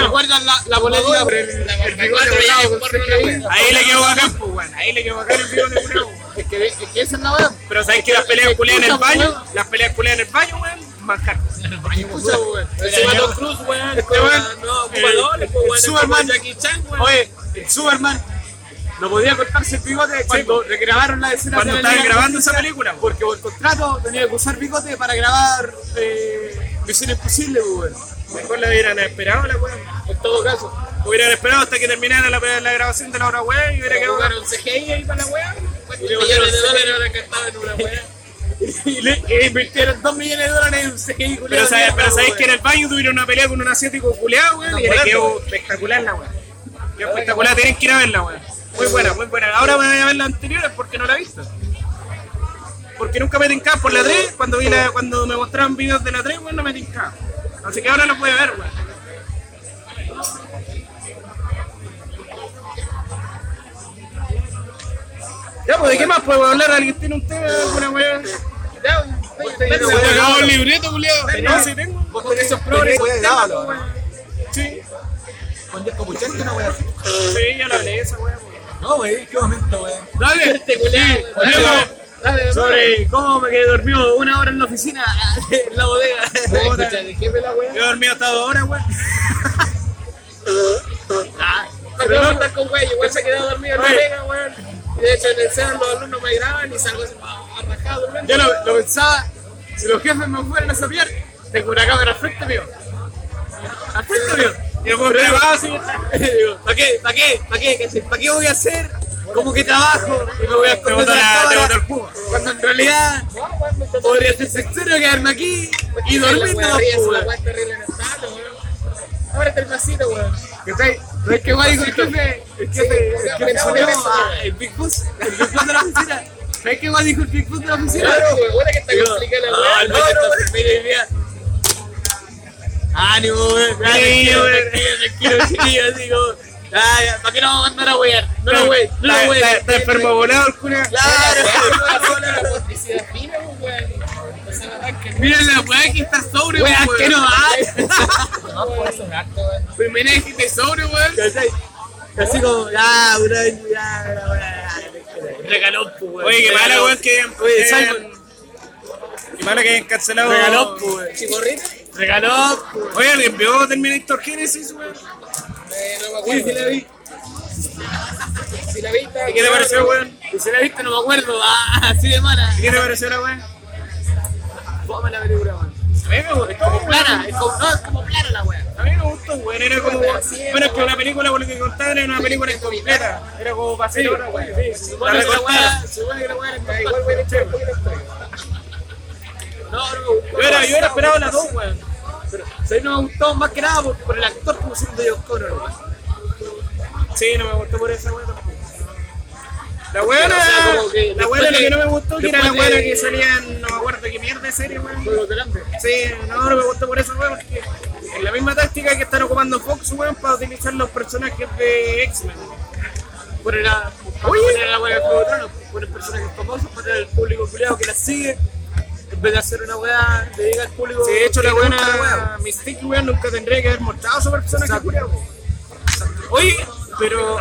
S1: ¿Recuerdan la, la boleta? El bigote rayado con CGI.
S2: Ahí le quedó bacán, pues weón. Ahí le quedó bacán el video de culiao.
S1: Es que, es que esa es la weá.
S2: Pero sabes que las peleas culiadas en el baño, las peleas culiadas en el baño, weón, manjar.
S1: Escucha, weón. Encima Tom Cruise, weón.
S2: Este weón,
S1: No,
S2: el-
S1: ocupa doble, pues,
S2: el
S1: weón.
S2: Superman.
S1: Jackie Chan, weón.
S2: Oye, el Superman,
S6: No podía cortarse el bigote cuando
S2: pues,
S6: regrabaron la escena
S2: cuando
S6: de la
S2: estaban
S6: Liga
S2: grabando esa película, weón.
S6: pues. Porque por contrato tenía que usar bigote para grabar eh, Misión Imposible, pues, weón.
S2: Mejor la hubieran esperado, la weón.
S1: En todo caso.
S2: Hubieran esperado hasta que terminara la, la grabación de la hora weón y hubiera quedado.
S1: Jugaron CGI ahí para la weá. ¿Cuántos
S2: luego
S1: millones de
S2: hicieron
S1: dólares habrán gastado en una weá?
S6: Y le y invirtieron 2 millones de dólares en un CGI, culiao
S2: Pero,
S6: de
S2: sabes,
S6: mierda,
S2: pero sabéis
S6: weón.
S2: que en el baño tuvieron una pelea con un asiático culeado, weón, y le quedó espectacular la weón. Quedó espectacular, tienen que ir a verla, weón. Muy buena, muy buena. Ahora voy a ver las anteriores porque no la he visto. Porque nunca me tincaba por la 3, cuando, vi la, cuando me mostraron videos de la 3, weón, no me tincaba. Así que ahora las voy a ver, weón. Ya, pues, ¿de qué más puedo hablar? ¿Alguien tiene un tema? ¿Alguna weón?
S1: Pero, weón,
S2: acabó
S1: no,
S2: el
S1: libreto, culiao.
S2: No, sí tengo.
S1: Vos tenés esos progres.
S7: Weón, dábalo,
S1: weón.
S2: Sí,
S7: Con Jacob Uchente, una wea así.
S2: sí, ya la hablé esa weón.
S7: No, wey, qué momento, wey.
S2: Dale.
S1: Este culiao, weón. Dale, weón.
S2: Sobre cómo me quedé dormido una hora en la oficina.
S1: En la bodega. Escucha, déjeme la weá.
S2: Yo he dormido hasta dos horas, weón.
S1: Me preguntan con güey, igual se quedó dormido en la pega, güey. Y de hecho en el CEA los alumnos me graban y salgo así, ah, arrascado, durmiendo.
S6: Yo lo, lo pensaba, si los jefes me fueran a sapear, tengo una cámara al frente mío. Al frente mío.
S2: Y el weón
S6: Pero
S2: era-
S6: va así, digo, ¿para qué? ¿Para qué? ¿Para qué? ¿Cachai? ¿Para qué voy a hacer? ¿Cómo que trabajo? Y me voy a
S2: Te
S6: esconder
S2: botó
S6: de
S2: la-
S6: la
S2: te botó
S6: cámara
S2: el cubo.
S6: cuando en realidad podría ser sexero quedarme aquí y dormir pues,
S1: La
S6: no
S1: güey, esa
S6: pude.
S1: güey es terrible en el salo, güey. Ábrete el vasito, güey.
S6: ¿Cachai? No es que guay dijo el jefe, el jefe, el jefe
S1: Pero
S6: se
S1: bueno,
S6: unió a- el Big Bus, el Big Bus de la oficina. ¿No es que guay dijo el Big Bus de la oficina?
S1: Claro, güey, buena que está complicada la güey.
S6: no, no, Ánimo, güey.
S2: Sí,
S6: Tranquilo,
S2: güey.
S6: tranquilo, tranquilo, chiquillo, así como. Ya, ya, ¿para qué no vamos a mandar a wear? No lo wees, no
S2: Está-
S6: lo wees.
S2: está- Está enfermo volado el culo.
S6: Claro.
S1: La motricidad fina, güey. No se la arranquen,
S6: Mira la weá que está sobre, weón. que no
S1: no, güey, es un acto, güey.
S6: Primera vez que te sobre, weón. Así como, ya, una vez, ya, ya, ya, ya. Regaló, pues, weón.
S2: Oye, qué mala,
S6: Regaló.
S2: weón, que hayan.
S6: Oye,
S2: eh,
S6: Simon.
S2: Qué mala que hayan cancelado.
S6: Regaló, pues, weón.
S1: Chiborrita,
S6: Regaló, pues.
S2: Oye, ¿alguien vio Terminator Genesis, weón?
S1: eh, no me acuerdo.
S6: la vi.
S1: Si la viste,
S2: ¿Y ¿Qué te
S1: güey,
S2: pareció, weón?
S6: Y si la viste, no me acuerdo. Ah, así de mala.
S2: ¿Y ¿Qué te pareció la weón?
S6: Fome la película, weón.
S2: Venga, weón.
S6: Como plana, es como, no, es como plana la weá.
S2: A mí me gustó, weón. Era como. Bueno, es que la película, por lo que contaba, era una película incompleta. Era como para hacer hora, weón.
S6: Bueno,
S2: La
S6: esa
S2: recortada.
S6: weá, se supone que la weá era
S1: Eh, igual,
S6: igual.
S1: güey, le eché un poquito de historia.
S6: No, no me gustó.
S2: Yo era, yo era esperado la dos, weón.
S6: Pero, o sea, no me gustó más que nada por, por el actor como siendo John Connor, weón.
S2: Sí, no me gustó por esa weá tampoco. La weona,
S1: sea, como que
S2: la
S1: después
S2: weona
S1: de-
S2: la que no me gustó, que era la
S1: después
S2: weona
S1: de-
S2: que salía, en- no me acuerdo qué mierda de serie, weón.
S1: Juego del hambre.
S2: Sí, no, no me gustó por eso, weón, porque es la misma táctica que están ocupando Fox, weón, para utilizar los personajes de X-Men.
S6: Por el, por poner a la weá del juego de tronos, poner personajes famosos, poner al público culiado que la sigue. En vez de hacer una weá, le diga al público.
S2: Sí, de hecho,
S6: que
S2: la
S6: le gusta la weá.
S2: buena Mystique, weón, nunca tendría que haber mostrado a su personaje, culiao, weón. Oye, pero.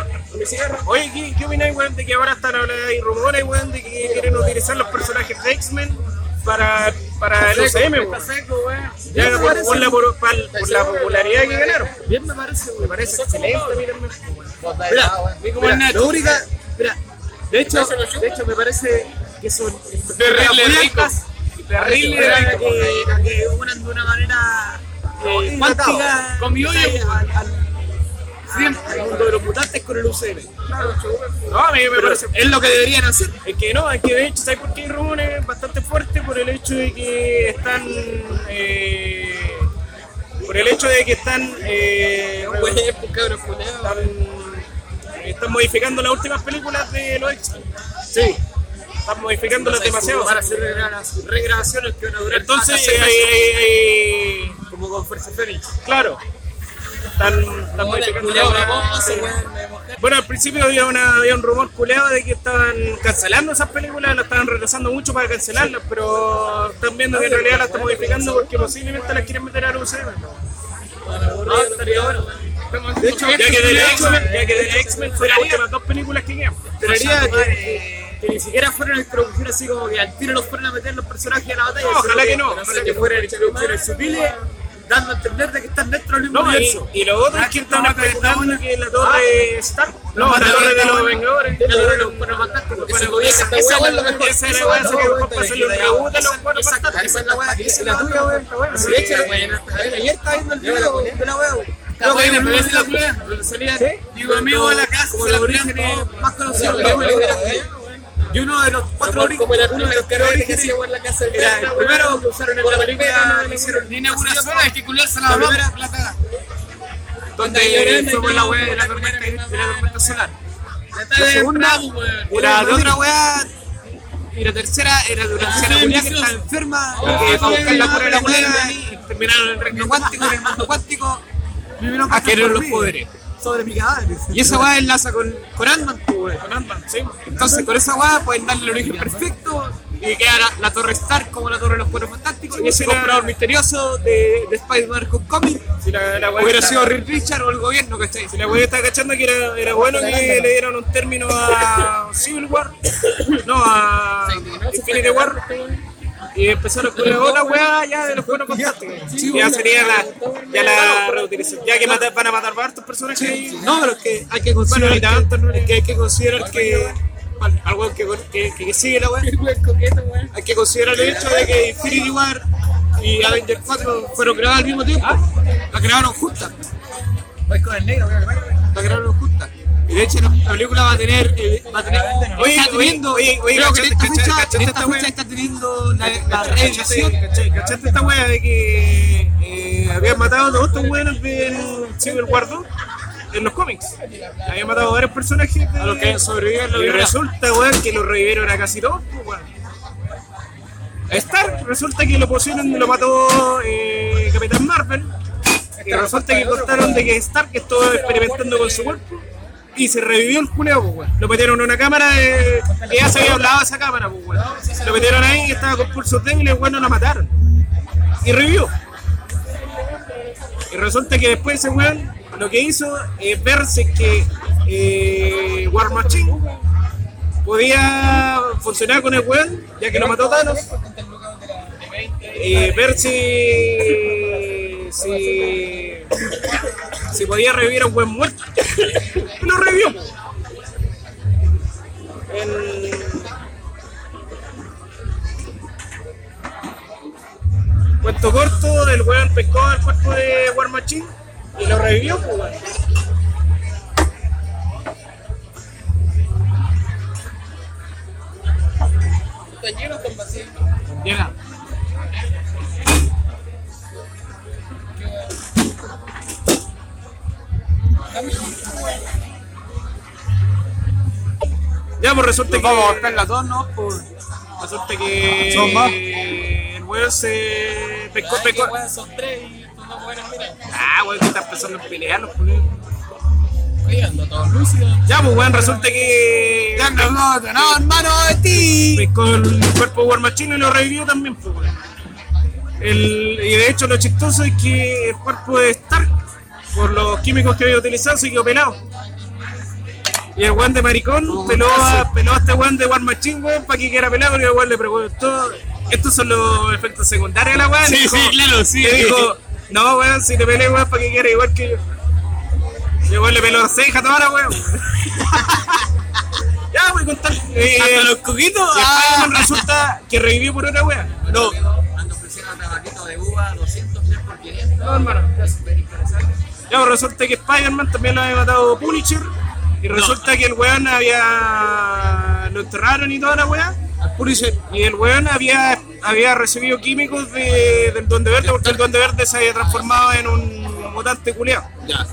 S2: Oye, ¿qué, qué opináis, weón, de que ahora están hablando hay rumores, weón, de que quieren utilizar los personajes de X-Men para para el ECM, weón. Ya, por, por la, por, pal- por la popularidad que ganaron. Bien me parece, me parece excelente, mírenme. Mira, mira, lo única- mira, de hecho, de hecho me parece que son terrible ricas, terrible que, que unan de una manera eh, cuántica con mi siempre al mundo de los mutantes con el UCM. No, a mí me parece
S3: Es lo que deberían hacer.
S2: es que no, es que de hecho, ¿sabes por qué hay rumores bastante fuertes? Por el hecho de que están. eh, por el hecho de que están. eh,
S3: Pues, pues, cabrón, culiao.
S2: están, están modificando las últimas películas de los x Sí. Están modificándolas demasiado. Van a hacer regrabaciones que van a durar. Entonces, como con Fuerza Fénix. Claro. Están, están
S3: Ahora,
S2: modificando
S3: culiao,
S2: la obra.
S3: baboso,
S2: Sí.
S3: weón, me mojé.
S2: Bueno, al principio había, una, había un rumor culeado de que estaban cancelando esas películas, las estaban retrasando mucho para cancelarlas, pero están viendo que en realidad las están modificando porque posiblemente las quieren meter a la UCM. Ah, De hecho, ya que de X-Men, ya que de X-Men fueron las últimas dos películas que quedan.
S1: Esperaría que, que ni siquiera fueran introducidas así como que al tiro los fueran a meter los personajes a la batalla.
S2: No, ojalá
S1: sino
S2: que no,
S1: No
S2: ojalá
S1: sé,
S2: que
S1: que fueran introducciones sutiles, dando a entender de que están dentro del mismo
S2: No, y,
S1: universo.
S2: y lo otro es que están especulando que la torre Stark, no, Ah, la torre de los Vengadores,
S1: Ya lo vieron, fueron fantásticos.
S3: Esa
S1: Bueno,
S3: esa
S2: Esa
S3: weá
S2: weá
S3: es lo mejor.
S2: Esa es
S3: Esa
S2: la weá
S3: weá
S2: que
S3: es lo
S2: mejor para hacerle un reboot a los cuatro
S3: Exacto,
S2: fantásticos.
S3: esa es la weá. Esa es la tuya, weón.
S2: Está buena.
S3: Sí,
S2: Sí,
S3: esa es la weá. Ayer estaba viendo el video de la weá.
S10: Creo que hay una película de la culea, donde salía digo amigo de la casa,
S3: Como eh.
S10: se
S3: los
S10: la
S3: orígenes
S10: crean
S3: más conocidos de la película. Y uno de los cuatro orígenes. Como uno de los tres orígenes la casa del
S2: Era el primero que usaron en la película, le hicieron
S10: todo. Ni inauguración, hay que culearse la primera plata.
S2: donde fue con la weá de la tormenta de la tormenta solar.
S10: La segunda,
S2: La otra weá
S3: Y la tercera era de una
S10: Ah,
S3: culia que
S10: ambicioso.
S3: estaba enferma.
S2: que va a buscar la cura de la
S3: weá.
S2: culera y terminaron en el
S3: El
S2: reino
S3: cuántico, el mundo cuántico. Primero
S2: a querer
S3: por
S2: los
S3: mí.
S2: poderes.
S3: Sobre mi cadáver. Y esa weá enlaza con, con Ant-Man, pues, weón.
S2: Con Ant-Man, sí.
S3: Entonces con esa weá pueden darle el origen perfecto y queda la, la torre Stark como la torre de los cuernos fantásticos y ese
S2: sí, la-
S3: comprador misterioso de, de Spider-Man Homecoming
S2: Si la, la weá
S3: hubiera
S2: está-
S3: sido Reed Richard o el gobierno, ¿cachai?
S2: si la weá está cachando que era, era bueno que le dieron un término a Civil War, no a Infinity War, y empezaron con la otra weá ya de los buenos fantásticos. Ya sería la, ya la reutilización, ya que mata- van a matar a estos personajes ahí.
S3: No, pero es que hay que
S2: Bueno,
S3: considerar
S2: ni tanto, no, es que hay que considerar que bueno, algo que, que, que sigue la weá. Hay que considerar el hecho de que Infinity War y Avengers 4 fueron grabadas al mismo tiempo.
S3: la grabaron juntas. La grabaron juntas. Y de hecho la la película va a tener... eh, va a tener
S2: Oye,
S3: está
S2: oye,
S3: teniendo...
S2: oye, oye,
S3: creo que en esta
S2: cachate,
S3: fecha,
S2: cachate,
S3: en
S2: esta
S3: esta fecha
S2: wea.
S3: está teniendo la, la
S2: ¿Cachaste,
S3: reedición.
S2: cachaste esta wea de que eh, habían matado a todos estos weones del Civil War 2 en los cómics? Habían matado a varios personajes de-
S3: A los que sobrevivieron
S2: y
S3: los
S2: resulta weón que lo revivieron a casi todos. pues, weón. A Stark resulta que lo pusieron, lo mató eh, Capitán Marvel. Y Este resulta que contaron de que Stark estuvo experimentando con su cuerpo y se revivió el culeo, pues, weón. Lo metieron en una cámara, eh, que ya se había hablado de esa cámara, pues, weón. Lo metieron ahí, estaba con pulsos débiles, weón, no lo mataron. Y revivió. Y resulta que después ese weón lo que hizo es verse que eh, War Machine podía funcionar con el weón, ya que lo mató Thanos. Eh, ver si, si, si podía revivir a un buen muerto. Y lo revivió. po. En- Cuento corto, el weón pescó al cuerpo de War Machine y lo revivió, pues, weón.
S3: Llega.
S2: Ya, pues resulta que.
S3: Vamos a cortar las dos, ¿no? Por...
S2: Resulta que.
S1: Son más.
S2: El weón se. pescó, pescó.
S3: son tres y estos dos buenos, mira.
S2: Ah, weón, que está empezando a pelear los culeros.
S3: Oye, ando todos lúcidos.
S2: Ya, pues weón, resulta que.
S3: Ya no, no, no, hermano de ti.
S2: pescó el cuerpo de War Machine y lo revivió también, pues, weón. El- y de hecho lo chistoso es que el cuerpo de Stark, por los químicos que había utilizado, se quedó pelado. Y el weón de maricón peló a, peló a este weón de War Machine, weón, para que quiera pelado, porque el weón le preguntó, estos son los efectos secundarios de la weá.
S11: Sí,
S2: dijo-
S11: sí, claro, sí.
S2: le dijo, no, weón, si te peleas, weón, para que quieras igual que yo. Y el weón le peló ceja toda la weón. ya, voy a contar. Eh,
S11: ¿Hasta los coquitos?
S2: y Spider-Man resulta que revivió por otra wea. No. No, hermano. Ya, pues, resulta que Spider-Man también lo había matado Punisher. Y resulta que el weón había. lo enterraron y toda la wea. Punisher. Y el weón había, había recibido químicos de, del Duende Verde porque el Duende Verde se había transformado en un mutante culeado.
S11: Ya.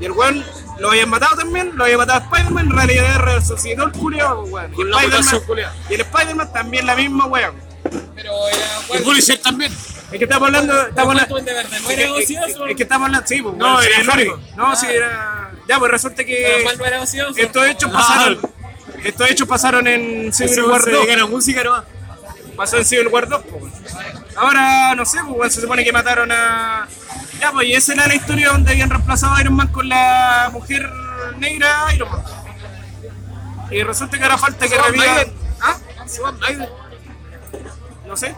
S2: Y el weón lo habían matado también, lo había matado a Spider-Man, en realidad resucitó el culiao, weón. Y el
S11: Con la mutación
S2: Spider-Man
S11: culiao.
S2: y el Spider-Man también la misma weón.
S1: Pero era
S11: Y
S1: bueno.
S11: Punisher también.
S2: Es que estamos hablando. Estamos hablando
S1: de verdad, no
S2: es,
S1: era
S2: que, es-
S1: ocioso.
S2: es que estamos hablando. Sí, pues,
S3: No,
S2: weón,
S3: era
S2: sí,
S3: irónico.
S2: lógico. No, sí, era. Ya, pues resulta
S1: Pero
S2: que.
S1: mal no era ocioso.
S2: Estos hechos pasaron. Estos hechos pasaron en Civil
S3: Ese
S2: War
S3: se
S2: 2.
S3: dedicaron a música nomás.
S2: Pasó en Civil War 2, pues, weón. Ahora, no sé, pues, weón, se supone que mataron a. Ya, pues, y esa era la historia donde habían reemplazado a Iron Man con la mujer negra Iron Man. Y resulta que ahora falta que revivan. ¿Ah? No sé.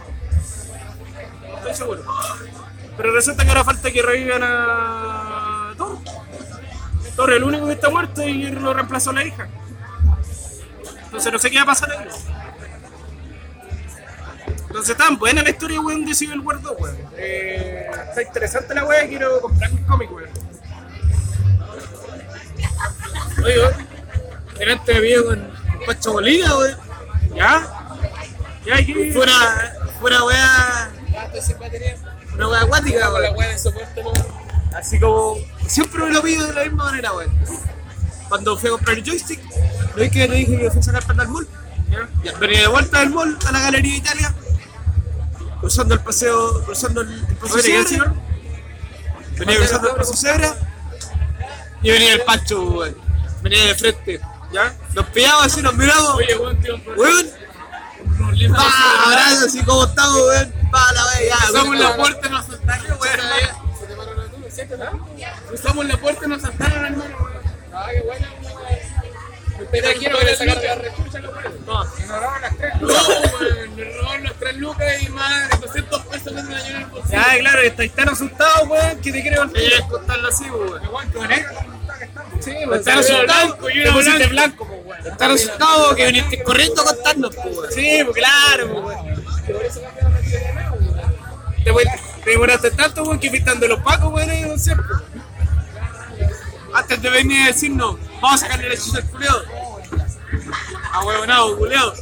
S2: No Estoy seguro. Pero resulta que ahora falta que revivan a. Thor. Thor es el único que está muerto y lo reemplazó la hija. Entonces no sé qué va a pasar ahí. Entonces tan buena la historia, weón, de Civil War 2, weón. Eh, está interesante la weá, quiero comprar un cómic, weón. Oye, weón. Delante de video con Pacho Bolívar, weón. ¿Ya? ¿Ya aquí?
S3: Fuera, fuera weá. Una weá acuática,
S1: Con la
S3: weón.
S1: weá de soporte, no.
S3: Así como. Siempre me lo pido de la misma manera, weón. Cuando fui a comprar el joystick, no es que le dije que fui a sacar para el mall. Ya, venía de vuelta del mall a la Galería de Italia, cruzando el paseo, cruzando el, el paso
S2: Oye, ¿qué
S3: Segre.
S2: señor?
S3: Venía cruzando el paso Segre y venía el Pacho, weón. Venía de frente.
S2: ¿Ya?
S3: Nos pillamos así, nos miramos.
S1: Oye, weón, tío, por
S3: Weón, Ah,
S1: problema.
S3: pa, abrazo, así como estamos, weón. Pa, la wea, ya.
S1: Cruzamos la
S3: weón.
S1: puerta y nos saltaron, weón. Se te paró la luz, ¿cierto, no? Cruzamos la puerta y nos saltaron, hermano, weón. Ah, qué buena, weón. Pero quiero ver sacar la rechucha, la weón. No, nos robaron las tres lucas. No, weón, nos robaron las tres lucas y más de 200 pesos que se me dañaron el bolsillo.
S2: Ya, claro, estáis tan asustados, weón, que te quiere volver.
S3: Quería contarlo así, weón.
S1: Sí, weón.
S3: Están asustados, te pusiste blanco,
S2: pues,
S3: po, weón. Están asustados que viniste corriendo a contarnos, po, weón.
S2: Sí, pues claro, po, weón. Te, fuiste- te demoraste tanto, weón, que pintando los pacos, weón, ahí, no sé, po.
S3: Antes de venir a decirnos, vamos a sacarle el hechizo al culeo. A huevonado, culeo.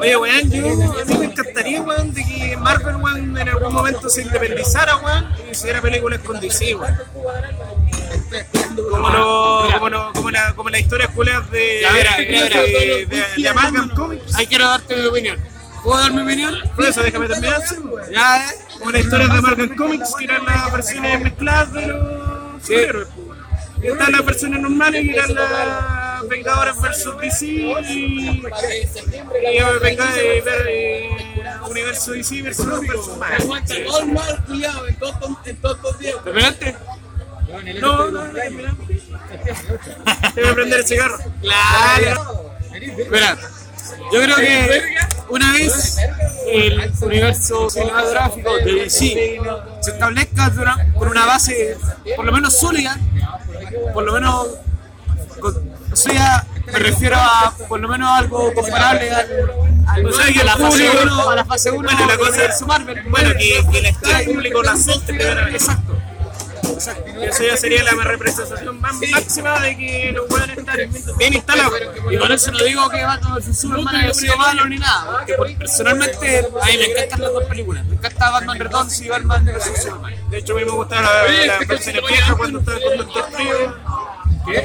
S2: Oye, weón, yo a mí me encantaría, weón, de que Marvel, weón, en algún momento se independizara, weón, y hiciera películas con DC, weón. Como, lo- como, lo- como la, como las historias culeas de,
S3: Ya verá,
S2: de,
S3: ya verá.
S2: de, de- de Amalgam Comics.
S3: Ahí quiero darte mi opinión. ¿Puedo dar mi opinión?
S2: Por eso, déjame terminar, sí, weón.
S3: Ya, eh.
S2: Como las historias de Amalgam Comics, que eran las versiones mezcladas de los superhéroes, po, weón. Y Están las versiones normales, que eran las Vengadores versus DC y...
S1: En septiembre, la
S2: Y yo venga de ver eh, Universo DC versus versus Marvel.
S1: aguanta todo el mal, culiao, en todos en todos estos días, weón.
S3: ¿Terminaste?
S2: No, no, no, mira. Te voy a prender el cigarro.
S3: Claro. Mira, yo creo que una vez el universo cinematográfico de DC se establezca de una- con una base por lo menos sólida, por lo menos, con- o sea, me refiero a por lo menos algo comparable al, al
S2: O sea, Pues que
S3: a la fase
S2: público-
S3: 1, a la fase 1
S2: Bueno, la cosa-
S3: Marvel.
S2: Bueno, que, que la historia del público la acepte de verdad.
S3: Exacto.
S2: Y Eso ya sería la representación más máxima de que los puedan estar bien instalados.
S3: Y con eso no digo que Batman vs Superman haya sido malo ni nada, porque por- personalmente a mí me encantan las dos películas. Me encanta Batman Returns y Batman vs Superman.
S2: De hecho, a mí me gustaba la, la versión vieja cuando estaba con Doctor Frío.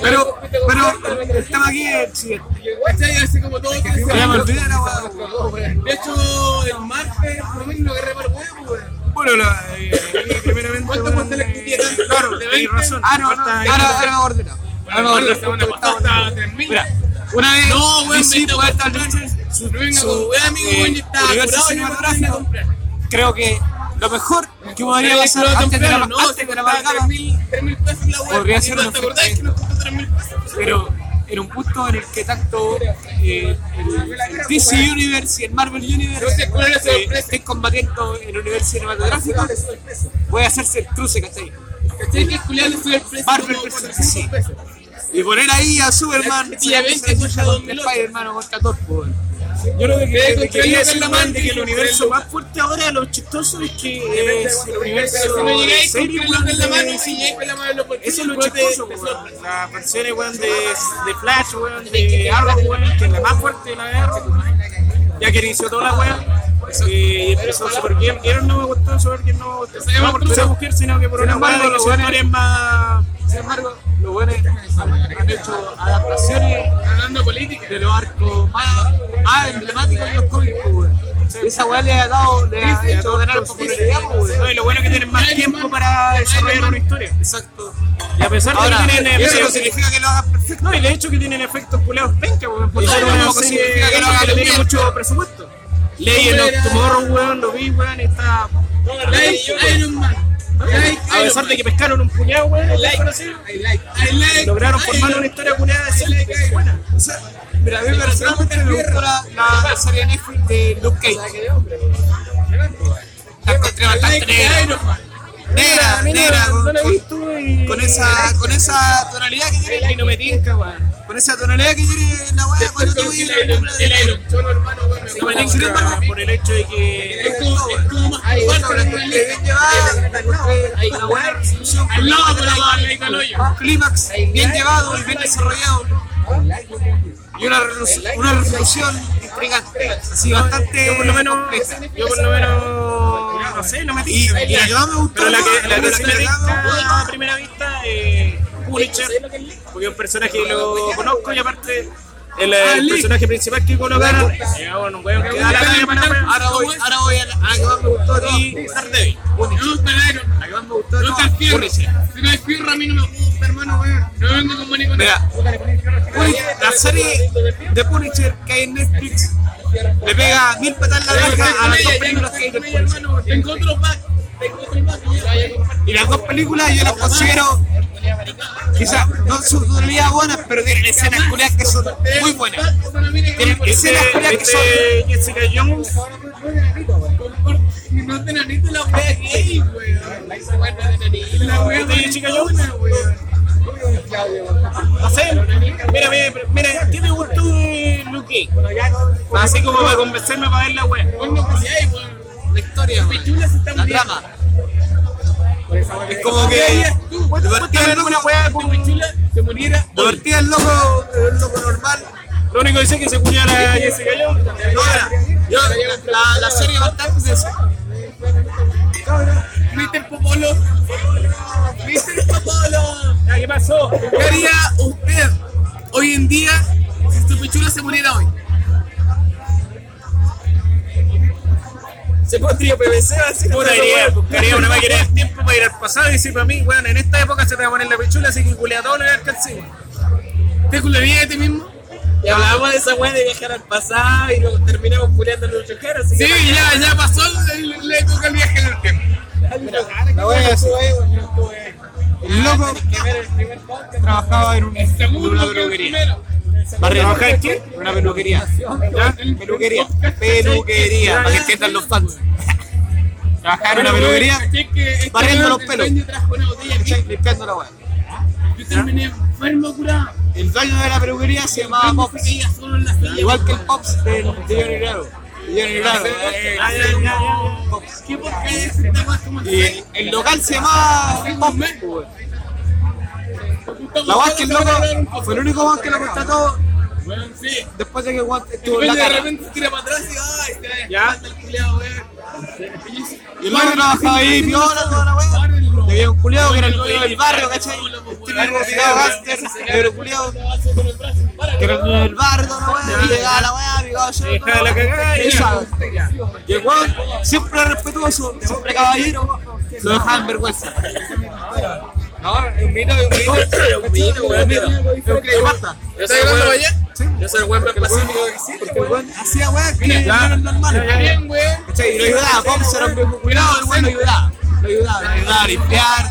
S3: Pero, pero el- el tema aquí es el siguiente.
S1: ¿Cachai? Así como todos los días.
S3: Ya me olvidé la weá, weón.
S1: De hecho, el martes, por mí, no agarré para el huevo, weón.
S2: Bueno, la, eh, ahí primeramente.
S1: ¿Cuánto
S2: bueno,
S1: costó la
S2: eh,
S1: escupidera?
S2: Claro,
S1: ¿De
S2: hay
S1: 20?
S2: razón.
S3: Ah, no, no,
S2: Falta ahí-
S3: ahora, ahora me acordé, no. Ahora me acordé,
S1: Una
S3: porque estaba-
S1: pasada, 3.000.
S3: Mira, una vez
S1: No, weón,
S3: DC
S1: vete a
S3: puede establecer su,
S1: No venga
S3: su,
S1: con weá, amigo,
S3: eh,
S1: weón, yo estaba
S3: universo
S1: curado y no me podía
S3: cinematográfico.
S1: comprar.
S3: Creo que lo mejor que podría
S1: Pero
S3: pasar
S1: no,
S3: antes de la
S1: temprano, no,
S3: antes de la amalgama,
S1: $3.000 pesos la weá.
S3: Podría
S1: ¿Y
S3: ser
S1: no
S3: una
S1: ¿Te acordás
S3: oferta.
S1: que nos costó 3.000 pesos?
S3: pero
S2: en un punto en el que tanto eh, el DC Universe y el Marvel Universe eh, estén combatiendo en el universo cinematográfico, puede hacerse el cruce, ¿cachai?
S1: ¿Cachai que Julián estuvo el preso?
S2: Marvel
S1: con
S2: versus DC. Y poner ahí a Superman
S1: Y a veces escucha
S2: contra
S1: 2008.
S2: Spider-Man o contra Thor, po, weón. Yo lo que creo que quería decir, weón, de que el universo más fuerte ahora, lo chistoso es que es el universo
S1: Pero llegáis con
S2: serio,
S1: el
S2: weón,
S1: reloj en la mano
S2: de-
S1: y si llegáis con la mano por
S2: Eso es lo chistoso, weón. Las versiones, weón, de, de Flash, weón, de Arrow, weón, que es la más fuerte de la verdad. Ya que inició toda la weón. Y empezó súper bien. Vieron, no me gustó súper bien, no me gustó. No por ser mujer, sino que por una weón de que su historia es más. Sin embargo, los weones han, han hecho adaptaciones hablando política de los arcos más, más emblemáticos de los cómics, pues, weón. Esa weá le ha dado, le ha hecho ganar popularidad, pues, weón. No, y lo bueno es que tienen más tiempo para desarrollar una historia. Exacto. Y a pesar de que tienen.
S3: Eso no
S2: eh,
S3: significa que lo hagas perfecto.
S2: no, y de hecho que tienen efectos culeados penca, weón. Por ser una
S3: tampoco
S2: serie
S3: significa que lo hagan
S2: que tiene
S3: bien.
S2: mucho presupuesto. Legend of Tomorrow, weón, lo vi, weón, y está.
S1: Like Iron Man. Like
S2: A
S1: Iron
S2: pesar
S1: Man.
S2: de que pescaron un puñado, weón,
S1: Like, I like, I like.
S2: lograron formar
S1: Iron
S2: una historia culeada decente.
S1: Man.
S2: buena. Pero a mí personalmente me gustó la, la serie de Netflix de Luke Cage.
S3: La encontré bastante
S1: Like
S3: negra.
S1: Iron Man.
S3: Negra, negra.
S2: No
S3: con-
S2: la he visto y.
S3: Con esa, con esa tonalidad que tiene,
S2: Y no me tinca, weón.
S3: con esa tonalidad que tiene la weá cuando te voy a la película de
S2: No me tinca por el hecho de que.
S1: Es como, es como más bueno, la
S3: Te ven llevada,
S2: La weá resolución.
S1: Al lado de la barra y del hoyo.
S3: clímax bien llevado y bien desarrollado.
S2: y una, resolu- una resolución intrigante. Así bastante. Yo por lo menos. Yo por lo menos. No sé, no me
S3: Y,
S2: tinca.
S3: y la que más me gustó,
S2: Pero la que, la
S3: pero
S2: que
S3: la
S2: sí
S3: que
S2: me
S3: me
S2: tinca a primera vista es Punisher, porque es un personaje que lo conozco y aparte. El, el personaje principal que colocaron es un weón que da la cara para la weá.
S3: Ah, Ahora voy, ahora voy a la, a la que más me gustó
S2: Y Daredevil.
S1: Me gusta el Iron Man.
S2: La que más me gustó.
S1: Me gusta el fierro. Si no hay fierro, a mí no me gusta, hermano, weón. No vengo con maricón.
S3: Mira, Puni- la serie de Punisher que hay en Netflix le pega mil patas en la verga a las dos películas que hay de Punisher.
S1: Tengo otro pack. Tengo otro pack.
S3: Y las dos películas yo las considero, quizás no en su totalidad buenas, pero tienen escenas culiadas que son muy buenas. Tienen
S2: Este,
S3: escenas culiadas que son
S2: este Jessica Jones
S1: No te nanito la wea gay, weón. La wea
S2: de ¿Este Jessica Jones. No sé, mira, mira, mira, ¿qué me gustó de Luke? Así como para convencerme para ver la wea.
S3: la historia, la trama. Es como que divertía el loco,
S1: se muriera.
S3: divertía el loco, el loco normal.
S2: Lo único que sé es que se cuña la Jessica Jones.
S3: No, era. Yo, la, la serie bastante es esa.
S1: Mr. Popolo. Mr. Popolo.
S2: Ya, ¿Qué pasó?
S1: ¿Qué haría usted hoy en día si su pichula se muriera hoy?
S3: Se pondría PVC así.
S2: Puta, diría, buscaría una máquina del tiempo para ir al pasado y decir para mí, weón, en esta época se te va a poner la pichula, así que culea todo lo que alcancé.
S1: ¿Te culería de ti mismo?
S3: Y hablábamos de esa weá de viajar al pasado y luego terminamos culiando en los chojeros.
S1: Sí, ya, ya pasó el- la época del viaje en el tiempo.
S12: La wea es
S3: El loco trabajaba en un
S1: Segundo que Este el primero.
S2: ¿Para trabajar en qué? Una peluquería. ¿Ya?
S3: peluquería. Peluquería. Para que entiendan los fans. Trabajar en una peluquería
S1: pues, Caché que este
S3: Barriendo
S1: weón
S3: los
S1: del
S3: pelos.
S1: dueño trajo una botella de
S3: ¿cachai? limpiando la weá.
S1: vino. Yo terminé enfermo, curado.
S3: El dueño de la peluquería se llamaba
S1: Tengo
S3: Pops.
S1: pequeñas solo en la silla.
S3: Igual que el Pops de de Johnny Bravo. De Johnny Bravo. eh,
S2: Ah, ya, ya, ya.
S1: ¿Qué por qué es esta weá? ¿Cómo
S3: Y el, el local se llamaba Pops. pues, weón. La weá es que el loco fue el único weón que lo contrató
S1: Weón, sí.
S3: después pues, de que weón estuvo en
S1: Depende,
S3: la
S1: de
S3: cara.
S1: repente se tira para atrás y ¡ay! Te la
S2: Ya.
S1: espalda el culiao, weón.
S3: Y el loco trabajaba ahí, viola, toda la weá. Había un culiado que era el dueño del barrio, ¿cachai? Este mismo culiado gánster, negro culiado. Que era el dueño del barrio, toda la weá. Y llegaba la weá, amigado yo.
S2: Dejaba la cagada y ya.
S3: Esa. Y el weón siempre era respetuoso, siempre caballero, lo dejaba en vergüenza.
S12: No, es un mito, es un mito.
S3: Un mito, weón, mito. ¿Qué pasa?
S1: ¿Estás hablando para allá?
S3: Yo soy el weón más pacífico que existe. Porque el weón hacía weá que no eran normales.
S1: Bien, weón.
S3: ¿Cachai? Y lo ayudaba, Pops era un viejo cuidado, el weón lo ayudaba. Lo ayudaba, lo ayudaba a limpiar.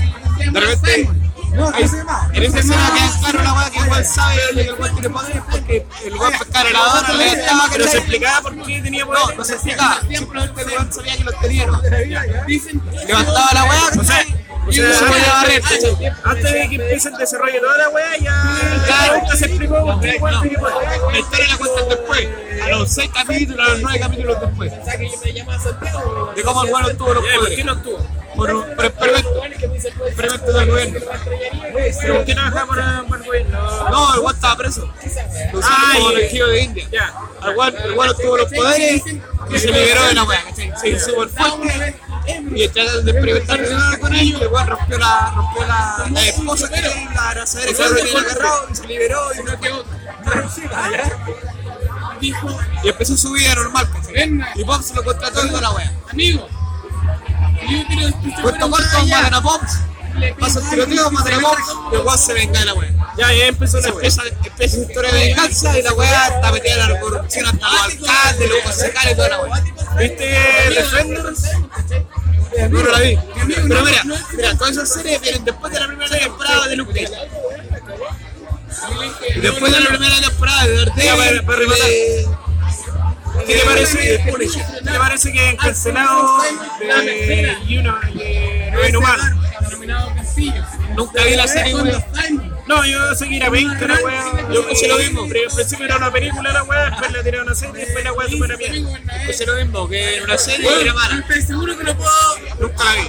S3: De repente
S1: Ahí- En ese escena queda claro la weá que igual sabe que el weón tiene poderes porque el weón pescara la dona, le estaba, pero se explicaba por qué tenía poderes. No, no se explicaba. Simplemente el weón sabía que los tenía, ¿no? Levantaba la weá, ¿cachai? Y uno se podía barrer, ¿cachai?
S2: Antes de que empiece el desarrollo de toda la wea, ya.
S1: Claro.
S2: Ahorita se explicó por qué igual tiene poder.
S1: La historia la cuentan después, a los seis capítulos, a los nueve capítulos después. De cómo el weón tuvo los poderes. ¿Por qué no tuvo? Por un por el prefecto. El prefecto del gobierno.
S2: Pero ¿por qué no dejamos a un buen gobierno?
S1: No, el weón estaba preso. Lo usaron
S2: Ah,
S1: como
S2: ya.
S1: elegido de India.
S2: Ya.
S1: El weón el weón obtuvo los poderes y se liberó de la weá, ¿cachai? Se hizo súper fuerte y trataron de experimentar nada con ellos. y El weón rompió la, rompió la, la esposa que era la abrazadera que se lo tenía agarrado y se liberó y no quedó. Dijo, y empezó su vida normal, ¿cachai? pues. Y Pops lo contrató y toda la weá. Amigo, cuento corto, matan a Pops, pasa el tiroteo, matan a Pops y el weón se venga de la weá.
S2: Ya, ya empezó la wea.
S1: Empieza, empieza la historia de venganza y la weá está metida en la corrupción hasta los alcaldes, los concejales y toda la weá.
S2: ¿Viste Defenders?
S1: No, no la vi. Pero mira, mira, todas esas series vienen después de la primera temporada de Luke Cage. Y Después de la primera temporada de eh, Daredevil, de...
S2: ¿Qué te parece? ¿Qué te parece que encarcelado de y uno que no es humano?
S1: Nunca vi la serie, weón.
S2: No, yo sé que era 20, la wea.
S1: Yo pensé lo mismo.
S2: Pero al principio era una película, la wea, después la tiraron a serie, después la wea se fue a la mierda.
S1: Pensé lo mismo, que era una serie y era mala.
S3: Estoy seguro que no puedo
S1: Nunca la vi.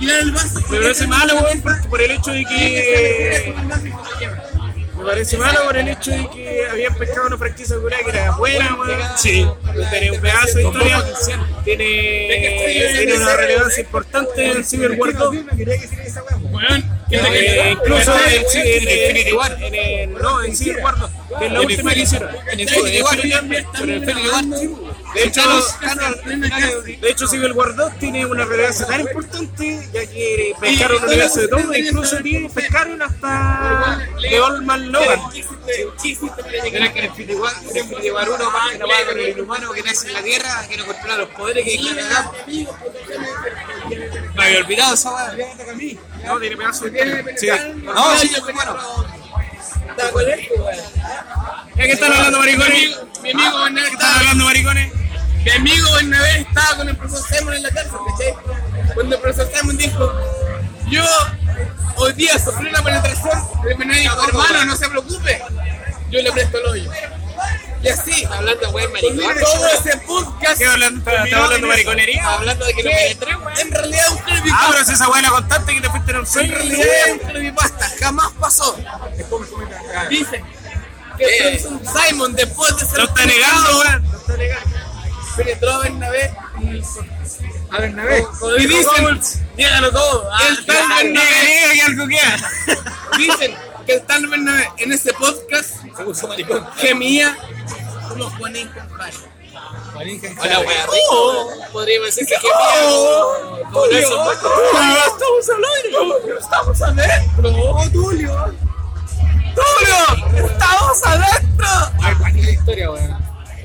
S3: tirar el vaso.
S2: Me parece malo, weón, por, por el hecho de que. Me parece malo por el hecho de que habían pescado una franquicia segura que era buena, weón. Sí. Tiene un pedazo de historia. Tiene, tiene una relevancia importante en Cyberwar 2. Eh, incluso en, en,
S1: Infinity War.
S2: en el- no, en Cyberwar 2, que es la última que hicieron.
S1: En Infinity War, pero en Infinity War. De hecho,
S2: De hecho, Civil War 2 tiene una relevancia tan importante, ya que pescaron una relevancia de todo, e incluso tiene- pescaron hasta de Olman Logan.
S1: Era que en Infinity War, en Infinity War uno más que nomás con el inhumano que nace en la Tierra, que no controla los poderes que deja cagar. Me había olvidado esa weá.
S2: No, tiene pedazos de historia. Sí.
S1: No, sí, yo bueno.
S2: ¿Qué están hablando, maricones? Ah,
S3: Mi amigo Bernabé
S2: ¿Qué están
S3: estaba,
S2: hablando, maricones?
S3: mi amigo Bernabé estaba con el profesor Simon en la cárcel, ¿cachai? Cuando el profesor Simon dijo, yo hoy día sufrí una penetración, el Bernabé dijo, hermano, no se preocupe, yo le presto el hoyo. Y así,
S1: Hablando de weá, maricón.
S3: todo ese podcast,
S2: ¿Qué hablan- está- está hablando mariconería?
S1: Hablando de que no me entré, weá.
S3: en realidad es un creepypasta,
S2: Ah, pero es esa buena constante que te fuiste en un
S3: en
S2: sueño.
S3: realidad es un creepypasta, jamás pasó. Dicen que
S1: Eh,
S3: el profesor Simon después de ser
S2: No está negado, weón.
S3: penetró a Bernabé,
S7: A Bernabé.
S3: y dicen,
S1: Dígalo todo. Ah,
S3: el tal
S1: ya,
S3: Bernabé
S2: Niega, que algo queda.
S3: Dicen que el tal Bernabé en este podcast se puso maricón. Gemía como Juanín con Jara.
S1: Hola, weá.
S3: Oh,
S1: Podríamos decir que qué mierda. Con eso,
S3: estamos al aire! ¡Estamos adentro! ¡No, Tulio! ¡Tulio! ¡Estamos adentro!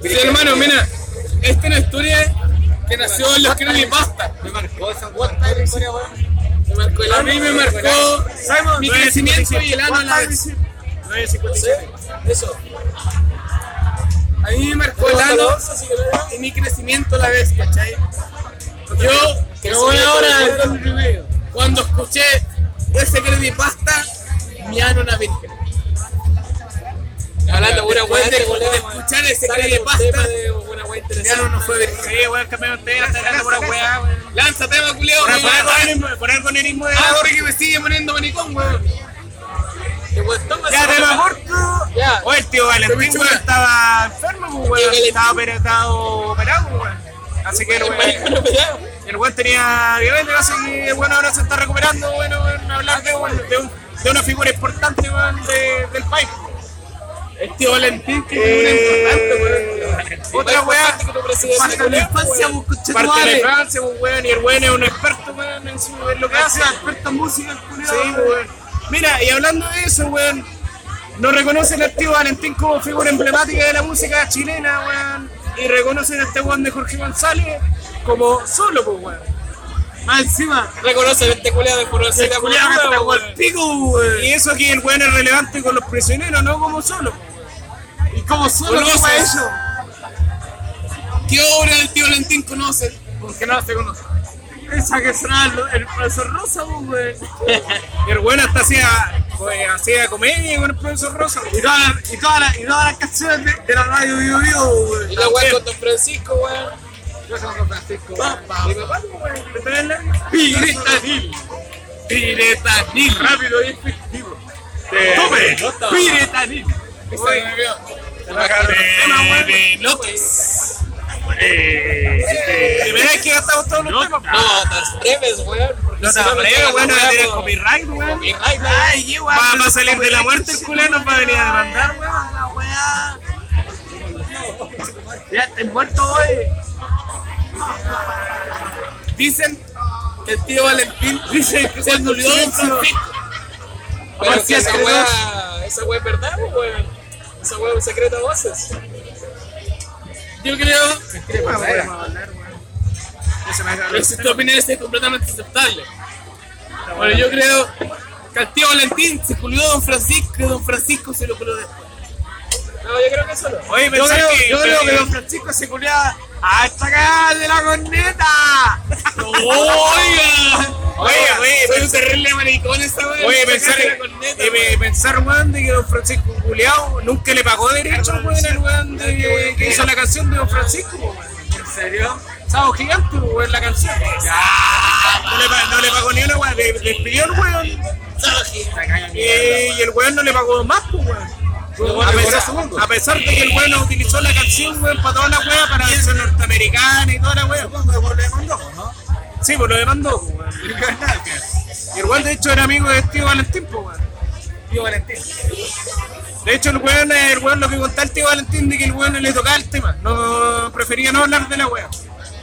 S3: Sí, hermano, mira, esta es una historia que nació en los Creepypasta. Me marcó esa historia, weón. Me marcó A mí me marcó mi crecimiento y el ano a la vez.
S2: 9.57.
S3: A mí me marcó el ano y mi crecimiento a la vez, ¿cachai? Yo, que voy ahora, cuando escuché ese creepypasta, mi ano una virgen.
S1: Hablando pura weá.
S3: Después de,
S1: este
S3: de
S1: weá.
S3: escuchar ese
S1: Sácale un tema
S3: creepypasta,
S1: de una weá
S3: mi
S1: interesante.
S3: ano no fue virgen.
S2: Sí, weón, campeón, usted está hablando por la weá, weón.
S3: Lanza tema, culeo.
S2: Por algo- Por algo en el mismo de
S3: Ah, porque me sigue poniendo maricón, weón.
S2: Ya te lo aporto.
S1: Ya.
S2: Oye, el tío Valentín weón, estaba enfermo, weón. Estaba operado, operado, weón. Así que el weón, el weón tenía diabetes, así que bueno, ahora se está recuperando, bueno, weón, hablar de, weón, de, un- de una figura importante, weón, de- del país.
S3: El tío Valentín, que
S2: Eh, Otra weá,
S3: Hasta la infancia, vos, concha tu
S2: parte de la
S3: madre.
S2: infancia, weón, y el weón es un experto, weón, en su- en lo que hace.
S3: Experto en música, el culeo.
S2: Sí, weón. Mira, y hablando de eso, weón, nos reconocen al tío Valentín como figura emblemática de la música chilena, weón. Y reconocen a este weón de Jorge González como solo, pues, weón.
S1: Más encima.
S3: Reconoce este culiado de Furoncita,
S1: Culeado que está como el
S3: weón.
S1: pico, weón.
S2: Y eso aquí el weón es relevante con los prisioneros, no como solo.
S1: ¿Y cómo solo
S3: Conoces.
S1: para eso?
S3: ¿Qué obra del tío Valentín conoce?
S13: Porque no se conoce.
S1: Esa que será el, el profesor Rosa, weón.
S2: Y el weón hasta hacía, pues, hacía comedia con el profesor Rosa.
S1: Y todas las y todas las- y todas las canciones de, de la radio Bio Bio, weón.
S3: Y la weá con Don Francisco, weón.
S1: Piretanil. Piretanil.
S13: Rápido y efectivo.
S1: Tome. Piretanil.
S2: de López. Primera vez que gastamos todos los temas.
S3: No, las breves, weón. porque
S2: No
S3: si
S2: te
S3: entregan
S2: abreo, weón,
S3: la
S2: va a
S3: weá
S2: tener
S3: con-
S2: copyright, weón.
S3: copyright, weón.
S2: Va va a salir de la muerte el culé, nos va a venir a demandar, weón.
S3: Dicen que el tío Valentín
S1: Dice que
S3: se le olvidó Don Francisco. Pero que esa weá, esa weá es verdad, pues, weón. Esa weá es un secreto a voces. Yo creo Pero si tu opinión es completamente aceptable. Bueno, yo creo que al tío Valentín se culió a Don Francisco y Don Francisco se lo culió después. No, yo creo que eso no.
S2: Oye,
S1: Yo
S2: pensar
S1: creo,
S2: que.
S1: yo creo que Don Francisco se culeaba hasta acá de la corneta.
S3: ¡Oiga!
S2: Oye, oye,
S3: Soy un terrible maricón esa wea.
S2: Oye,
S3: Me
S2: pensar,
S3: saca la corneta,
S2: eh, eh, pensar, weón, de que Don Francisco Culeado nunca le pagó derecho, weón, al weón de que, que hizo la canción de Don Francisco, weón. ¿En serio? Sábado gigante,
S1: pues,
S2: weón, la canción. No le, pa- no le pagó ni una, weón, le, le pidió el weón. Eh, Y el weón no le pagó más, pues, weón. A pesar, a pesar de que el weón utilizó la canción, weón, para toda la weá, para ser norteamericana y toda la weá. Sí, pues lo demandó, pues, weón. Y el weón, de hecho, era amigo de tío Valentín, pues, weón. Tío Valentín. De hecho, el weón, el weón lo que contaba el tío Valentín de que el weón no le tocaba el tema. No prefería no hablar de la weá.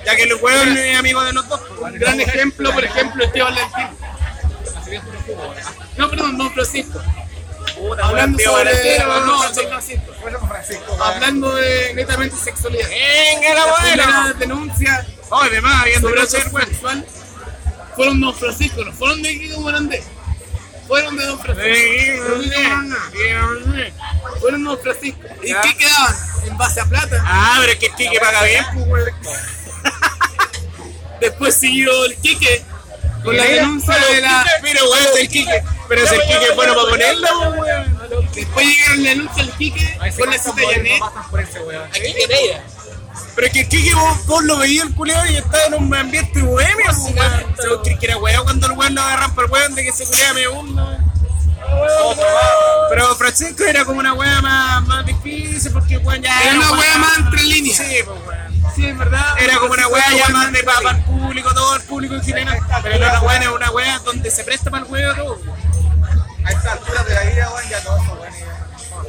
S2: Ya que el weón es amigo de los dos. pues, weón.
S3: Un gran ejemplo, por ejemplo, el tío Valentín. No, perdón, Don Francisco. Hablando
S2: tío
S3: sobre...
S2: Valentín,
S3: No,
S2: no,
S3: no, Don Francisco. Hablando de netamente sexualidad.
S2: ¡Venga la
S3: Las
S2: buena!
S3: denuncias
S2: Oye, además, habiendo
S3: sobre
S2: que
S3: abuso
S2: hacer, weón.
S3: sexual fueron Don Francisco, no fueron de Kiko Morandé. Fueron de Don Francisco. Fueron Don Francisco. ¿Y qué quedaban? En base a plata.
S2: Ah, pero es que el Kike paga bien, pues, weón.
S3: Después siguió el Quique con la denuncia de la.
S2: Mira, weón, el Kike. Pero ese Kike es bueno para ponerla, weón.
S3: Después llegaron la denuncia del Quique con la cita de Janet. A Quique Neira.
S2: Pero es que el Kike vos, vos lo veías el culeado y estaba en un ambiente bohemio, pues, weón. Se vos creí que era weón cuando el weón lo agarran para el weón de que se culea me hunda, weón. Pero Francisco era como una weá más, más difícil porque el weón ya
S3: Era una
S2: weá
S3: wea más entre líneas.
S2: Sí, pues weón. Sí, es verdad. Era como una weá ya más de para, el público, todo el público en general. Pero la otra weá era una weá donde se presta para el weón todo. pues. weón.
S14: A esta altura de la vida, weón, ya todos son buenos.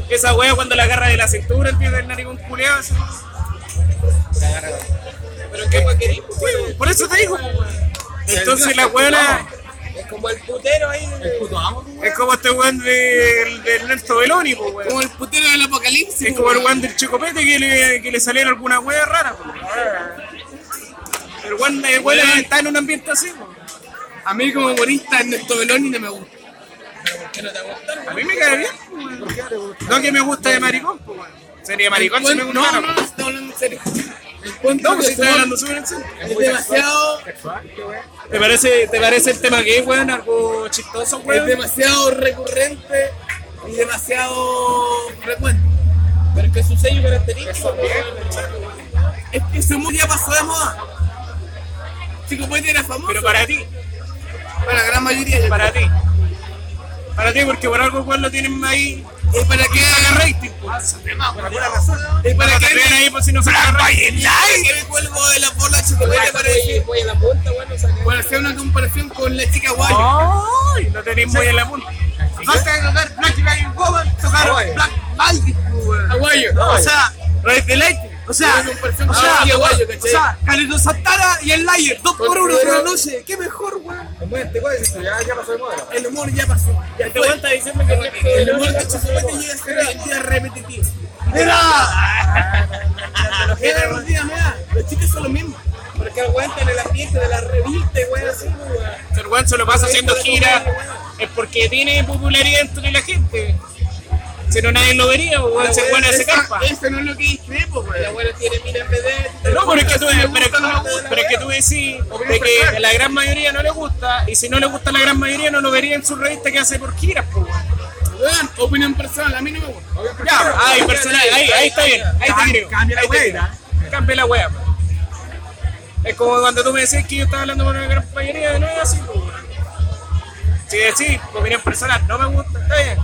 S2: Esa wea cuando la agarra de la cintura, el tío del narigón culeado. así.
S3: Pero qué paquerín,
S2: pues, Weón, Por eso te digo. po, weón. Entonces la weona
S3: Es como el putero ahí.
S2: es como este weón del, del Nelson Beloni, po, weón.
S3: Como el putero del apocalipsis.
S2: Es como el weón del Chocopete que le, que le salieron alguna wea rara. po. pues, El weón, el weón está en un ambiente así. pues. po.
S3: A mí como humorista Ernesto Beloni no me gusta.
S2: A mí me cae bien. po, weón. No que me gusta de maricón. po, weón. Sería maricón si me
S3: no, no,
S2: gustara. pues.
S3: no,
S2: po.
S3: estoy hablando en serio.
S2: No, pues si estoy
S3: estoy
S2: hablando súper en serio.
S3: Es demasiado,
S2: ¿Te parece, ¿Te parece el tema gay, weón? Algo chistoso,
S3: es
S2: weón.
S3: demasiado recurrente y demasiado frecuente. Pero que su sello característico es que ese humor ya pasó de moda. Chico Puente era famoso.
S2: Pero para ti.
S3: para la gran mayoría. yo
S2: Para ti. Para ti, porque por algo igual lo tienen ahí.
S3: creo. ¿Y para qué haga rating?
S2: Y para que vean ahí, pues si no se
S3: que me cuelgo de la bola Chico Puente para decir? Para hacer una comparación con la chica guay.
S2: ¡Ay! Lo tenéis muy en la punta.
S1: Basta de tocar Black Lives Woman, tocar Black Magic, weón.
S3: Aguayo.
S1: O sea,
S2: Red de Light. Ah,
S1: o sea, o sea,
S3: Aguayo, aguayo,
S1: o
S3: ¿cachai?
S1: sea, Carlos Santana y el Layer, dos por uno de la noche, qué mejor, weón.
S3: El humor ya pasó. Ya te cuenta diciendo que el humor de Chupete llega a ser una identidad repetitiva.
S1: Mira,
S3: Era rutina, mira. Los chistes son los mismos. Por
S1: Pero que aguantan el ambiente de las revistas, weón, así, weón.
S2: El weón se lo pasa haciendo giras es porque tiene popularidad entre la gente. Si no, nadie lo vería, weón. Se weón hace carpa.
S3: Eso no es lo que discrepo,
S1: La
S3: weón.
S1: weón tiene mil en vez de. este.
S2: No, pero es que tú, pero, pero es que tú decís de que a la gran mayoría no le gusta, y si no le gusta a la gran mayoría, no lo vería en su revista que hace por giras, po, weón.
S3: Weón, opinión personal, a mí no me gusta.
S2: Ya, ahí, personal, ahí, ahí está bien, ahí te creo.
S6: Cambia la
S2: ahí te
S6: wea.
S2: creo. Cambia la wea. po. Es como cuando tú me decís que yo estaba hablando con una gran mayoría de no es así. po, weón. Si decís, opinión personal, no me gusta, está bien.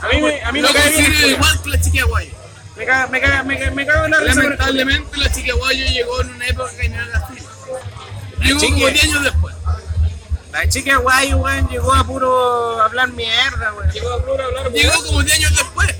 S2: A mí, me- a mí
S3: Lo
S2: me cae bien.
S3: considero
S2: po, weón.
S3: igual que la chica guay.
S2: Me caga, me caga, me caga, me cago en la risa. con el-
S3: Lamentablemente la chica guayo llegó en una época que no era así. Llegó como 10 años después.
S2: La chica guay, weón, llegó a puro hablar mierda, weón.
S3: Llegó como 10 años después.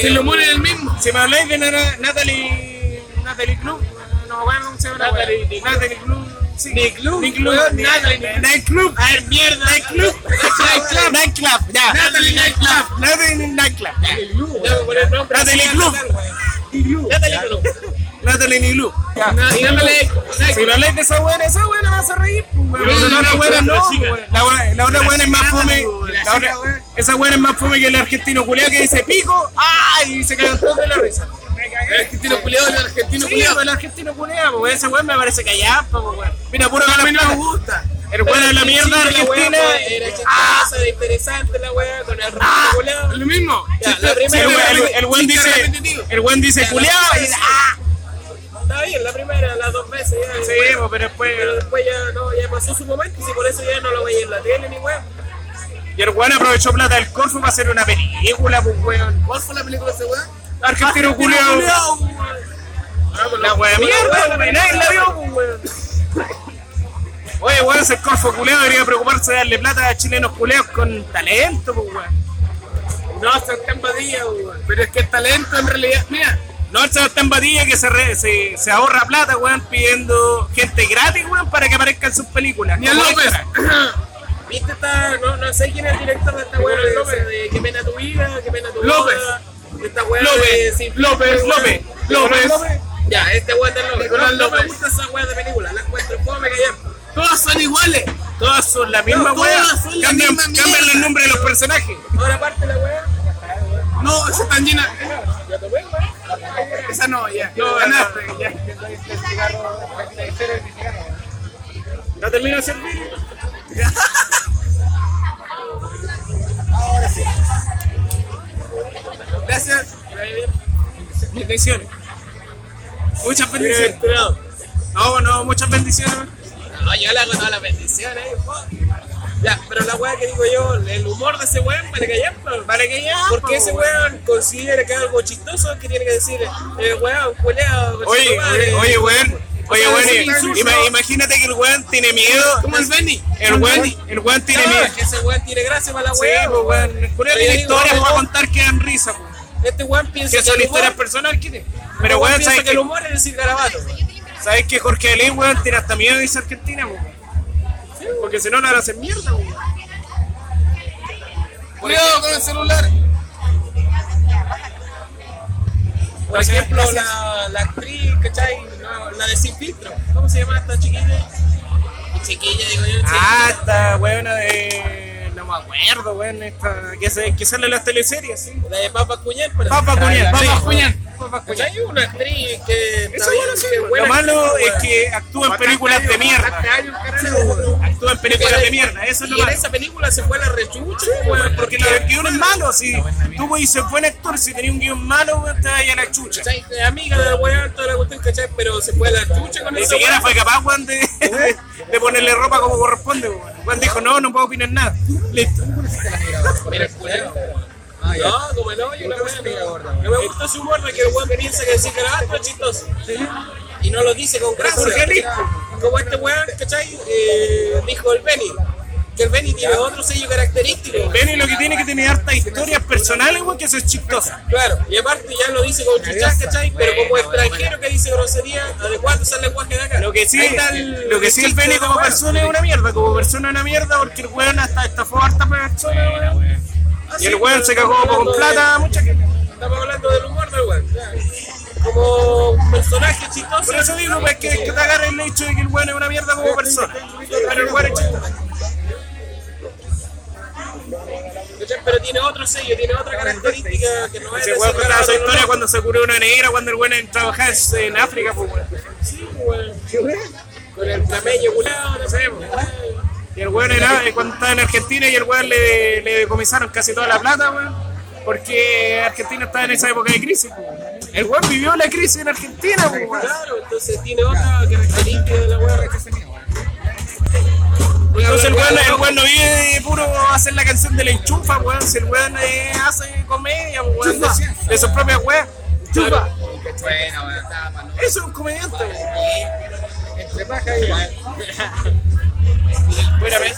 S3: Si lo muere el mismo.
S2: Si me habláis de Nara- Natalie, Natalie Club, no me acuerdo cómo se llama. Natalie, Natalie Club. Sí. Ni club, ni club, Natalie, Night Club, a ver, mierda, Night Club, Night Club, Night Club, ya, Natalie Night Club, Natalie Night Club, ya.
S1: pues,
S2: Natalie Club, Natalie Ni Club, ya. Si me habláis de esa buena, esa buena me hace reír, pues, weón. Pero la otra buena no, weón. la buena- la otra buena es más fome, la otra- esa buena es más fome que el argentino culiao que dice pico, ay, y se cae todo de la risa.
S3: Argentino culiado, el argentino
S2: Sí,
S3: culiado.
S2: pues, el argentino culea, pues ese weón me parece callar, pues weón. Mira, puro que no me gusta. El weón de la pues, mierda argentina. Ah.
S1: Era chistosa, era interesante la weá, con el rato volado.
S3: Lo mismo.
S1: Ya,
S3: Chiste-
S1: la
S2: Sí,
S1: primera
S2: el
S1: weá.
S2: weón- el weón
S3: chiste
S2: dice,
S3: repetitivo.
S2: el weón dice culeado y ah,
S1: Está bien, la primera, las dos veces ya.
S2: sí,
S1: weón.
S2: pues, pero después.
S1: Pero después ya no, ya pasó su momento y si por eso ya no lo veía en la tele ni weá.
S2: Y el weón aprovechó plata del Corfo para hacer una película, pues weón.
S3: ¿Cuál fue la película de ese weón?
S2: Argentino culeado. La wea mierda, weón, nadie la vio, pues, weón. Oye, weón, ese Corfo culeado debería preocuparse de darle plata a chilenos culeados con talento, pues weón.
S1: No, son tan badillas, weón.
S3: Pero es que el talento en realidad. Mira,
S2: No, el Sebastián Badilla que se, re- se, se ahorra plata, weón, pidiendo gente gratis, weón, para que aparezcan sus películas.
S3: ni el
S2: Como
S3: López.
S2: extra.
S1: Viste esta, no, no sé quién es el director de esta weá de, de, Qué pena tu vida, qué pena tu vida.
S2: López.
S1: Esta weá de
S2: López,
S1: Sin
S2: López,
S1: Filtro,
S2: López,
S1: weón.
S2: López.
S1: Ya, este weón de López.
S3: Nicolás
S1: No, no me
S3: López.
S1: gusta esa weá de película, la encuentro fome que ya.
S3: Todas son iguales.
S2: Todas son la misma,
S3: No,
S2: weón.
S3: todas son la
S2: Cambian,
S3: misma mierda.
S2: cambian los nombres de los personajes.
S1: Ahora parte la weá.
S3: No, esa tan llena. Esa no, ya. Ganaste.
S2: No termino de servir.
S3: Gracias.
S2: Bendiciones. Muchas bendiciones. No, no, muchas bendiciones.
S1: No, yo le hago todas las bendiciones, eh, po. Ya, pero la weá que digo yo, el humor de ese weón, para que ya, po.
S2: Para que ya.
S1: Porque
S2: po,
S1: ese weón considera que es algo chistoso que tiene que decir, eh, weón, culeado,
S2: Oye, oye, oye, weón. Oye,
S1: sea,
S2: weón,
S1: es un
S2: ima-
S1: insulto.
S2: ima- imagínate que el weón tiene miedo.
S3: Como el Benny.
S2: El weón, el weón tiene
S1: No,
S2: miedo.
S1: es Ah, que ese weón tiene gracia para la
S2: Sí,
S1: weá.
S2: pues,
S1: po.
S2: weón. El culiao
S1: Pero yo
S2: tiene
S1: digo, este
S2: historias
S1: weón,
S2: para contar que dan risa, weón.
S1: Este weón piensa
S2: que
S1: que
S2: son
S1: el
S2: historias
S1: humor,
S2: personales que tiene.
S1: pero
S2: Pero weón,
S1: piensa
S2: ¿sabes
S1: que
S2: que,
S1: el humor es decir garabato. weón.
S2: ¿sabes que Jorge Alén, weón, tiene hasta miedo de irse a Argentina, weón? Porque si no, lo van a hacer mierda, weón.
S3: Cuidado con el celular.
S1: Por ejemplo, la, la actriz, ¿cachai? No, la de Sin Filtro. ¿Cómo se llama esta chiquilla? Chiquilla, digo yo.
S2: Ah, esta weona de... No me acuerdo, weón, esta... Que, se... que sale en las teleseries, sí.
S1: La de Papa Cuñal, pero.
S2: Papa Cuñal, Papa Cuñal.
S1: Hay una actriz que.
S2: Esa
S1: bien,
S2: weona sí,
S1: que
S2: weón.
S1: buena
S2: Lo malo
S1: actriz,
S2: es que actúa en películas de mierda. Actúa en películas de mierda, eso es lo
S1: Y en
S2: malo.
S1: esa película se fue la rechucha, weón,
S2: Porque
S1: porque
S2: lo del guión es malo, si tú puedes ser buen actor, si tenías un guión malo, weón, te vayas a la chucha.
S1: ¿cachai? Es Amiga del weón, toda la cuestión, ¿cachai? Pero se fue a la chucha con
S2: Ni
S1: esa
S2: siquiera
S1: weón.
S2: fue capaz, weón, de, de ponerle ropa como corresponde, weón. Juan dijo, no, no puedo opinar nada. Listo.
S1: Mira, el culiao, weón.
S2: Ah,
S1: No, como no, yo la weón, no, no me gustó su humor de que el weón piensa que decir garabato es chistoso. Y no lo dice con gracia.
S2: Jorge Rico.
S1: Como este weón, ¿cachai? Eh, dijo el Benny. Que el Benny tiene otro sello característico. weón.
S2: Benny lo que tiene que tener hartas historias personales, weón, que eso es chistoso.
S1: Claro, y aparte ya lo dice con chuchas, ¿cachai? Pero como extranjero que dice grosería, adecuado es el lenguaje de acá.
S2: Lo que sí, eh,
S1: Ahí está el-
S2: lo que sí el
S1: chiste
S2: Benny
S1: de la
S2: como
S1: weá.
S2: persona es una mierda, como persona es una mierda, porque el weón hasta estafó a hartas personas, weón.
S1: Ah,
S2: Y
S1: sí,
S2: el weón
S1: pero
S2: se cagó
S1: estamos
S2: con
S1: hablando
S2: plata,
S1: de-
S2: mucha gente.
S1: Estamos hablando del humor del weón. ya. como un personaje chistoso.
S2: Por eso digo, pues, que, que te agarra el hecho de que el weón es una mierda como persona. Pero el weón es chistoso.
S1: ¿cachai? Pero tiene otro sello, tiene otra característica que no es.
S2: Ese weón contaba su historia cuando se curó una negra, cuando el weón trabajaba en África, pues weón.
S1: Con el flameño culado, no sé.
S2: Y el weón era, eh, cuando estaba en Argentina y el weón le, le decomisaron casi toda la plata, weón. Porque Argentina estaba en esa época de crisis, po, weón. El weón vivió la crisis en Argentina, po, weón.
S1: Claro, entonces tiene otra característica de la weá.
S2: Entonces el weón, el weón no vive de puro hacer la canción de la enchufa, weón. Si el weón eh, hace comedia, po, weón, de, de sus propias weas. Chupa. Eso es un comediante, weón.
S1: Espérame.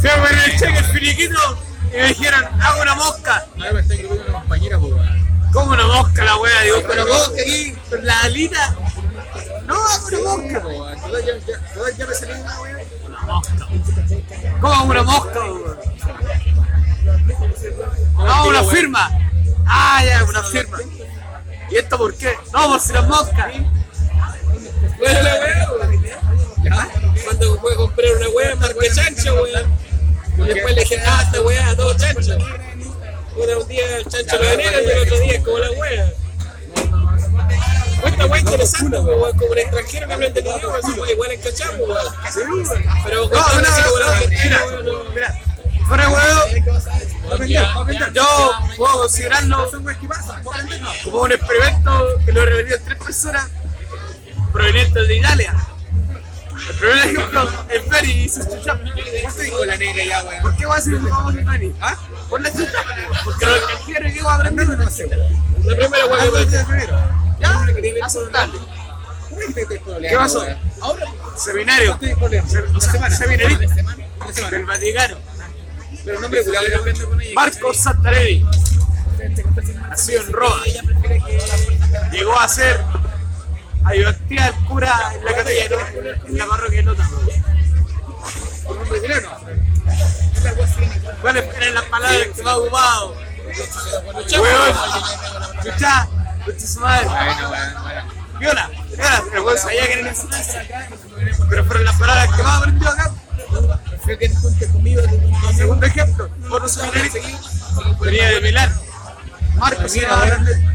S2: Si a el cheque el finiquito y me dijeron, hago una mosca.
S7: Ahora me estoy escribiendo una compañera, pues, weón.
S2: ¿Cómo una mosca la wea? Digo, pero
S7: Pero
S2: ¿cómo?
S7: vos querís con la alita. No, hago una mosca,
S2: pues,
S7: po, weón. Todas ya- ya- todas ya me salieron una weón.
S2: ¿Cómo hago una mosca? weón? No, una firma. Ah, ya, una firma. ¿Y esto por qué? No, por si las moscas.
S1: Bueno, la weá, weón. Cuando fue a comprar una weá, marca chancho, weón. Y después le dije, ah, esta weá, todo chancho. Una- un día el chancho lo venera y el otro día es como la weá. Esta weá interesante, weón. Como un extranjero que aprende el idioma, así, weón, igual encachamos, weón. Pero weón,
S2: no,
S1: así como la
S2: no,
S1: Argentina,
S2: mira.
S1: weón, no.
S2: Fuera, weón.
S1: Ya,
S2: Yo puedo considerarlo como un experimento que lo realizaron tres personas provenientes de Italia. El primer ejemplo, el Ferry y su chucha. ¿Por qué digo la negra ya, weón? ¿Por qué voy a decir que vamos a Ferry? ¿Ah? Por la chucha. Porque lo que quiero y que voy a aprender no sé.
S1: La primera weá que me
S2: ¿Ya? Aceptable. ¿Qué pasó? Seminario. Seminarista. Del Vaticano.
S7: Pero el nombre culiao que no aprendo con ella.
S2: Marco Santarelli. Nació en Roma. Llegó a ser ayudante al cura en la capilla de Lota- en la parroquia de Lota. ¿Cuáles eran las palabras que más ocupado? Huevón. Chucha. Chucha su madre. Viola. Viola. Pero bueno, sabía que era inocente. Pero fueron las palabras que más aprendió acá. Como segundo ejemplo, por los venía de Milán. Marcos era grande.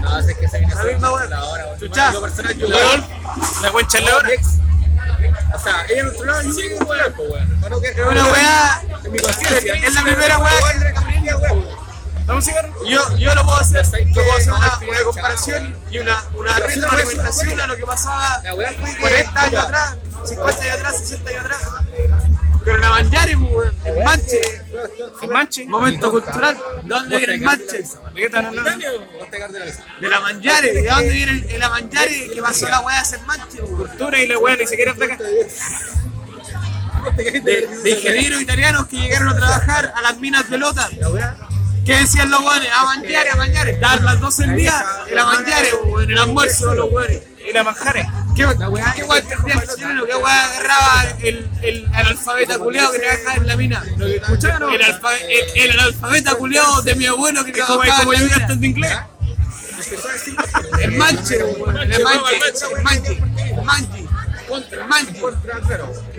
S7: No, sé que se viene a
S2: La misma weá.
S7: la hora, weón.
S2: Chuchá.
S7: Yo personal, yo-
S2: Weón. La concha de la hora.
S7: O sea, ella no lado, yo sí, weón, po, weón. Bueno, que-
S2: Una weá.
S7: mi conciencia.
S2: Es la primera weá.
S7: Igual de Gabriela, weón.
S2: Yo, yo lo puedo hacer. Yo puedo hacer una, una comparación y una, una retroalimentación a lo que pasaba
S7: La weá fue que-
S2: 40 años atrás, 50 años atrás, 60 años atrás. Pero la Mangiare, weón. El manche. El manche. Momento cultural. ¿De dónde viene el manche? ¿De qué están hablando? De la Mangiare, ¿de dónde viene el, el Mangiare que pasó la weá hace manche? Cultura y la weá ni siquiera está acá. De, de ingenieros italianos que llegaron a trabajar a las minas de Lota. ¿Qué decían los weones? A mangiare, a mangiare. Dar las 12 el día, el a mangiare, weón, el almuerzo de los weones. El a mangiare. ¿Qué qué weón entendía el chileno? ¿Qué weón agarraba el, el analfabeta culeado que trabajaba en la mina? ¿Lo que escucharon? El, alfa- el, el analfabeta culeado de mi abuelo que trabajaba como yo de inglés. El manche, weón, el manche, el manche, el manche, el manche, el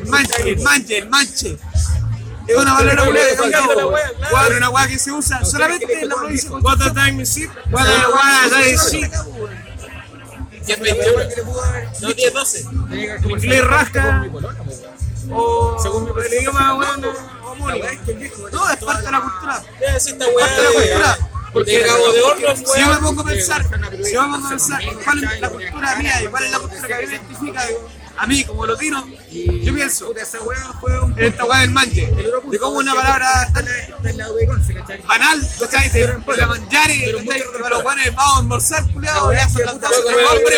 S2: manche, el manche, el manche. Es una palabra culiada que cambiamos. Weón, una weá que se usa solamente en la provincia. What the time is it? What the time is it?
S1: Ya es 21. No, 10, 12.
S2: Inglés rasca. O según el idioma, weón, homónimo. No, es parte de la cultura.
S1: Ya es esta weá
S2: Parte de la cultura.
S1: de, de Cabo de Hornos,
S2: Si yo
S1: weón.
S2: me pongo a pensar, si yo me pongo a pensar en cuál es la cultura mía y cuál es la cultura que a mí me identifica a mí como latino, yo pienso en esta weá del manche, de cómo una palabra tan banal, ¿cachai? De la manjare, ¿cachai? De los weones vamos a almorzar, culiado, ya son las 12 del hombre,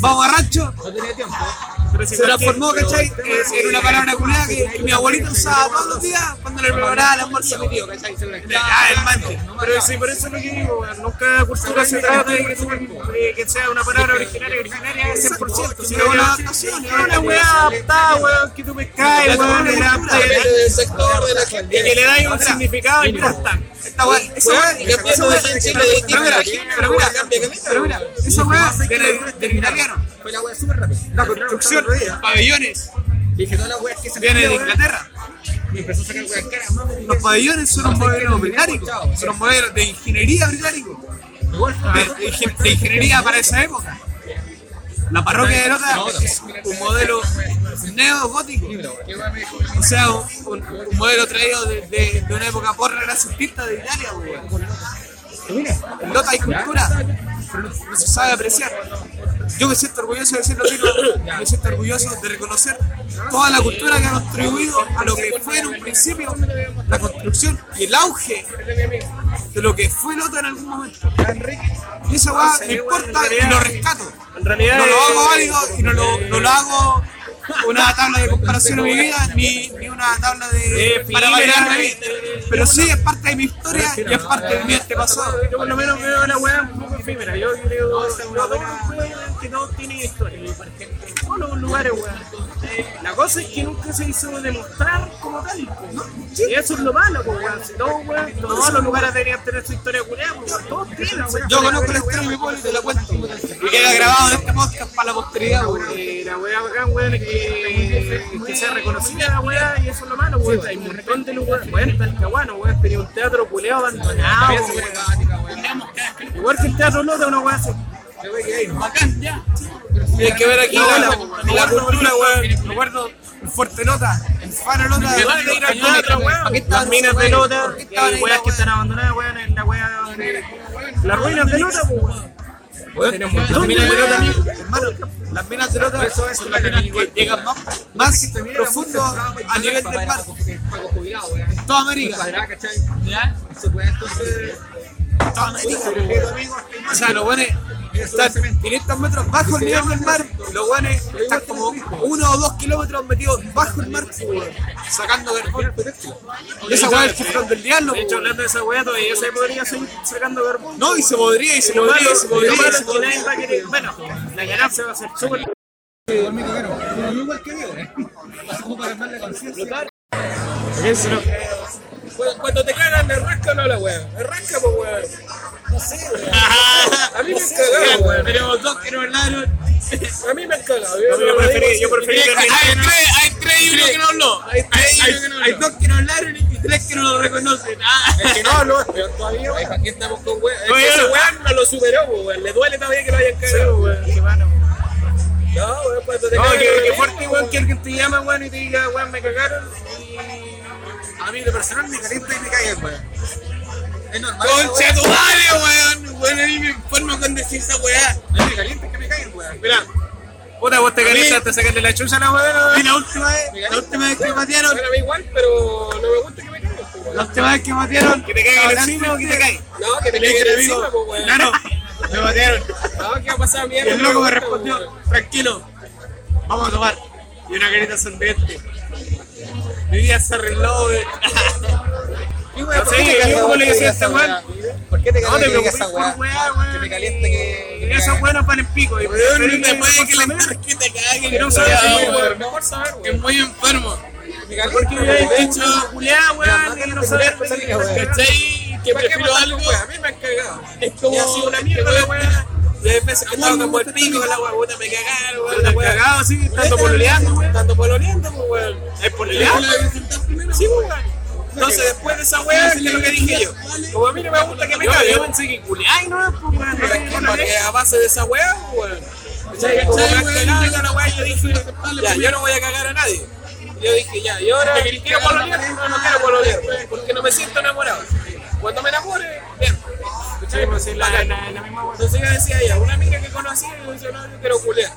S2: vamos a rancho, se transformó, ¿cachai? Eh, Era una palabra culiada que, que mi abuelita usaba todos los días cuando le preparaba el almuerzo a mi tío, ¿cachai? Ah, el manche. Pero sí, por eso es lo que digo, nunca cultura se trata de que, sea una palabra originaria, originaria 100%, sino una adaptación, es una weá adaptada, weón, que tú me caes, weón, y la adaptas
S1: Depende del sector, de la gente.
S2: y que le dais un significado y ya está.
S3: Esta weá, esa weá,
S15: Y cambiando de aquí en Chile de
S3: Pero mira, pero mira, pero mira, esa weá del- del italiano.
S15: Fue la wea súper rápida.
S3: La construcción,
S16: Pabellones.
S15: Dije, todas las weas que se
S3: viene de Inglaterra.
S15: Me empezó a sacar weas caras. mami.
S3: Los pabellones son un modelo británico, son un modelo de ingeniería británico, de, de ingen- de ingeniería para esa época. La parroquia de Lota es un modelo neogótico, o sea, un, un- un modelo traído de, de- de una época porra renacentista de Italia. weón. En Lota hay cultura, pero no, no se sabe apreciar. Yo me siento orgulloso de decirlo, chicos, me siento orgulloso de reconocer toda la cultura que ha contribuido a lo que fue en un principio la construcción y el auge de lo que fue Lota en algún momento. Y esa weá me importa y lo rescato.
S2: En realidad,
S3: No lo hago
S2: eh,
S3: válido y no lo, no lo hago una tabla de comparación a mi vida, ni, ni una tabla de para valorarme a mí. Pero sí es parte de mi historia y es parte de mi antepasado.
S2: Yo por lo menos veo la weá un poco efímera. Yo creo que una weá que todos tienen historia. y por ejemplo, En todos los lugares, weá. Eh, La cosa es que nunca se hizo demostrar como tal. po, weón. Y eso es lo malo, po, weón. Si todos, weón, todos los lugares deberían tener su historia culiada, weón. Todos tienen. weón.
S3: Yo conozco la historia de mi pueblo y te la cuento. Y queda grabado en este podcast para la posteridad. weón.
S2: Eh, La weá acá, weón, es que, que sea reconocida la weá y eso es lo malo, weón. Hay un montón de lugares. Weón, está el Caguano, weón, tenía un teatro culeado abandonado. weón. Igual que el Teatro Lota, una weá así.
S3: Tienes que ver aquí la, la cultura, weón. Me acuerdo en Fuerte Lota, en Faro Lota. de ir al teatro, weón. ¿Por qué
S2: Las
S3: estaban
S2: minas
S3: ahí,
S2: de
S3: weón?
S2: Lota,
S3: ¿Por qué
S2: y
S3: estaban
S2: hay
S3: ahí,
S2: weas que
S3: weón?
S2: están abandonadas, weón, en la wea. Las ruinas de Lota, pues, weón.
S3: Las minas de Lota, hermano, las minas de Lota son las minas que llegan más, más profundo a nivel del mar. En Toda América.
S2: Pues,
S3: En Toda América. O sea, los buenos están 500 metros bajo el nivel del mar. Los buenos están como uno o dos kilómetros metidos bajo el mar, sacando carbón. Y esa weá es el chiflón del diablo.
S2: De hecho, hablando de esa wea, todavía se podría seguir sacando carbón.
S3: No, y se podría, y se
S2: Lo
S3: podría,
S2: malo-
S3: y se
S2: lo
S3: podría.
S2: malo
S3: y
S2: es
S3: se
S2: que
S3: podría.
S2: nadie va a querer- Bueno, la ganancia va a ser súper.
S15: Cu- Cuando te cagan, me rasca o no la wea. Me rasca, pues wea. A mí me han cagado, wea.
S3: Tenemos dos que no hablaron.
S15: A mí me han cagado. Yo,
S2: Yo
S15: no digo-
S2: preferí, yo preferí
S3: Hay tres, hay tres y uno que no habló. Hay tres y uno que no habló. Hay dos que no hablaron y tres que no lo reconocen. Ah.
S15: Es que no, no, pero todavía, weón. Aquí estamos con weón. Es que ese weón no lo superó, pues, weón. Le duele todavía que lo hayan cagado, weón. No, weón, cuando te
S2: No,
S15: cagan.
S2: que, que
S15: weón.
S2: fuerte, weón, que alguien te llama, weón, y te diga, weón, me cagaron.
S3: A mí lo personal me calienta y me cae, weón. Es normal.
S1: Concha tu madre, weón. Bueno, a mí me informa cuando decís esa weá.
S3: A mí me calienta que me caigan, weón.
S2: Mira. Puta, vos te calientas hasta sacarle la chucha a la
S3: Y
S2: weón.
S3: la última vez, la última vez que matearon,
S15: Bueno, a mí igual, pero no me gusta que me caguen, pues, weón.
S3: la última vez que matearon, que te caigan encima o que te caigan.
S15: No, que te caguen encima, pues, weón.
S3: Claro, me matearon.
S15: No, que va a pasar mierda.
S3: El loco me
S15: weón.
S3: respondió, tranquilo, vamos a tomar. Y una carita sonriente. Mi día se arregló, weón.
S15: Y, weón, ¿por
S2: Sí,
S15: qué te
S2: yo
S15: cagan?
S2: como le decía a esta weón.
S15: ¿Por qué te
S2: No,
S15: cagan
S2: te
S15: que diga
S2: preocupes
S15: esa
S2: por
S15: weá?
S2: weá,
S15: Que me
S2: weón.
S15: caliente que. que
S2: Y Esos
S15: cagan.
S2: buenos van en pico. Y
S1: Weón, te puede que la que te cague.
S2: Que no
S1: te
S2: sabes
S1: cague,
S2: si
S1: weón.
S2: weón.
S15: Mejor saber, weón.
S1: Es muy enfermo.
S15: Porque yo
S2: Hay
S15: he
S2: mucho culiá, weón, que no sabes.
S1: ¿Cachai? Que prefiero algo.
S15: a mí me han cagado.
S1: Es como.
S15: Ya ha sido una mierda la weá.
S1: De veces que estaba como el pico, la weá, puta, me cagaron, weón. La weá.
S2: Cagado, sí, estando pololeando, weón.
S1: Tanto pololeando, pues, weón.
S2: ¿Es pololeando?
S1: Sí, weón. Entonces, después de esa weá, es lo que dije yo.
S2: Como a mí no me gusta que me
S1: Yo-
S2: caguen.
S1: yo
S2: Yo pensé que culiá y no es, pues, weón.
S1: Porque a base de esa weá, weón.
S2: Como
S1: ¿Cachai,
S2: me
S1: weón?
S2: han cagado,
S1: Yo la weá, yo dije, ya, yo no voy a cagar a nadie. Yo dije, ya, y ahora.
S2: Que quiero pololear, no, no quiero pololear.
S1: Porque- Porque no me siento enamorado. Cuando me enamore, bien.
S2: Sí, pues, sí, la- la la misma weón.
S1: Entonces yo decía ella, una amiga que conocí, me dice, no, yo quiero culear.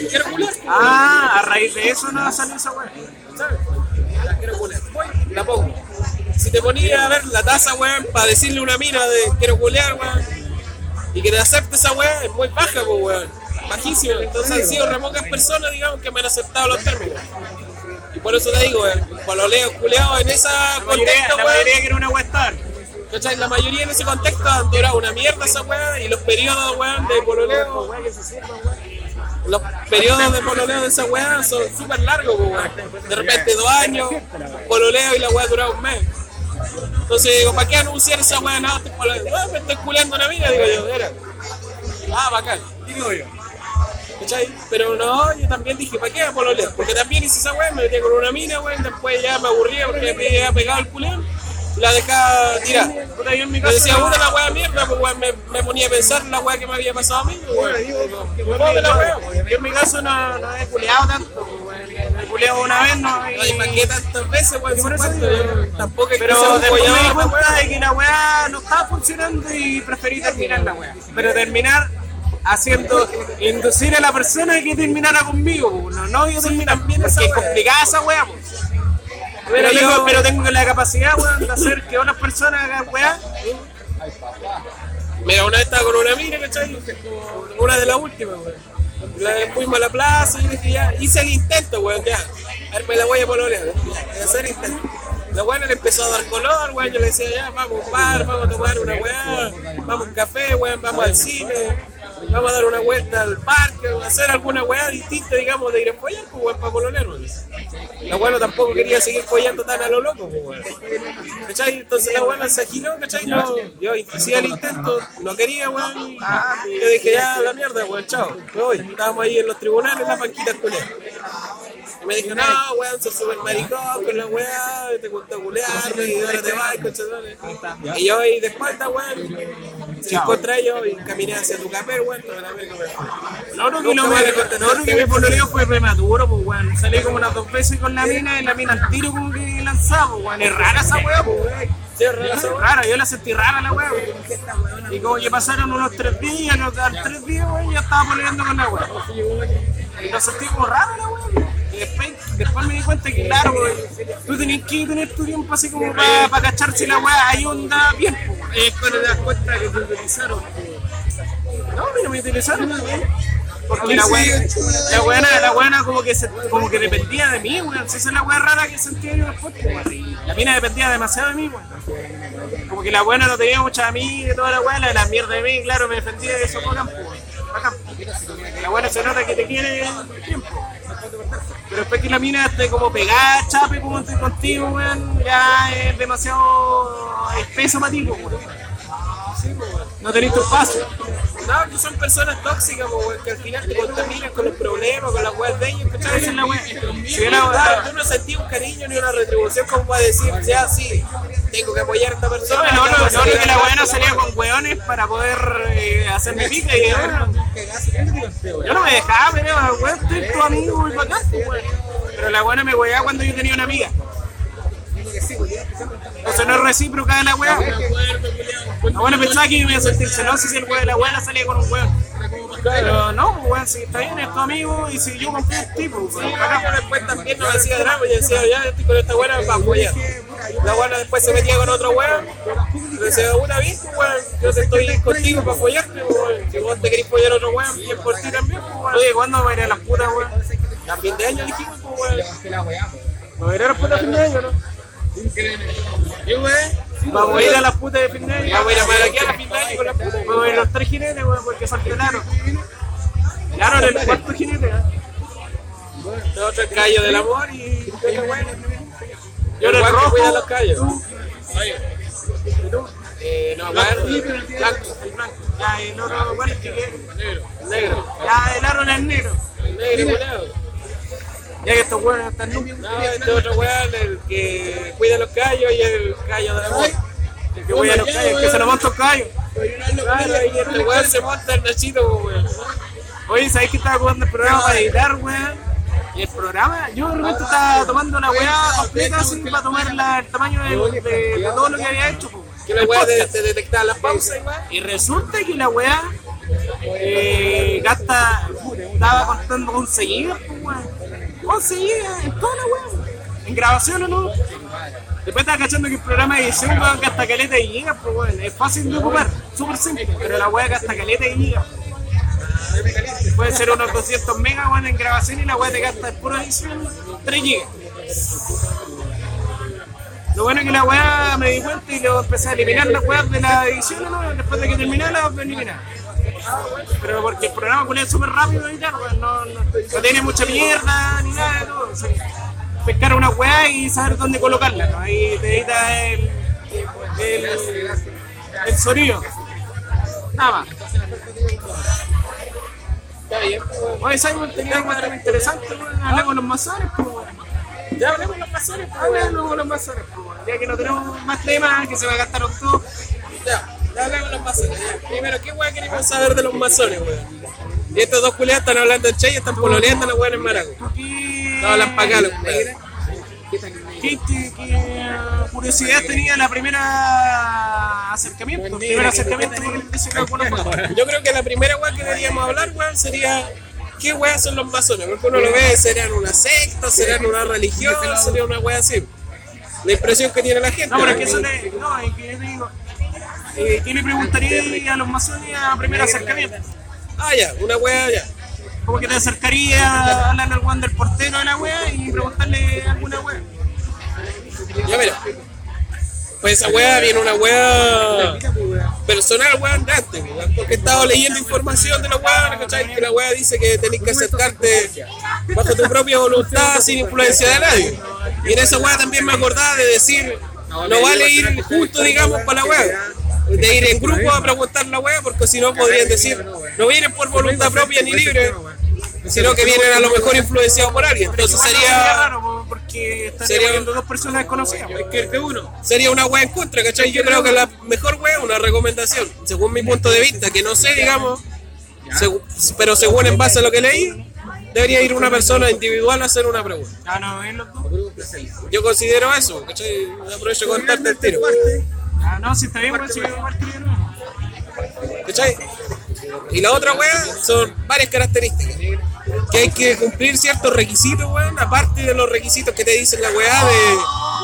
S1: Yo Quiero culear,
S2: Ah, a raíz de eso no salió esa weá.
S1: ¿sabes? La quiero culear. Voy, la pongo. Si te ponía a ver la taza, weón, para decirle a una mina de quiero culear, weón, y que te acepte esa weá, es muy baja, pues, weón. Bajísima. Entonces han sido re pocas personas, digamos, que me han aceptado los términos. Y por eso te digo, weón, paloleos, culeados, en esa
S2: La mayoría,
S1: contexto,
S2: la
S1: weón.
S2: mayoría que era una weá estar.
S1: ¿Cachai? La mayoría en ese contexto han durado una mierda esa weá y los periodos, weón, de pololeo. Los periodos de pololeo de esa weá son súper largos, po, weón. De repente dos años, pololeo y la weá dura un mes. Entonces digo, ¿para qué anunciar esa weá nada? Te palo- Ah, me están culeando una mina, digo yo, era. Ah, bacán. Digo yo. ¿Cachai? Pero no, yo también dije, ¿para qué pololear? Porque también hice esa weá, me metía con una mina, weón, después ya me aburría porque me había pegado el culeón y la dejaba tirar.
S2: Puta, yo en mi
S1: Me
S2: caso
S1: decía,
S2: no-
S1: puta la weá mierda, pues weón, me, me ponía a pensar en la weá que me había pasado a mí, pues, weón.
S2: Yo
S1: Pobre la wea,
S2: en mi caso no, no he culeado tanto, weón. he culeado una vez, no
S1: No, ¿y para
S2: y...
S1: qué tantas veces, weón?
S2: por
S1: Si
S2: eso
S1: cuánto,
S2: digo,
S1: yo Tampoco es que sea
S2: Pero
S1: un
S2: después me di
S1: guayabo,
S2: cuenta de que la weá no estaba funcionando y preferí terminar la weá. Pero terminar haciendo, inducir a la persona que terminara conmigo, po. no, no yo terminar, porque es complicada esa weá. po. Pero,
S1: Pero
S2: tengo,
S1: yo-
S2: pero tengo la capacidad, weón, de hacer que otras personas hagan weá.
S1: Mira, una vez estaba con una mina, ¿cachai? Una de las últimas, weón. La fuimos a la plaza y dije, ya, hice el intento, weón, ya. A ver, me la voy a pololear. Voy a hacer intento. La weá le empezó a dar color, weón. Yo le decía, ya, vamos a un bar, vamos a tomar una weá, vamos a un café, weón, vamos al cine, vamos a dar una vuelta al parque, weón, hacer alguna weá distinta, digamos, de ir a follar, pues, weón, para pololear, weón. La weá no tampoco quería seguir follando tan a lo loco, pues, weón. ¿Cachai? Entonces la weá se agiló, ¿cachai? No, yo hacía el intento, no quería, weón. y Yo dije, ya, la mierda, weón, chao. Me voy. Estábamos ahí en los tribunales, la panquita culera. Y me dijo, no, weón, sos súper maricón con la weá, te gusta culear, y ahora te vas, conchetumare". Y yo ahí de espalda, weón, sin contra ellos, y caminé hacia tu café, weón, toda la verga, weón.
S2: No, no, que no,
S1: Nunca más le conté, no,
S2: no, que mi pololeo fue prematuro, pues, weón. Salí como unas dos veces con la mina y la mina al tiro como que lanzaba, pues, weón. Es rara esa weá, pues, weón.
S1: Sí, raro,
S2: Es
S1: esa weá.
S2: rara, yo la sentí rara la weá, weón. Y como que pasaron unos tres días, los al tres días, weón, yo estaba poniendo con la weá. Y la sentí como rara la weá, weón. Y después, después me di cuenta que, claro, weón, tú tenías que tener tu tiempo así como para cachar si la weá hay onda bien, pues, weón.
S17: Es cuando te das cuenta que te utilizaron.
S2: No, a mí no me interesaron, weón. Porque la weá, la weá, la weá como que, se, como que dependía de mí, weón. Si esa es la weá rara que sentía yo después, pues, weón. La mina dependía demasiado de mí, weón. Como que la weá no tenía mucha amiga, toda la weá, la, la mierda de mí, claro, me defendía de eso por campo, weón. Bacán. La weá se nota que te quiere tiempo. Pero después que la mina esté como pegada, chape, como estoy contigo, weón, ya es demasiado espeso para ti, pues, weón. No tenés tu paso.
S1: No, que son personas tóxicas, po, weón, que al final te contaminan con los problemas, con las weas de ellos, ¿cachai?
S2: Esa es la wea.
S1: Sí,
S2: Sí, la-
S1: claro, Tú Ah, no sentí un cariño ni una retribución como para decir, ya sí, tengo que apoyar a esta
S2: No,
S1: persona.
S2: no,
S1: ya,
S2: no,
S1: pues,
S2: no, no, que la weá no
S1: la
S2: salía con weones para poder eh, hacerme pica. Y, bueno, yo no me dejaba, pero weón, estoy tu amigo y bacán, pues, weón. Pero la weá no me weá cuando yo tenía una amiga. Entonces no es recíproca de la weá. La weá no pensaba que me iba a sentir celoso si el weón, la weá la salía con un weón. Pero no, pues, weón, si está bien, es tu amigo y si yo confío en ti, pues, weón,
S1: Ah,
S2: bacán.
S1: pero después también nos hacía drama y decía, ya estoy con esta buena para apoyar. La buena después se metía con otro weón. Le decía, una vez, pues, weón, yo te estoy contigo para apoyarte, pues, weón. Si vos te querés apoyar a otro weón, bien por ti también, pues, weón.
S2: Oye, ¿cuándo va a ir a las putas, weón?
S1: También de años dijimos, pues, weón.
S2: ¿Va a ir a las putas de fin de año, no? pues,
S1: Yo, weón,
S2: Vamos a ir a las putas de fin de año.
S1: vamos a ir a maraquear a fin de año con la puta.
S2: Vamos a ir los tres jinetes, weón, porque saltearon. Claro, el cuarto jinete, ¿eh?
S1: Nosotros este el callo del amor y yo era bueno.
S2: Yo era el
S1: Igual que
S2: rojo.
S1: cuida los callos. Eh, no, blanco, blanco, el blanco,
S2: Ya, el otro, bueno, es que negro.
S1: el negro,
S2: Ya, el árbol es negro.
S1: el negro, culiao.
S2: Ya que estos weones están nunca.
S1: No, este otro weón, el que cuida los callos y el callo del amor.
S2: Que voy a los callos, que se lo monta los callos.
S1: Claro, y este weón se monta el nachito, po, weón.
S2: Oye, ¿sabés que estaba jugando el programa para editar, weón? Y el programa, yo de repente estaba tomando una weá completa así para tomar la- el tamaño de, de- de todo lo que había hecho, pues.
S1: Que la weá te, te detectaba las pausas, weón.
S2: Y resulta que la weá eh, gasta, estaba contando 11 gigas, pues, weón. 11 gigas en toda la weá, weón. en grabación o no. Después estaba cachando que el programa de edición weón, gasta caleta de gigas, pues, weón. es fácil de ocupar, súper simple, pero la weá gasta caleta de gigas. weón. Puede ser unos 200 megas weón, en grabación y la weá te gasta en pura edición 3 gigas. Lo bueno es que la weá me di cuenta y lo empecé a eliminar las weas de la edición, ¿no? Después de que terminé las voy a eliminar. Pero porque el programa culé es súper rápido de editar, weón, no, no, no tiene mucha mierda ni nada de todo. o sea, pescar una weá y saber dónde colocarla, ¿no? Ahí te edita el, el, el sonido. Nada más. Oye, Simon tenía algo tan interesante, weón. Hablemos con los masones, pues, weón. Ya hablemos con los masones, pues, weón. Hablemos con los masones, pues, weón. Ya que no tenemos más temas, que se va a gastar octubre.
S1: Ya, ya hablamos de los masones. ya. Primero, ¿qué weá queremos saber de los masones, weón? Y estos dos culiados están hablando en chay, están pololeando los weones maracos. No hablan para acá, los weones.
S2: ¿Qué, qué- qué eh, curiosidad tenía la primera acercamiento? El primer acercamiento con el diseño de alguna forma.
S1: Yo creo que la primera weá que deberíamos hablar, weón, sería qué weá son los masones. Porque uno lo ve, serían una secta, serían una religión, sería una weá así. La impresión que tiene la gente.
S2: No, pero es
S1: weón.
S2: que eso le. No, es que yo te digo. eh, ¿Qué le preguntaría a los masones a primer acercamiento?
S1: Ah, ya, una weá ya.
S2: Como que te acercaría a hablarle al weón del portero de la wea y preguntarle alguna wea.
S1: Ya mira. Pues esa weá viene una weá personal, weón, de antes, weón. Porque he estado leyendo información de la weá, ¿cachai? Que la weá dice que tenés que aceptarte bajo tu propia voluntad, sin influencia de nadie. Y en esa weá también me acordaba de decir, no vale ir justo, digamos, para la weá. De ir en grupo a preguntar la weá, porque si no podrían decir, no vienen por voluntad propia ni libre, sino que vienen a lo mejor influenciados por alguien. Entonces
S2: Sería
S1: sería
S2: raro, po, porque estaría
S1: Sería-
S2: poniendo dos personas desconocidas. po.
S1: sería una wea en contra, ¿cachai? Yo creo que la mejor wea es una recomendación, según mi punto de vista, que no sé, digamos, segu- pero según en base a lo que leí, debería ir una persona individual a hacer una pregunta.
S2: Ah, no, es los dos.
S1: Yo considero eso, ¿cachai? Aprovecho de contarte el tiro,
S2: Ah, no, si está bien, weón, si yo parte bien, no.
S1: ¿cachai? Y la otra wea son varias características. Que hay que cumplir ciertos requisitos, weón, aparte de los requisitos que te dicen la weá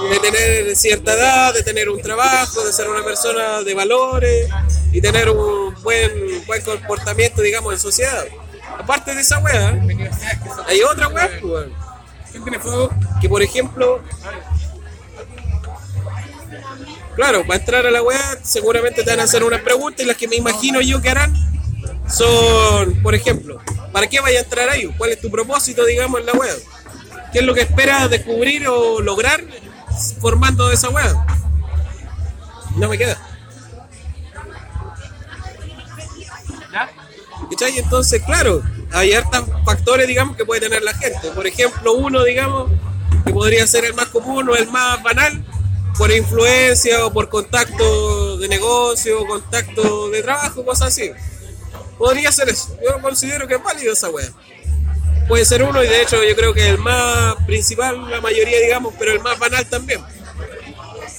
S1: de, de tener cierta edad, de tener un trabajo, de ser una persona de valores y tener un buen, buen comportamiento, digamos, en sociedad. Aparte de esa weá, hay otra weá, pues, weón, que por ejemplo... Claro, para entrar a la weá seguramente te van a hacer unas preguntas y las que me imagino yo que harán son, por ejemplo, ¿para qué vaya a entrar ahí? ¿Cuál es tu propósito, digamos, en la web? ¿Qué es lo que esperas descubrir o lograr formando esa web? No me queda. ¿Cachai? Entonces, claro, hay hartos factores, digamos, que puede tener la gente. Por ejemplo, uno, digamos, que podría ser el más común o el más banal, por influencia o por contacto de negocio, contacto de trabajo, cosas así. Podría ser eso. Yo considero que es válido esa wea. Puede ser uno y de hecho yo creo que el más principal, la mayoría digamos, pero el más banal también.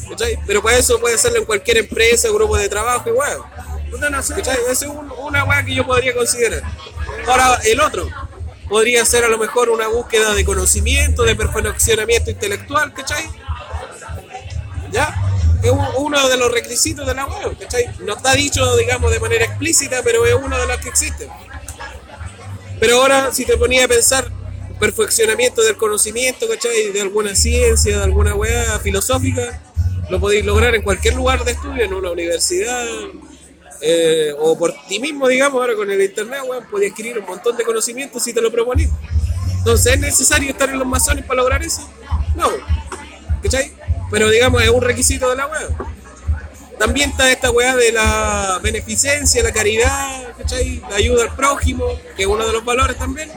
S1: ¿Cachai? Pero para eso puede hacerlo en cualquier empresa, grupo de trabajo y weá. ¿Cachai? Esa es un- una weá que yo podría considerar. Ahora, el otro podría ser a lo mejor una búsqueda de conocimiento, de perfeccionamiento intelectual, ¿cachai? ¿Ya? Es un- uno de los requisitos de la web, ¿cachai? No está dicho, digamos, de manera explícita, pero es uno de los que existen. Pero ahora, si te ponía a pensar perfeccionamiento del conocimiento, ¿cachai? De alguna ciencia, de alguna weá filosófica, lo podéis lograr en cualquier lugar de estudio, en una universidad, eh, o por ti mismo, digamos, ahora con el internet, weón, podéis adquirir un montón de conocimientos si te lo proponís. Entonces, ¿es necesario estar en los masones para lograr eso? No, ¿cachai? Pero digamos, es un requisito de la weá. También está esta weá de la beneficencia, la caridad, ¿cachai? La ayuda al prójimo, que es uno de los valores también.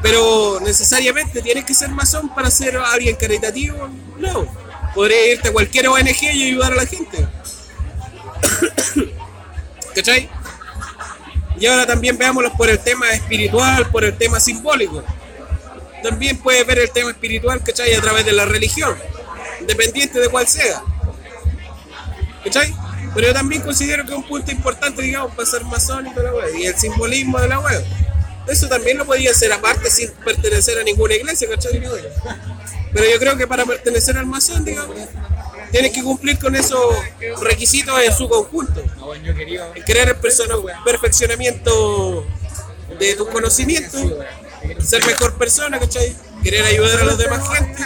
S1: Pero necesariamente tienes que ser masón para ser alguien caritativo. No, podrías irte a cualquier ONG y ayudar a la gente. ¿Cachai? Y ahora también veámoslo por el tema espiritual, por el tema simbólico también puedes ver el tema espiritual, ¿cachai? A través de la religión, independiente de cuál sea. ¿Cachai? Pero yo también considero que es un punto importante, digamos, para ser masón y toda la web, y el simbolismo de la web. Eso también lo podía hacer aparte sin pertenecer a ninguna iglesia, ¿cachai? Pero yo creo que para pertenecer al masón, digamos, tienes que cumplir con esos requisitos en su conjunto. En crear el persona- perfeccionamiento de tus conocimientos, ser mejor persona, ¿cachai? Querer ayudar a los demás gente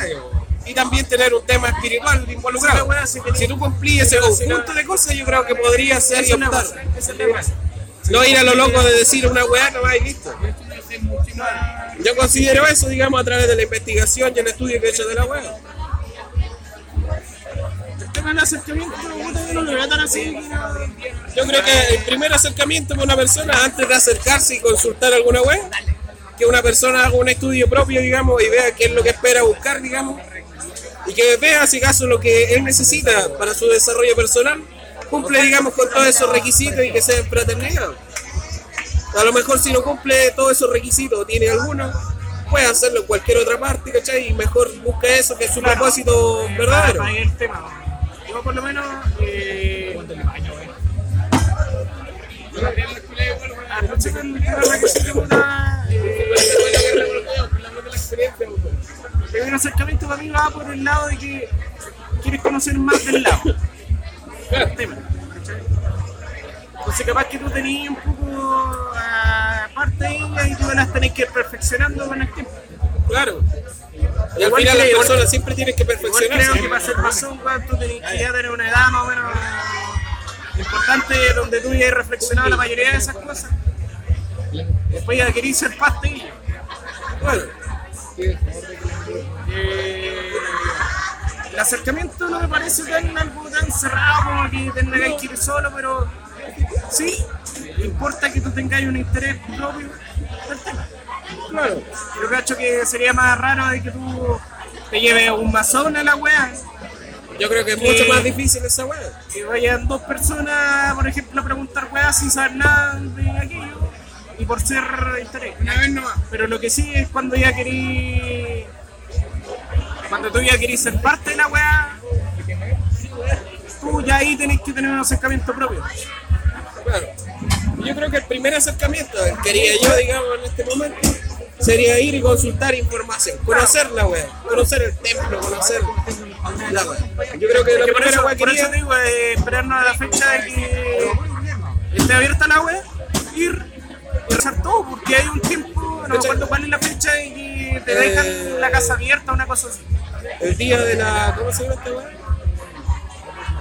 S1: y también tener un tema espiritual involucrado. Si tú cumplís ese conjunto de cosas, yo creo que podría ser y optar. No ir a lo loco de decir una weá nomás y listo. Yo considero eso, digamos, a través de la investigación y el estudio que he hecho de la weá. el tema del acercamiento, puta, yo no lo veo tan así. Yo creo que el primer acercamiento con una persona, antes de acercarse y consultar alguna web, que una persona haga un estudio propio, digamos, y vea qué es lo que espera buscar, digamos, y que vea si acaso lo que él necesita para su desarrollo personal, cumple, digamos, con todos esos requisitos y que sea en fraternidad. A lo mejor si no cumple todos esos requisitos o tiene alguno, puede hacerlo en cualquier otra parte, ¿cachai? Y mejor busca eso, que es su propósito verdadero.
S2: Ahí el tema. weón. Yo por lo menos... Eh, anoche con el tema de la que se pregunta, eh, el primer acercamiento para mí va por el lado de que quieres conocer más del lado. El tema. ¿cachai? Entonces capaz que tú tenías un poco ah, parte ahí y tú las tenés que ir perfeccionando con el tiempo.
S1: Claro. Y al
S2: Igual
S1: final las
S2: creo-
S1: personas siempre tienen que
S2: Igual creo que
S1: perfeccionarse.
S2: para ser razón, weón, tú tenés que ya tener una edad más o menos importante donde tú ya has reflexionado la mayoría de esas cosas. Después ya querís ser pastelillo.
S1: Claro.
S2: Eh, el acercamiento no me parece tan algo tan cerrado como que tengas que ir solo, pero sí, importa que tú tengas un interés propio del tema. Claro. Yo cacho que sería más raro de que tú te lleves un masón a la wea.
S1: Yo creo que es mucho más difícil esa weá.
S2: que vayan dos personas, por ejemplo, a preguntar weas sin saber nada de aquello y por ser interés. Una vez nomás. Pero lo que sí es cuando ya querís. Cuando tú ya querís ser parte de la wea, tú ya ahí tenés que tener un acercamiento propio.
S1: Claro. Yo creo que el primer acercamiento que haría yo, digamos, en este momento, sería ir y consultar información, conocer la weá, conocer el templo, conocer la weá. Yo creo que la
S2: Que por
S1: primera
S2: eso,
S1: weá que
S2: por eso
S1: haría
S2: te digo, eh, esperarnos a la fecha de que esté abierta la web, ir y rezar todo, porque hay un tiempo, no me acuerdo cuál es la fecha, y que te
S1: Eh,
S2: dejan la casa abierta, una cosa así.
S1: el día de la. ¿Cómo se llama esta weá?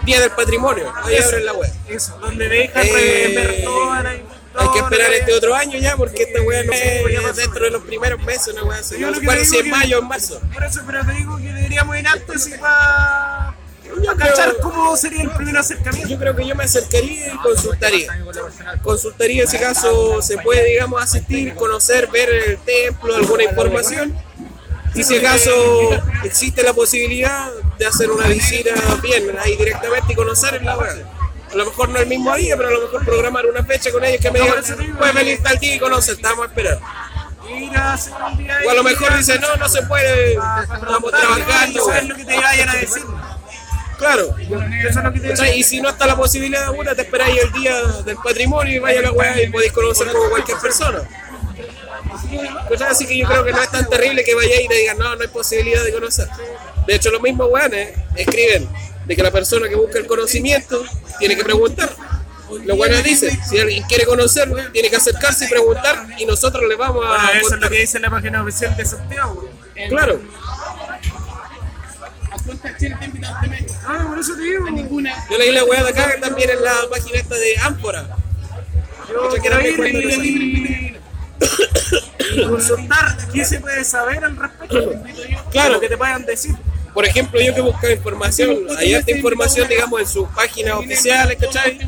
S1: Día del patrimonio. Ahí
S2: Eso.
S1: abren la weá.
S2: Eso, donde dejan
S1: Eh,
S2: ver toda la.
S1: Hay que esperar este otro año ya porque esta weá no
S2: Sí, ya
S1: es
S2: pasó.
S1: dentro de los primeros meses, una weá así.
S2: Yo
S1: No
S2: lo que
S1: recuerdo
S2: te
S1: si
S2: digo
S1: es
S2: que-
S1: mayo o en marzo.
S2: Por eso, pero te digo que deberíamos ir antes y para. cachar cómo sería el primer acercamiento.
S1: Yo creo que yo me acercaría y consultaría. Consultaría si acaso se puede, digamos, asistir, conocer, ver el templo, alguna información. Y si acaso existe la posibilidad de hacer una visita bien ahí directamente y conocer la weá. A lo mejor no el mismo día, pero a lo mejor programar una fecha con ellos que me
S2: No,
S1: digan,
S2: pero eso te digo,
S1: puedes
S2: yo-
S1: venir tal día y conocer, estamos esperando.
S2: Ir a hacer un día
S1: O a lo
S2: ahí,
S1: mejor dicen, no, no se puede, estamos trabajando.
S2: Eso es lo que te vayan a decir. Eso
S1: Claro.
S2: es lo que te
S1: ¿Cachai? Y si no está la posibilidad una, te esperáis el día del patrimonio y vaya a la weá y podéis conocer como cualquier persona. ¿Cachai? Así que yo creo que no es tan terrible que vayáis y te digan, no, no hay posibilidad de conocer. De hecho, los mismos weones escriben de que la persona que busca el conocimiento tiene que preguntar. Los weones dicen, si alguien quiere conocerlo, tiene que acercarse y preguntar y nosotros le vamos
S2: Bueno,
S1: a
S2: eso es lo
S1: contar.
S2: que dice la página oficial de Santiago.
S1: Claro.
S2: Ah, por eso te digo. Ninguna.
S1: Yo leí la weá de acá también en la página esta de Ámpora.
S2: Yo
S1: Yo quiero
S2: quiero
S1: ver cuándo lo
S2: ir y consultar qué se puede saber al respecto.
S1: Claro.
S2: Lo que te puedan decir.
S1: Por ejemplo, yo que buscaba información, hay harta información, digamos, en sus páginas oficiales, ¿cachai?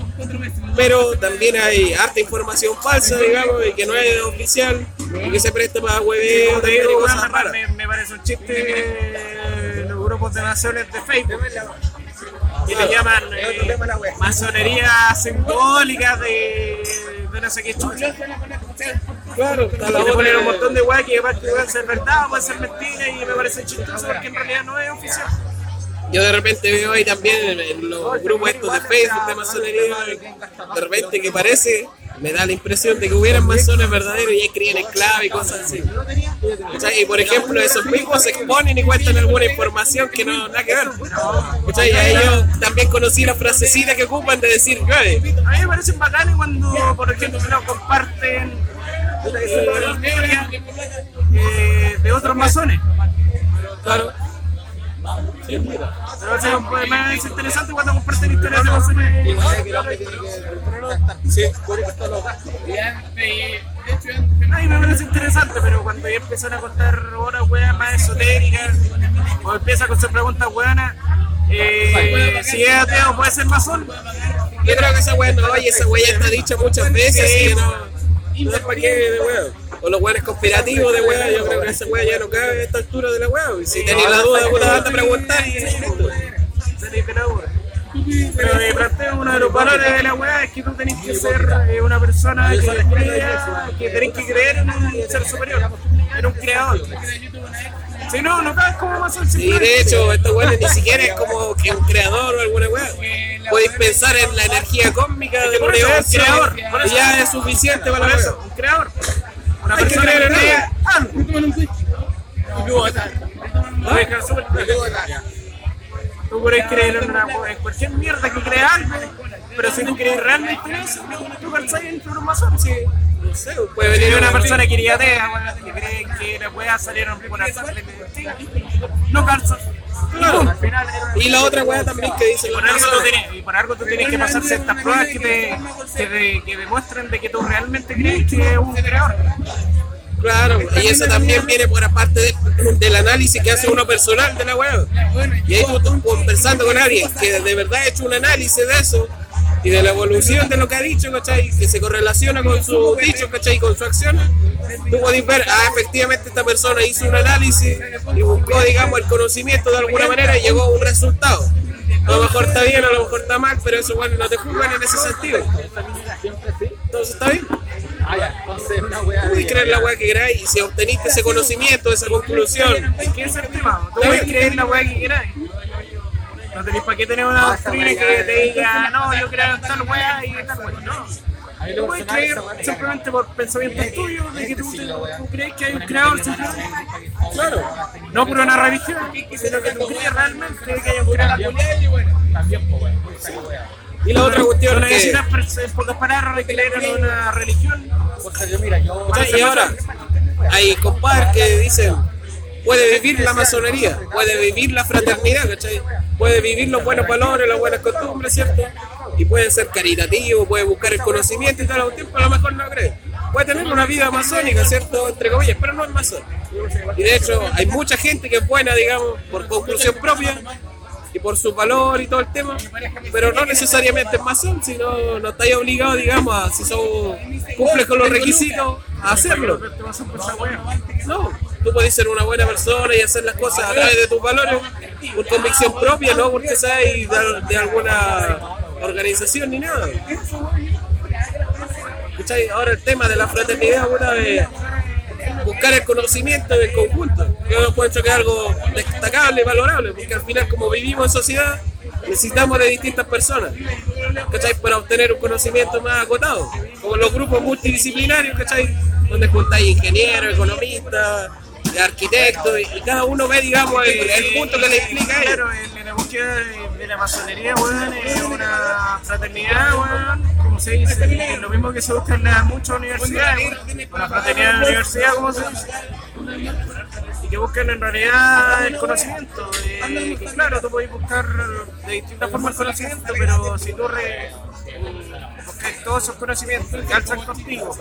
S1: Pero también hay harta información falsa, digamos, y que no es oficial, y que se presta para hueveo,
S2: Como te digo,
S1: también y
S2: weón,
S1: cosas
S2: me-
S1: raras.
S2: me, me parece un chiste eh, los grupos de masones de Facebook. Que le llaman eh, masonería simbólica de, de no sé qué chucha.
S1: Claro, está
S2: Y
S1: la
S2: te
S1: otra
S2: ponen un
S1: de-
S2: montón de weas que aparte pueden ser verdad, pueden ser mentira y me parece chistoso porque en realidad no es oficial.
S1: Yo de repente veo ahí también en, en los grupos estos de Facebook de masonería, de repente que parece, me da la impresión de que hubieran masones verdaderos y ahí crían en clave y cosas así. ¿Cachai? Y por ejemplo, esos mismos se exponen y cuentan alguna información que no nada que ver. ¿Cachai? Y ahí yo también conocí la frasecita que ocupan de decir, "Güey,
S2: A mí me parecen bacanes cuando, por ejemplo, no comparten eh, historias, eh, de otros masones.
S1: claro,
S2: Me parece un poco más interesante cuando comparten historias de masones. Ay, me parece interesante, pero cuando ya empiezan a contar horas weas más esotéricas, o empiezan a hacer preguntas weanas, Eh, si es ateo, puede ser masón.
S1: Yo creo que esa weá no, y esa weá ya está dicha muchas veces, así que no. No es para qué de weá. O los weones conspirativos de weá, yo creo que esa weá ya no cabe a esta altura de la weá. Y si tenéis la duda, puta, vas a preguntar. y-
S2: Pero me planteo uno de los valores de la weá es que tú tenés que ser eh, una persona que crea, que tenés que creer en un ser superior, en un creador. Si no, no caes como masón
S1: Y
S2: simplemente.
S1: de hecho, estos weones ni siquiera es como que un creador o alguna weá.
S2: Eh,
S1: Podéis pensar en la energía cósmica de un
S2: por eso
S1: creador,
S2: es creador, por eso-
S1: ya es suficiente para
S2: Por
S1: la
S2: eso,
S1: weá.
S2: un creador. Una
S1: Hay que
S2: persona
S1: creer
S2: que
S1: en
S2: crea.
S1: ¿no?
S2: Deja súper claro. Tú podés creer en, una, en cualquier mierda que creas, pero si no crees realmente en eso, tú calzáis en tu masón. Si
S1: No sé, puede
S2: Tiene
S1: venir
S2: una persona
S1: que.
S2: que iría atea, weón, que cree que las weas salieron por azar del destino. No calzas.
S1: Claro.
S2: Al final era una-
S1: Y la otra weá también que dice
S2: Y
S1: la
S2: por algo
S1: persona-
S2: tú tienes, y por algo tú tienes que pasar ciertas pruebas que te, que te- que demuestren de que tú realmente crees que es un creador.
S1: Claro, y eso también viene por aparte de- del análisis que hace uno personal de la web. Y ahí tú, tú conversando con alguien que de verdad ha hecho un análisis de eso y de la evolución de lo que ha dicho, ¿cachai? Que se correlaciona con su dicho, ¿cachai? Y con su acción. Tú puedes ver, ah, efectivamente esta persona hizo un análisis y buscó, digamos, el conocimiento de alguna manera y llegó a un resultado. A lo mejor está bien, a lo mejor está mal, pero eso, bueno, no te juzgan en ese sentido. Entonces, ¿está bien? Puedes creer la weá que queráis y si obteniste ese conocimiento, esa conclusión.
S2: Es que ese es el tema. Tú puedes creer la weá que quieras. No tenéis para qué tener una
S1: Ah,
S2: doctrina que te diga, no, yo creo en tal weá y tal weá. No. Tú puedes creer simplemente por pensamientos tuyos de que
S1: este
S2: tú, te- tú crees que hay un creador simplemente.
S1: Claro.
S2: No por una religión, sino que tú crees realmente que hay un creador.
S1: Y la otra
S2: No
S1: cuestión es que,
S2: necesitas, pers- en pocas palabras, creer en una religión.
S1: Ah, y ahora, hay compadres que dicen, puede vivir la masonería, puede vivir la fraternidad, ¿cachai? Puede vivir los buenos valores, las buenas costumbres, ¿cierto? Y puede ser caritativo, puede buscar el conocimiento y todo el tiempo, a lo mejor no cree. Puede tener una vida masónica, ¿cierto? Entre comillas, pero no es masón. Y de hecho, hay mucha gente que es buena, digamos, por conclusión propia y por su valor y todo el tema, pero no necesariamente es masón, sino no estáis obligados, digamos, a, si son, cumples con los requisitos, a hacerlo. No, tú puedes ser una buena persona y hacer las cosas a través de tus valores, por convicción propia, no porque seas de, de alguna organización ni nada. ¿Cachai? Ahora el tema de la fraternidad, una vez buscar el conocimiento del conjunto. Yo encuentro que es algo destacable y valorable, porque al final, como vivimos en sociedad, necesitamos de distintas personas, ¿cachai? Para obtener un conocimiento más acotado, como los grupos multidisciplinarios, ¿cachai? Donde juntáis ingenieros, economistas, arquitectos, y y cada uno ve, digamos, el, el punto que le implica a ellos.
S2: Claro, en, en la búsqueda de, de la masonería, weón, es una fraternidad, weón, como se dice, es lo mismo que se busca en las muchas universidades, weón, la fraternidad de la universidad, como se dice, y que buscan en realidad el conocimiento, eh, que claro, tú puedes buscar de distintas formas el conocimiento, pero si tú re, buscas todos esos conocimientos que alzan contigo,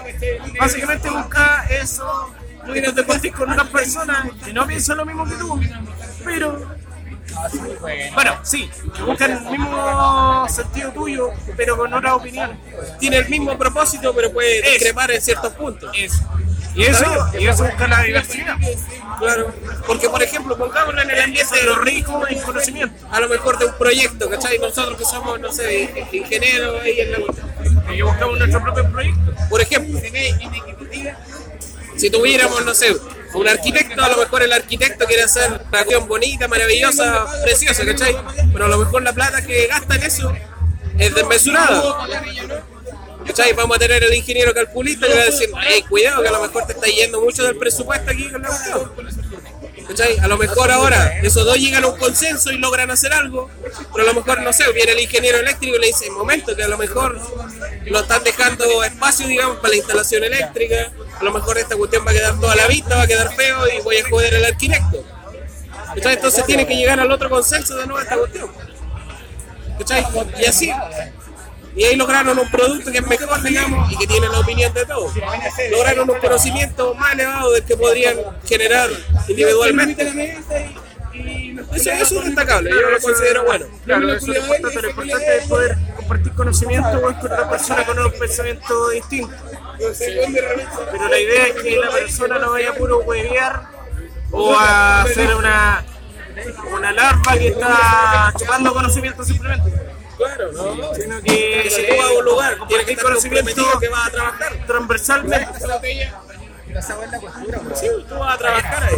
S2: básicamente busca eso, que no te encuentres con otras personas que no piensan lo mismo que tú, pero bueno, sí, que buscan el mismo sentido tuyo, pero con otra opinión.
S1: Tiene el mismo propósito, pero puede
S2: Eso.
S1: discrepar en ciertos puntos.
S2: Y eso, y eso busca la diversidad.
S1: Claro, porque por ejemplo, pongámoslo en el ambiente de los ricos,
S2: El conocimiento.
S1: a lo mejor de un proyecto, ¿cachai? Nosotros que somos, no sé, ingenieros ahí en la
S2: Y que buscamos nuestro propio proyecto.
S1: Por ejemplo, si tuviéramos, no sé, un arquitecto, a lo mejor el arquitecto quiere hacer una cuestión bonita, maravillosa, preciosa, ¿cachai? Pero a lo mejor la plata que gasta en eso es desmesurada. ¿Cachai? Vamos a tener el ingeniero calculista que va a decir, hey, cuidado, que a lo mejor te está yendo mucho del presupuesto aquí con la cuestión". ¿Cachai? A lo mejor ahora esos dos llegan a un consenso y logran hacer algo, pero a lo mejor, no sé, viene el ingeniero eléctrico y le dice, momento, que a lo mejor lo están dejando espacio, digamos, para la instalación eléctrica, a lo mejor esta cuestión va a quedar toda a la vista, va a quedar feo y voy a joder al arquitecto. ¿Cachai? Entonces tiene que llegar al otro consenso de nuevo esta cuestión. ¿Cachai? Y así. Y ahí lograron un producto que es mejor, digamos, y que tiene la opinión de todos. Lograron un conocimiento más elevado del que podrían generar individualmente. Eso, eso es destacable, yo lo considero bueno.
S2: Claro, eso es lo importante, lo importante es poder compartir conocimiento weón, con otra persona con un pensamiento distinto. Pero la idea es que la persona no vaya a puro huevear o a hacer una, una larva que está chupando conocimiento simplemente.
S1: Claro, ¿no?
S2: Sino que
S1: Si tú vas a un lugar, tienes
S2: compartir
S1: que estar
S2: conocimiento
S1: comprometido que vas a trabajar.
S2: transversalmente.
S1: Sí, tú vas a trabajar ahí.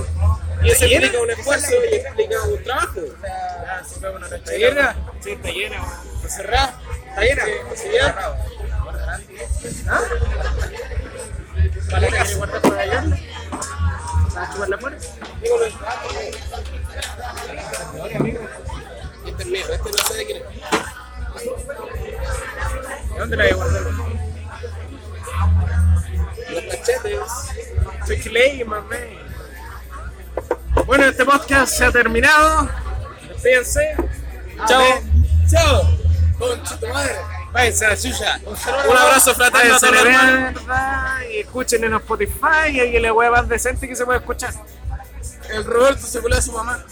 S1: Y eso implica un esfuerzo y implica un trabajo. ¿Está llena? Sí, está llena. ¿Está cerrada? ¿Está llena? ¿Sí, ya? ¿Ah? ¿Para la casa? ¿Para allá? ¿Para chupar la puerta? Dígalo. Este es mío, este no sé de quién es. ¿De dónde la voy a guardar? Los cachetes.
S2: Soy Clay, mamá. Bueno, este podcast se ha terminado. Despídense.
S1: Chao. Chao. Concha tu madre. Váyanse a la suya. Un abrazo fraterno a
S2: Váyanse a la
S1: todos los hermanos.
S2: verga y escuchen en Spotify y ahí la wea más decente que se puede escuchar.
S1: El Roberto se culó a su mamá.